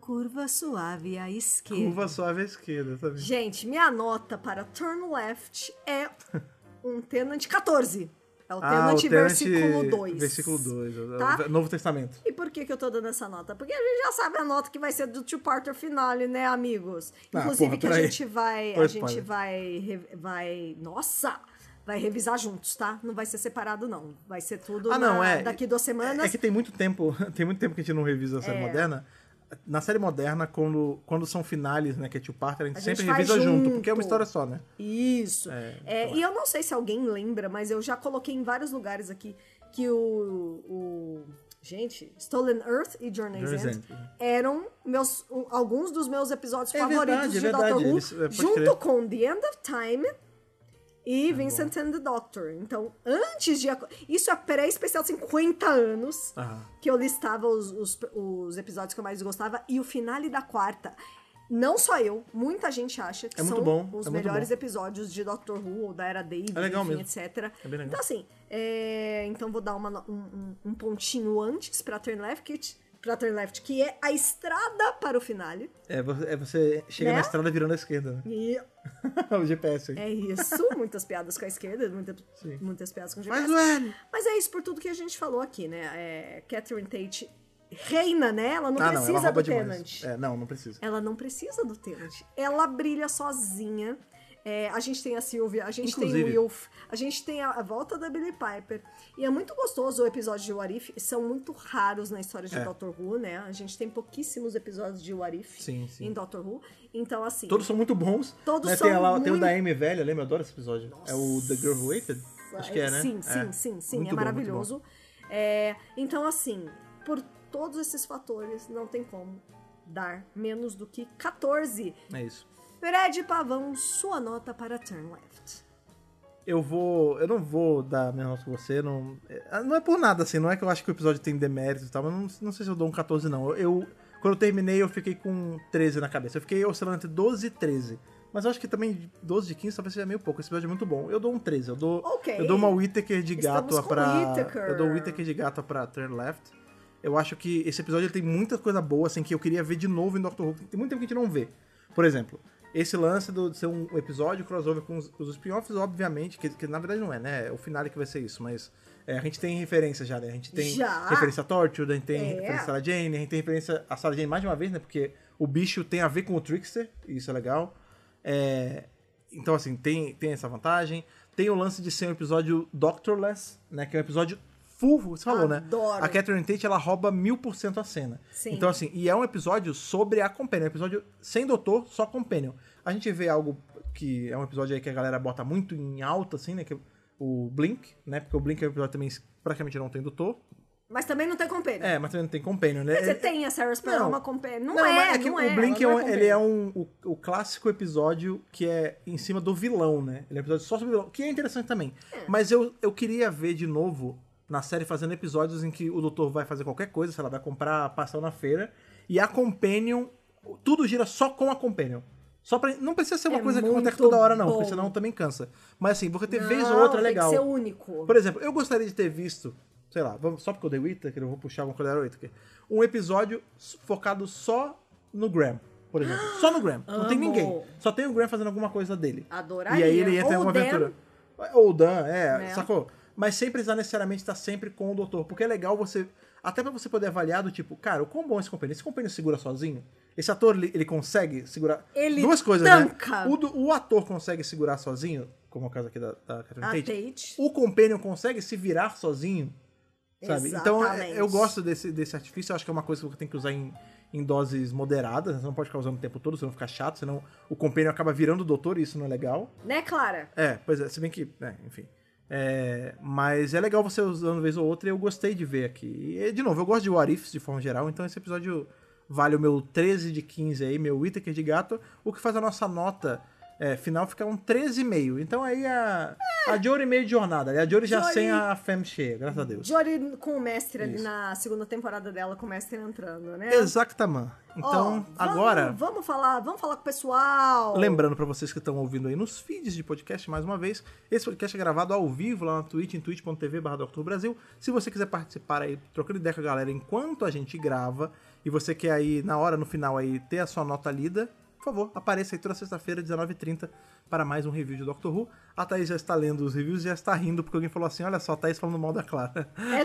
Speaker 3: Curva suave à esquerda.
Speaker 2: Curva suave à esquerda, tá sabe?
Speaker 3: Gente, minha nota para Turn Left é um Tenant 14. É o Tenant, versículo 2.
Speaker 2: Ah, Versículo 2, é o
Speaker 3: Tá?
Speaker 2: Novo Testamento.
Speaker 3: E por que, que eu tô dando essa nota? Porque a gente já sabe a nota que vai ser do two-parter finale, né, amigos?
Speaker 2: Ah,
Speaker 3: Inclusive
Speaker 2: porra,
Speaker 3: que a
Speaker 2: peraí.
Speaker 3: gente vai...
Speaker 2: Foi
Speaker 3: a gente
Speaker 2: spoiler.
Speaker 3: vai, re- vai... Nossa! Vai revisar juntos, tá? Não vai ser separado, não. Vai ser tudo
Speaker 2: Ah, não,
Speaker 3: na-
Speaker 2: é.
Speaker 3: daqui duas semanas. É.
Speaker 2: É que tem muito tempo, [laughs] tem muito tempo que a gente não revisa a série moderna. Na série moderna, quando, quando são finales, né, que é two-parter, a gente
Speaker 3: A gente
Speaker 2: sempre
Speaker 3: faz
Speaker 2: revisa junto.
Speaker 3: junto.
Speaker 2: porque é uma história só, né?
Speaker 3: Isso.
Speaker 2: É,
Speaker 3: É, e eu não sei se alguém lembra, mas eu já coloquei em vários lugares aqui que o. o- gente, Stolen Earth e Journey's
Speaker 2: Journey's
Speaker 3: End
Speaker 2: End. uhum.
Speaker 3: eram meus, um, alguns dos meus episódios
Speaker 2: É
Speaker 3: favoritos
Speaker 2: verdade, é
Speaker 3: de
Speaker 2: verdade,
Speaker 3: Doctor Who,
Speaker 2: eles- é, pode
Speaker 3: junto
Speaker 2: crer. É
Speaker 3: com The End of Time e Vincent and the Doctor. Então, antes de. ac- Isso é pré-especial 50 anos
Speaker 2: Ah.
Speaker 3: que eu listava os, os- os episódios que eu mais gostava e o finale da quarta. Não só eu, muita gente acha que
Speaker 2: É muito
Speaker 3: são
Speaker 2: bom,
Speaker 3: os
Speaker 2: é muito
Speaker 3: melhores
Speaker 2: bom.
Speaker 3: episódios de Doctor Who ou da Era David,
Speaker 2: É legal
Speaker 3: enfim,
Speaker 2: mesmo.
Speaker 3: etc.
Speaker 2: É bem legal.
Speaker 3: Então, assim, é, então vou dar uma no- um, um- um pontinho antes pra Turn Left, que, pra Turn Left, que é a estrada para o finale.
Speaker 2: É, vo- é você chega
Speaker 3: Né?
Speaker 2: na estrada virando à esquerda, né?
Speaker 3: E
Speaker 2: [laughs] o GPS. aí.
Speaker 3: é
Speaker 2: [laughs]
Speaker 3: isso, muitas piadas com a esquerda, muita,
Speaker 2: Sim.
Speaker 3: muitas piadas com o
Speaker 2: Mas
Speaker 3: GPS.
Speaker 2: o L.
Speaker 3: Mas é isso por tudo que a gente falou aqui, né? É, Catherine Tate reina, né? Ela não
Speaker 2: ah, não,
Speaker 3: precisa
Speaker 2: ela rouba
Speaker 3: do Tenant.
Speaker 2: demais. É, não, não precisa.
Speaker 3: Ela não precisa do Tenant. Ela brilha sozinha. É, a gente tem a Sylvia, a gente tem o
Speaker 2: Inclusive-
Speaker 3: Wilf, a gente tem a, a volta da Billy Piper. E é muito gostoso o episódio de Warif. São muito raros na história de
Speaker 2: É.
Speaker 3: Doctor Who, né? A gente tem pouquíssimos episódios de Warif
Speaker 2: Sim, sim.
Speaker 3: em Doctor Who. Então, assim.
Speaker 2: Todos são muito bons.
Speaker 3: Todos
Speaker 2: né?
Speaker 3: são
Speaker 2: tem, lá- tem o
Speaker 3: muito-
Speaker 2: da Amy velha, lembra? Eu adoro esse episódio. É o The Girl Who Waited? Acho que é, né?
Speaker 3: Sim, sim,
Speaker 2: É.
Speaker 3: sim, sim.
Speaker 2: Muito
Speaker 3: é
Speaker 2: bom, muito bom.
Speaker 3: maravilhoso. É, então, assim, por todos esses fatores, não tem como dar menos do que 14.
Speaker 2: É isso.
Speaker 3: Fred Pavão, sua nota para Turn Left.
Speaker 2: Eu vou. Eu não vou dar a mesma nota que você. Não, é, não é por nada, assim. Não é que eu acho que o episódio tem deméritos e tal, mas não, não sei se eu dou um 14, não. Eu, eu- Quando eu terminei, eu fiquei com 13 na cabeça. Eu fiquei oscilando entre 12 e 13. Mas eu acho que também 12 de 15 talvez seja meio pouco. Esse episódio é muito bom. Eu dou um 13. Eu dou,
Speaker 3: Ok.
Speaker 2: eu dou uma Whittaker de
Speaker 3: Estamos
Speaker 2: gato
Speaker 3: com
Speaker 2: pra.
Speaker 3: Whittaker.
Speaker 2: Eu dou um Whittaker de gato pra Turn Left. Eu acho que esse episódio ele tem muita coisa boa, assim, que eu queria ver de novo em Doctor Who. Tem muito tempo que a gente não vê. Por exemplo, esse lance do, de ser um episódio crossover com os, os spin-offs, obviamente, que, que na verdade não é, né? É o finale que vai ser isso, mas é, a gente tem referência já, né? A gente tem
Speaker 3: Já.
Speaker 2: referência a Torture, a gente tem
Speaker 3: É.
Speaker 2: referência a Sarah Jane, a gente tem referência a Sarah Jane mais de uma vez, né? Porque o bicho tem a ver com o Trickster, e isso é legal. É, então, assim, tem, tem essa vantagem. Tem o lance de ser um episódio Doctorless, né? Que é um episódio full, você falou, né?
Speaker 3: Adoro.
Speaker 2: A Catherine Tate, ela rouba mil por cento a cena.
Speaker 3: Sim.
Speaker 2: Então, assim, e é um episódio sobre a Companion. É um episódio sem doutor, só Companion. A gente vê algo que é um episódio aí que a galera bota muito em alta, assim, né? Que é o Blink, né? Porque o Blink é um episódio também que praticamente não tem doutor.
Speaker 3: Mas também não tem companheiro.
Speaker 2: É, mas também não tem Companion, né?
Speaker 3: Quer dizer,
Speaker 2: Ele-
Speaker 3: tem a Sarah Sparrow,
Speaker 2: Não.
Speaker 3: é uma companheira. Não,
Speaker 2: mas
Speaker 3: é,
Speaker 2: é que
Speaker 3: não
Speaker 2: o
Speaker 3: é.
Speaker 2: Blink
Speaker 3: ela
Speaker 2: é,
Speaker 3: não
Speaker 2: um, ele é um, o, o clássico episódio que é em cima do vilão, né? Ele é um episódio só sobre o vilão, que é interessante também. Mas eu, eu queria ver de novo na série fazendo episódios em que o doutor vai fazer qualquer coisa, sei lá, vai comprar pastel na feira, e a Companion, tudo gira só com a Companion. Só pra, não precisa ser uma
Speaker 3: É
Speaker 2: coisa que
Speaker 3: muito
Speaker 2: acontece toda hora, não,
Speaker 3: bom.
Speaker 2: porque senão também cansa. Mas assim, você ter
Speaker 3: Não,
Speaker 2: vez ou outra é
Speaker 3: tem
Speaker 2: legal.
Speaker 3: que ser único.
Speaker 2: Por exemplo, eu gostaria de ter visto, sei lá, vamos- só porque eu dei Whittaker, eu vou puxar alguma coisa da Whittaker, um episódio s- focado só no Graham, por exemplo. Só no Graham. Não tem
Speaker 3: Amo.
Speaker 2: ninguém. Só tem o Graham fazendo alguma coisa dele.
Speaker 3: Adoraria.
Speaker 2: E aí ele ia ter
Speaker 3: Ou
Speaker 2: uma
Speaker 3: Dan.
Speaker 2: aventura. Ou Dan, é,
Speaker 3: Né?
Speaker 2: sacou? Mas sem precisar necessariamente estar sempre com o doutor, porque é legal você. Até pra você poder avaliar do tipo, cara, o quão bom é esse companheiro. Esse companheiro segura sozinho? Esse ator, ele, ele consegue segurar.
Speaker 3: Ele
Speaker 2: Duas coisas,
Speaker 3: tanca.
Speaker 2: né? O, do- o ator consegue segurar sozinho, como é o caso aqui da, da Catherine
Speaker 3: A
Speaker 2: Tate
Speaker 3: Tate.
Speaker 2: o Companion consegue se virar sozinho. Sabe? Então é-
Speaker 3: Exatamente.
Speaker 2: eu gosto desse, desse artifício, eu acho que é uma coisa que eu tenho que usar em, em doses moderadas, né? você não pode ficar usando o tempo todo, senão fica chato, senão o compênio acaba virando o doutor e isso não é legal.
Speaker 3: Né, Clara?
Speaker 2: É, pois é, se bem que, né, enfim. É, mas é legal você usando vez ou outra e eu gostei de ver aqui. E, de novo, eu gosto de What Ifs de forma geral, então esse episódio vale o meu 13 de 15 aí, meu Whittaker de gato, o que faz a nossa nota é, final ficar um 13,5. Então aí a, a Jory meio de jornada, né? a Jory já
Speaker 3: Jory-
Speaker 2: sem a femme cheia, graças a Deus.
Speaker 3: Jory com o mestre ali
Speaker 2: Isso.
Speaker 3: na segunda temporada dela, com o mestre entrando, né?
Speaker 2: Exatamente. Então,
Speaker 3: Ó, vamos-
Speaker 2: agora...
Speaker 3: Vamos falar, vamos falar com o pessoal.
Speaker 2: Lembrando pra vocês que estão ouvindo aí nos feeds de podcast mais uma vez, esse podcast é gravado ao vivo lá na Twitch, em twitch.tv barra Dr. Brasil. Se você quiser participar aí, trocando ideia com a galera enquanto a gente grava, e você quer aí, na hora, no final aí, ter a sua nota lida, por favor, apareça aí toda sexta-feira, 19h30, para mais um review de Doctor Who. A Thaís já está lendo os reviews e já está rindo, porque alguém falou assim, olha só, a Thaís falando mal da Clara.
Speaker 3: É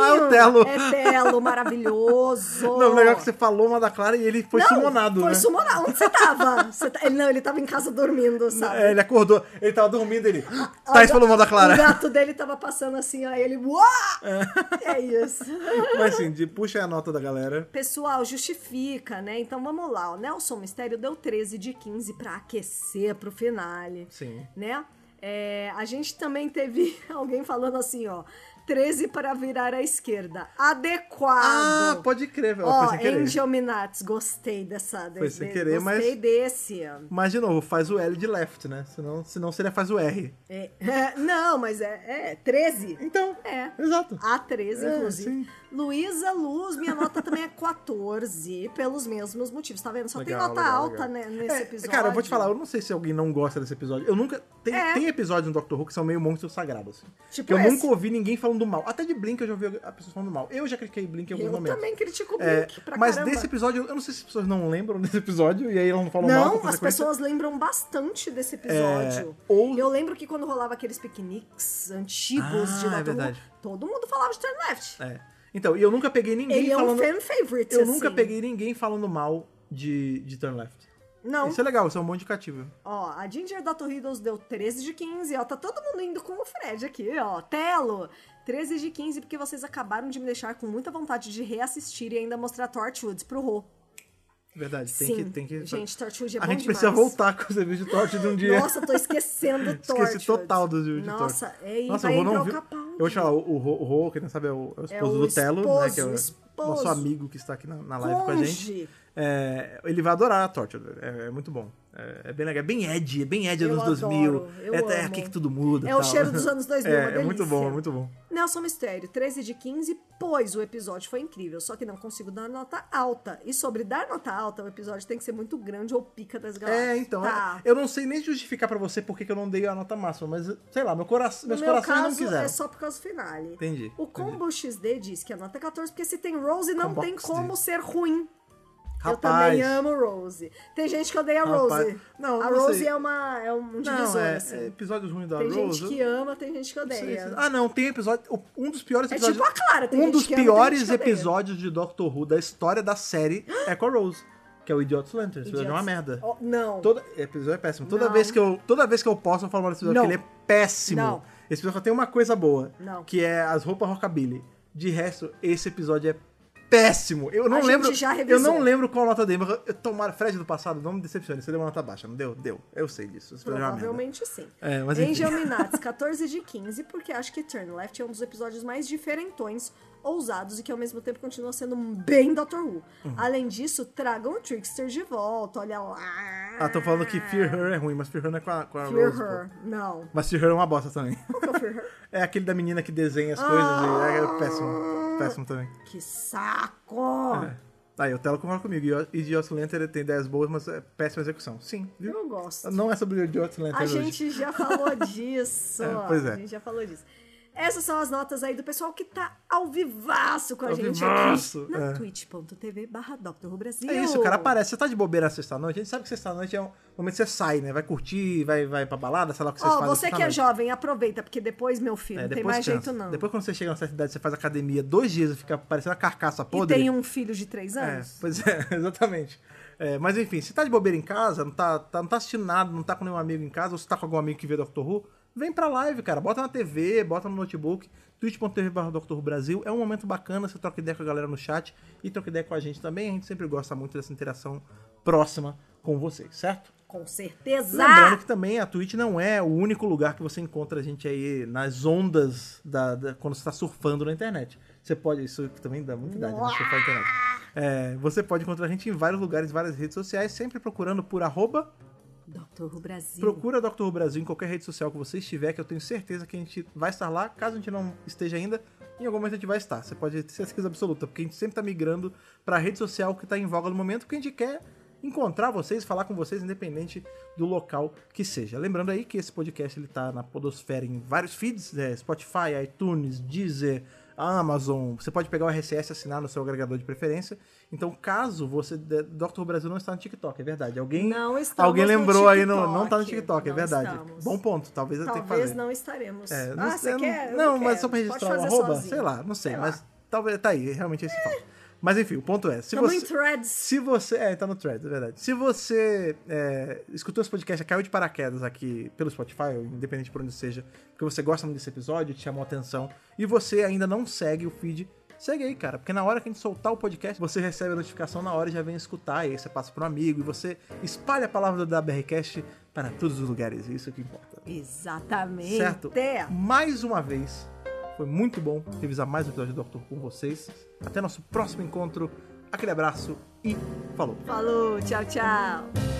Speaker 2: [laughs] Ah, o Telo.
Speaker 3: É Telo, maravilhoso.
Speaker 2: Não, o legal é que você falou mal da Clara e ele foi
Speaker 3: Oh. Não,
Speaker 2: sumonado,
Speaker 3: Foi
Speaker 2: né?
Speaker 3: sumonado. Onde você tava? Você tá- Ele, não, ele tava em casa dormindo, sabe?
Speaker 2: É, ele acordou, ele tava dormindo, ele...
Speaker 3: Ó,
Speaker 2: Thaís
Speaker 3: o
Speaker 2: falou mal da tá Clara.
Speaker 3: Ah, O gato dele tava passando assim, aí ele... Uá! É isso.
Speaker 2: Mas assim, de, puxa aí a nota da galera.
Speaker 3: Pessoal, justifica, né? Então vamos lá. O Nelson Mistério deu 13 de 15 pra aquecer pro finale.
Speaker 2: Sim.
Speaker 3: né? É, a gente também teve [laughs] alguém falando assim, ó. 13 para virar à esquerda. Adequado.
Speaker 2: Ah, pode crer, velho.
Speaker 3: Ó,
Speaker 2: Foi sem querer.
Speaker 3: Angel Minats, gostei dessa.
Speaker 2: Foi sem querer, mas-
Speaker 3: gostei desse.
Speaker 2: Mas de novo, faz o L de left, né? Senão, senão seria faz o R.
Speaker 3: É, é, [laughs] não, mas é, é 13.
Speaker 2: Então,
Speaker 3: É.
Speaker 2: exato.
Speaker 3: A13,
Speaker 2: É,
Speaker 3: inclusive.
Speaker 2: sim.
Speaker 3: Luísa Luz, minha nota também é 14, pelos mesmos motivos. Tá vendo? Só tem
Speaker 2: Legal,
Speaker 3: nota
Speaker 2: legal,
Speaker 3: alta
Speaker 2: legal.
Speaker 3: né, nesse
Speaker 2: É,
Speaker 3: episódio.
Speaker 2: Cara, eu vou te falar, eu não sei se alguém não gosta desse episódio. Eu nunca. Tem,
Speaker 3: É.
Speaker 2: tem episódios no Doctor Who que são meio monstros sagrados, assim.
Speaker 3: Tipo
Speaker 2: que eu
Speaker 3: esse.
Speaker 2: nunca ouvi ninguém falando mal. Até de Blink eu já ouvi a pessoa falando mal. Eu já critiquei Blink em algum
Speaker 3: Eu
Speaker 2: momento.
Speaker 3: também critico o
Speaker 2: É,
Speaker 3: Blink pra
Speaker 2: mas
Speaker 3: caramba.
Speaker 2: desse episódio, eu não sei se as pessoas não lembram [laughs] desse episódio e aí elas não falam mal. com
Speaker 3: Não, as
Speaker 2: frequência.
Speaker 3: pessoas lembram bastante desse episódio.
Speaker 2: É, ou-
Speaker 3: Eu lembro que quando rolava aqueles piqueniques antigos
Speaker 2: Ah,
Speaker 3: de
Speaker 2: é
Speaker 3: Doctor
Speaker 2: verdade.
Speaker 3: Who, todo mundo falava de Turn Left.
Speaker 2: É. Então, e eu nunca peguei ninguém
Speaker 3: Ele é um
Speaker 2: falando.
Speaker 3: fan favorite,
Speaker 2: Eu
Speaker 3: assim.
Speaker 2: nunca peguei ninguém falando mal de, de Turn Left.
Speaker 3: Não.
Speaker 2: Isso é legal, isso é um bom indicativo.
Speaker 3: Ó, a Ginger da Torridos deu 13 de 15, ó. Tá todo mundo indo com o Fred aqui, ó. Telo, 13 de 15, porque vocês acabaram de me deixar com muita vontade de reassistir e ainda mostrar Torchwood pro Rô.
Speaker 2: Verdade, tem
Speaker 3: Sim.
Speaker 2: que. Tem que
Speaker 3: Gente, Torchwood é
Speaker 2: a
Speaker 3: bom
Speaker 2: gente precisa
Speaker 3: demais.
Speaker 2: voltar com os reviews de Torte de um dia.
Speaker 3: Nossa, tô esquecendo
Speaker 2: [laughs]
Speaker 3: Torchwood.
Speaker 2: Esqueci total dos reviews de Torte.
Speaker 3: Nossa, é, e
Speaker 2: Nossa,
Speaker 3: vai
Speaker 2: o Rô não
Speaker 3: entrar
Speaker 2: viu.
Speaker 3: o Capaldi.
Speaker 2: Eu vou te falar, o- o Rô, o Rô, que não sabe, é o, é o esposo
Speaker 3: o
Speaker 2: do Telo, né? Que é
Speaker 3: esposo,
Speaker 2: o
Speaker 3: o esposo.
Speaker 2: nosso amigo que está aqui na, na live com a gente.
Speaker 3: Conge.
Speaker 2: É, ele vai adorar a Torte, é, é muito bom. É, é bem legal, é bem Ed, é bem Ed
Speaker 3: Eu
Speaker 2: anos 2000.
Speaker 3: adoro, eu
Speaker 2: é até
Speaker 3: amo.
Speaker 2: aqui que tudo muda.
Speaker 3: É
Speaker 2: e
Speaker 3: o
Speaker 2: tal.
Speaker 3: cheiro dos anos 2000,
Speaker 2: [laughs]
Speaker 3: uma
Speaker 2: é, é muito
Speaker 3: delícia.
Speaker 2: bom, é muito bom.
Speaker 3: Nelson Mistério, 13 de 15, pois o episódio foi incrível, só que não consigo dar nota alta. E sobre dar nota alta, o episódio tem que ser muito grande ou pica das galáxias.
Speaker 2: É, então.
Speaker 3: Tá.
Speaker 2: Eu não sei nem justificar pra você porque que eu não dei a nota máxima, mas sei lá, meu coração,
Speaker 3: No
Speaker 2: meus
Speaker 3: meu
Speaker 2: corações
Speaker 3: caso,
Speaker 2: não quiseram.
Speaker 3: é só por causa do finale.
Speaker 2: Entendi,
Speaker 3: O Combo XD diz que a nota é 14, porque se tem Rose, não
Speaker 2: Combo
Speaker 3: tem
Speaker 2: XD.
Speaker 3: como ser ruim. Eu
Speaker 2: Rapaz.
Speaker 3: também amo Rose. Tem gente que odeia a
Speaker 2: Rapaz.
Speaker 3: Rose.
Speaker 2: Não,
Speaker 3: a
Speaker 2: não
Speaker 3: Rose
Speaker 2: sei.
Speaker 3: é, uma, é um divisor,
Speaker 2: Não, é, é
Speaker 3: assim.
Speaker 2: episódios ruins da
Speaker 3: Tem
Speaker 2: Rose.
Speaker 3: gente que ama, tem gente que
Speaker 2: eu não sei
Speaker 3: odeia.
Speaker 2: se- Ah, não, tem episódio. o- Um dos piores
Speaker 3: É
Speaker 2: episódios.
Speaker 3: tipo a Clara, tem
Speaker 2: Um
Speaker 3: gente
Speaker 2: dos
Speaker 3: que ama, tem
Speaker 2: piores
Speaker 3: gente que odeia.
Speaker 2: episódios de Doctor Who da história da série é com a Rose, que é o Idiot's Lantern. Esse episódio é uma merda.
Speaker 3: Oh, não.
Speaker 2: Todo episódio é péssimo. Toda
Speaker 3: Não.
Speaker 2: vez, que eu, toda vez que eu posso, eu falo mal desse episódio,
Speaker 3: Não.
Speaker 2: porque ele é péssimo.
Speaker 3: Não.
Speaker 2: Esse episódio só tem uma coisa boa,
Speaker 3: Não.
Speaker 2: que é as roupas rockabilly. De resto, esse episódio é péssimo. Eu não
Speaker 3: A gente
Speaker 2: lembro.
Speaker 3: já
Speaker 2: eu
Speaker 3: revisou.
Speaker 2: não lembro qual nota dei, mas eu- eu tomara, Fred do passado, não me decepcione. Você deu uma nota baixa, não deu? Deu. Eu sei disso. Esse episódio é uma merda.
Speaker 3: Provavelmente sim.
Speaker 2: É, mas enfim.
Speaker 3: Angel Minats, 14 de 15, porque acho que Turn Left é um dos episódios mais diferentões, ousados e que ao mesmo tempo continua sendo um bem Doctor Who.
Speaker 2: Uhum.
Speaker 3: Além disso, tragam o Trickster de volta, olha lá.
Speaker 2: Ah, tô falando que Fear Her é ruim, mas Fear Her não é com a, com a
Speaker 3: Fear
Speaker 2: Rose. pô.
Speaker 3: Her. Não.
Speaker 2: Mas Fear Her é uma bosta também. [laughs]
Speaker 3: Qual que é o Fear Her?
Speaker 2: é aquele da menina que desenha as coisas e é, é péssimo. Péssimo também.
Speaker 3: Que saco!
Speaker 2: É. Aí, o Telo concorda comigo. Io- Idiot Lantern tem 10 boas, mas é péssima execução. Sim, viu?
Speaker 3: Eu gosto.
Speaker 2: Não é sobre o Idiot Lantern
Speaker 3: A
Speaker 2: hoje.
Speaker 3: gente já falou
Speaker 2: [laughs]
Speaker 3: disso.
Speaker 2: É, pois é.
Speaker 3: A gente já falou disso. Essas são as notas aí do pessoal que tá ao vivaço com a
Speaker 2: Ao
Speaker 3: gente
Speaker 2: vivaço,
Speaker 3: aqui na
Speaker 2: é.
Speaker 3: twitch.tv barra Dr. Who Brasil.
Speaker 2: É isso, cara. Aparece. Você tá de bobeira na sexta-noite. A gente sabe que sexta-noite é um momento que você sai, né? Vai curtir, vai, vai pra balada, sei lá o que vocês
Speaker 3: Ó,
Speaker 2: fazem.
Speaker 3: você que é
Speaker 2: sexta-noite.
Speaker 3: jovem, aproveita, porque depois, meu filho,
Speaker 2: É,
Speaker 3: não tem
Speaker 2: depois
Speaker 3: mais
Speaker 2: cansa.
Speaker 3: jeito não.
Speaker 2: Depois quando você chega na certa idade, você faz academia dois dias e fica parecendo uma carcaça
Speaker 3: E
Speaker 2: podre.
Speaker 3: tem um filho de três
Speaker 2: É,
Speaker 3: anos.
Speaker 2: pois é, [laughs] exatamente. É, mas enfim, se tá de bobeira em casa, não tá, tá- não tá assistindo nada, não tá com nenhum amigo em casa, ou se tá com algum amigo que vê Doctor Who, vem pra live, cara. Bota na TV, bota no notebook, twitch.tv Brasil. É um momento bacana, você troca ideia com a galera no chat e troca ideia com a gente também. A gente sempre gosta muito dessa interação próxima com vocês, certo?
Speaker 3: Com certeza!
Speaker 2: Lembrando que também a Twitch não é o único lugar que você encontra a gente aí nas ondas da, da- quando você está surfando na internet. Você pode, isso também dá muita idade, né? Surfar na internet. É, você pode encontrar a gente em vários lugares, várias redes sociais, sempre procurando por arroba
Speaker 3: Doutor Who Brasil.
Speaker 2: Procura Dr. Who Brasil em qualquer rede social que você estiver, que eu tenho certeza que a gente vai estar lá. Caso a gente não esteja ainda, em algum momento a gente vai estar. Você pode ter certeza absoluta, porque a gente sempre está migrando para a rede social que está em voga no momento, porque a gente quer encontrar vocês, falar com vocês, independente do local que seja. Lembrando aí que esse podcast ele tá na podosfera em vários feeds, né? Spotify, iTunes, Deezer, Amazon. Você pode pegar o RSS e assinar no seu agregador de preferência. Então, caso você... Dr. Who Brasil não está no TikTok, é verdade. Alguém...
Speaker 3: Não estamos
Speaker 2: Alguém
Speaker 3: no
Speaker 2: lembrou aí, não,
Speaker 3: TikTok.
Speaker 2: não tá no TikTok, é
Speaker 3: Não
Speaker 2: verdade.
Speaker 3: estamos.
Speaker 2: Bom ponto, talvez eu tenha que
Speaker 3: Talvez
Speaker 2: fazer.
Speaker 3: não estaremos.
Speaker 2: É,
Speaker 3: ah, você
Speaker 2: eu
Speaker 3: quer? Eu
Speaker 2: Não,
Speaker 3: não
Speaker 2: mas
Speaker 3: quero.
Speaker 2: só pra registrar
Speaker 3: Pode
Speaker 2: o
Speaker 3: fazer
Speaker 2: arroba,
Speaker 3: sozinho.
Speaker 2: sei lá, não sei,
Speaker 3: Sei
Speaker 2: mas talvez tá aí, realmente esse fato.
Speaker 3: [laughs]
Speaker 2: Mas enfim, o ponto é, se
Speaker 3: Tamo
Speaker 2: você
Speaker 3: Tá em threads.
Speaker 2: se você. É, tá no thread, é verdade. Se você é, escutou esse podcast, caiu de paraquedas aqui pelo Spotify, ou independente por onde seja, porque você gosta muito desse episódio, te chamou a atenção, e você ainda não segue o feed, segue aí, cara. Porque na hora que a gente soltar o podcast, você recebe a notificação na hora e já vem escutar, e aí você passa pro amigo, e você espalha a palavra do WRCast para todos os lugares. Isso que importa.
Speaker 3: Exatamente.
Speaker 2: Certo? Mais uma vez, foi muito bom revisar mais um episódio do Doctor Who com vocês. Até nosso próximo encontro. Aquele abraço e falou!
Speaker 3: Falou, tchau, tchau.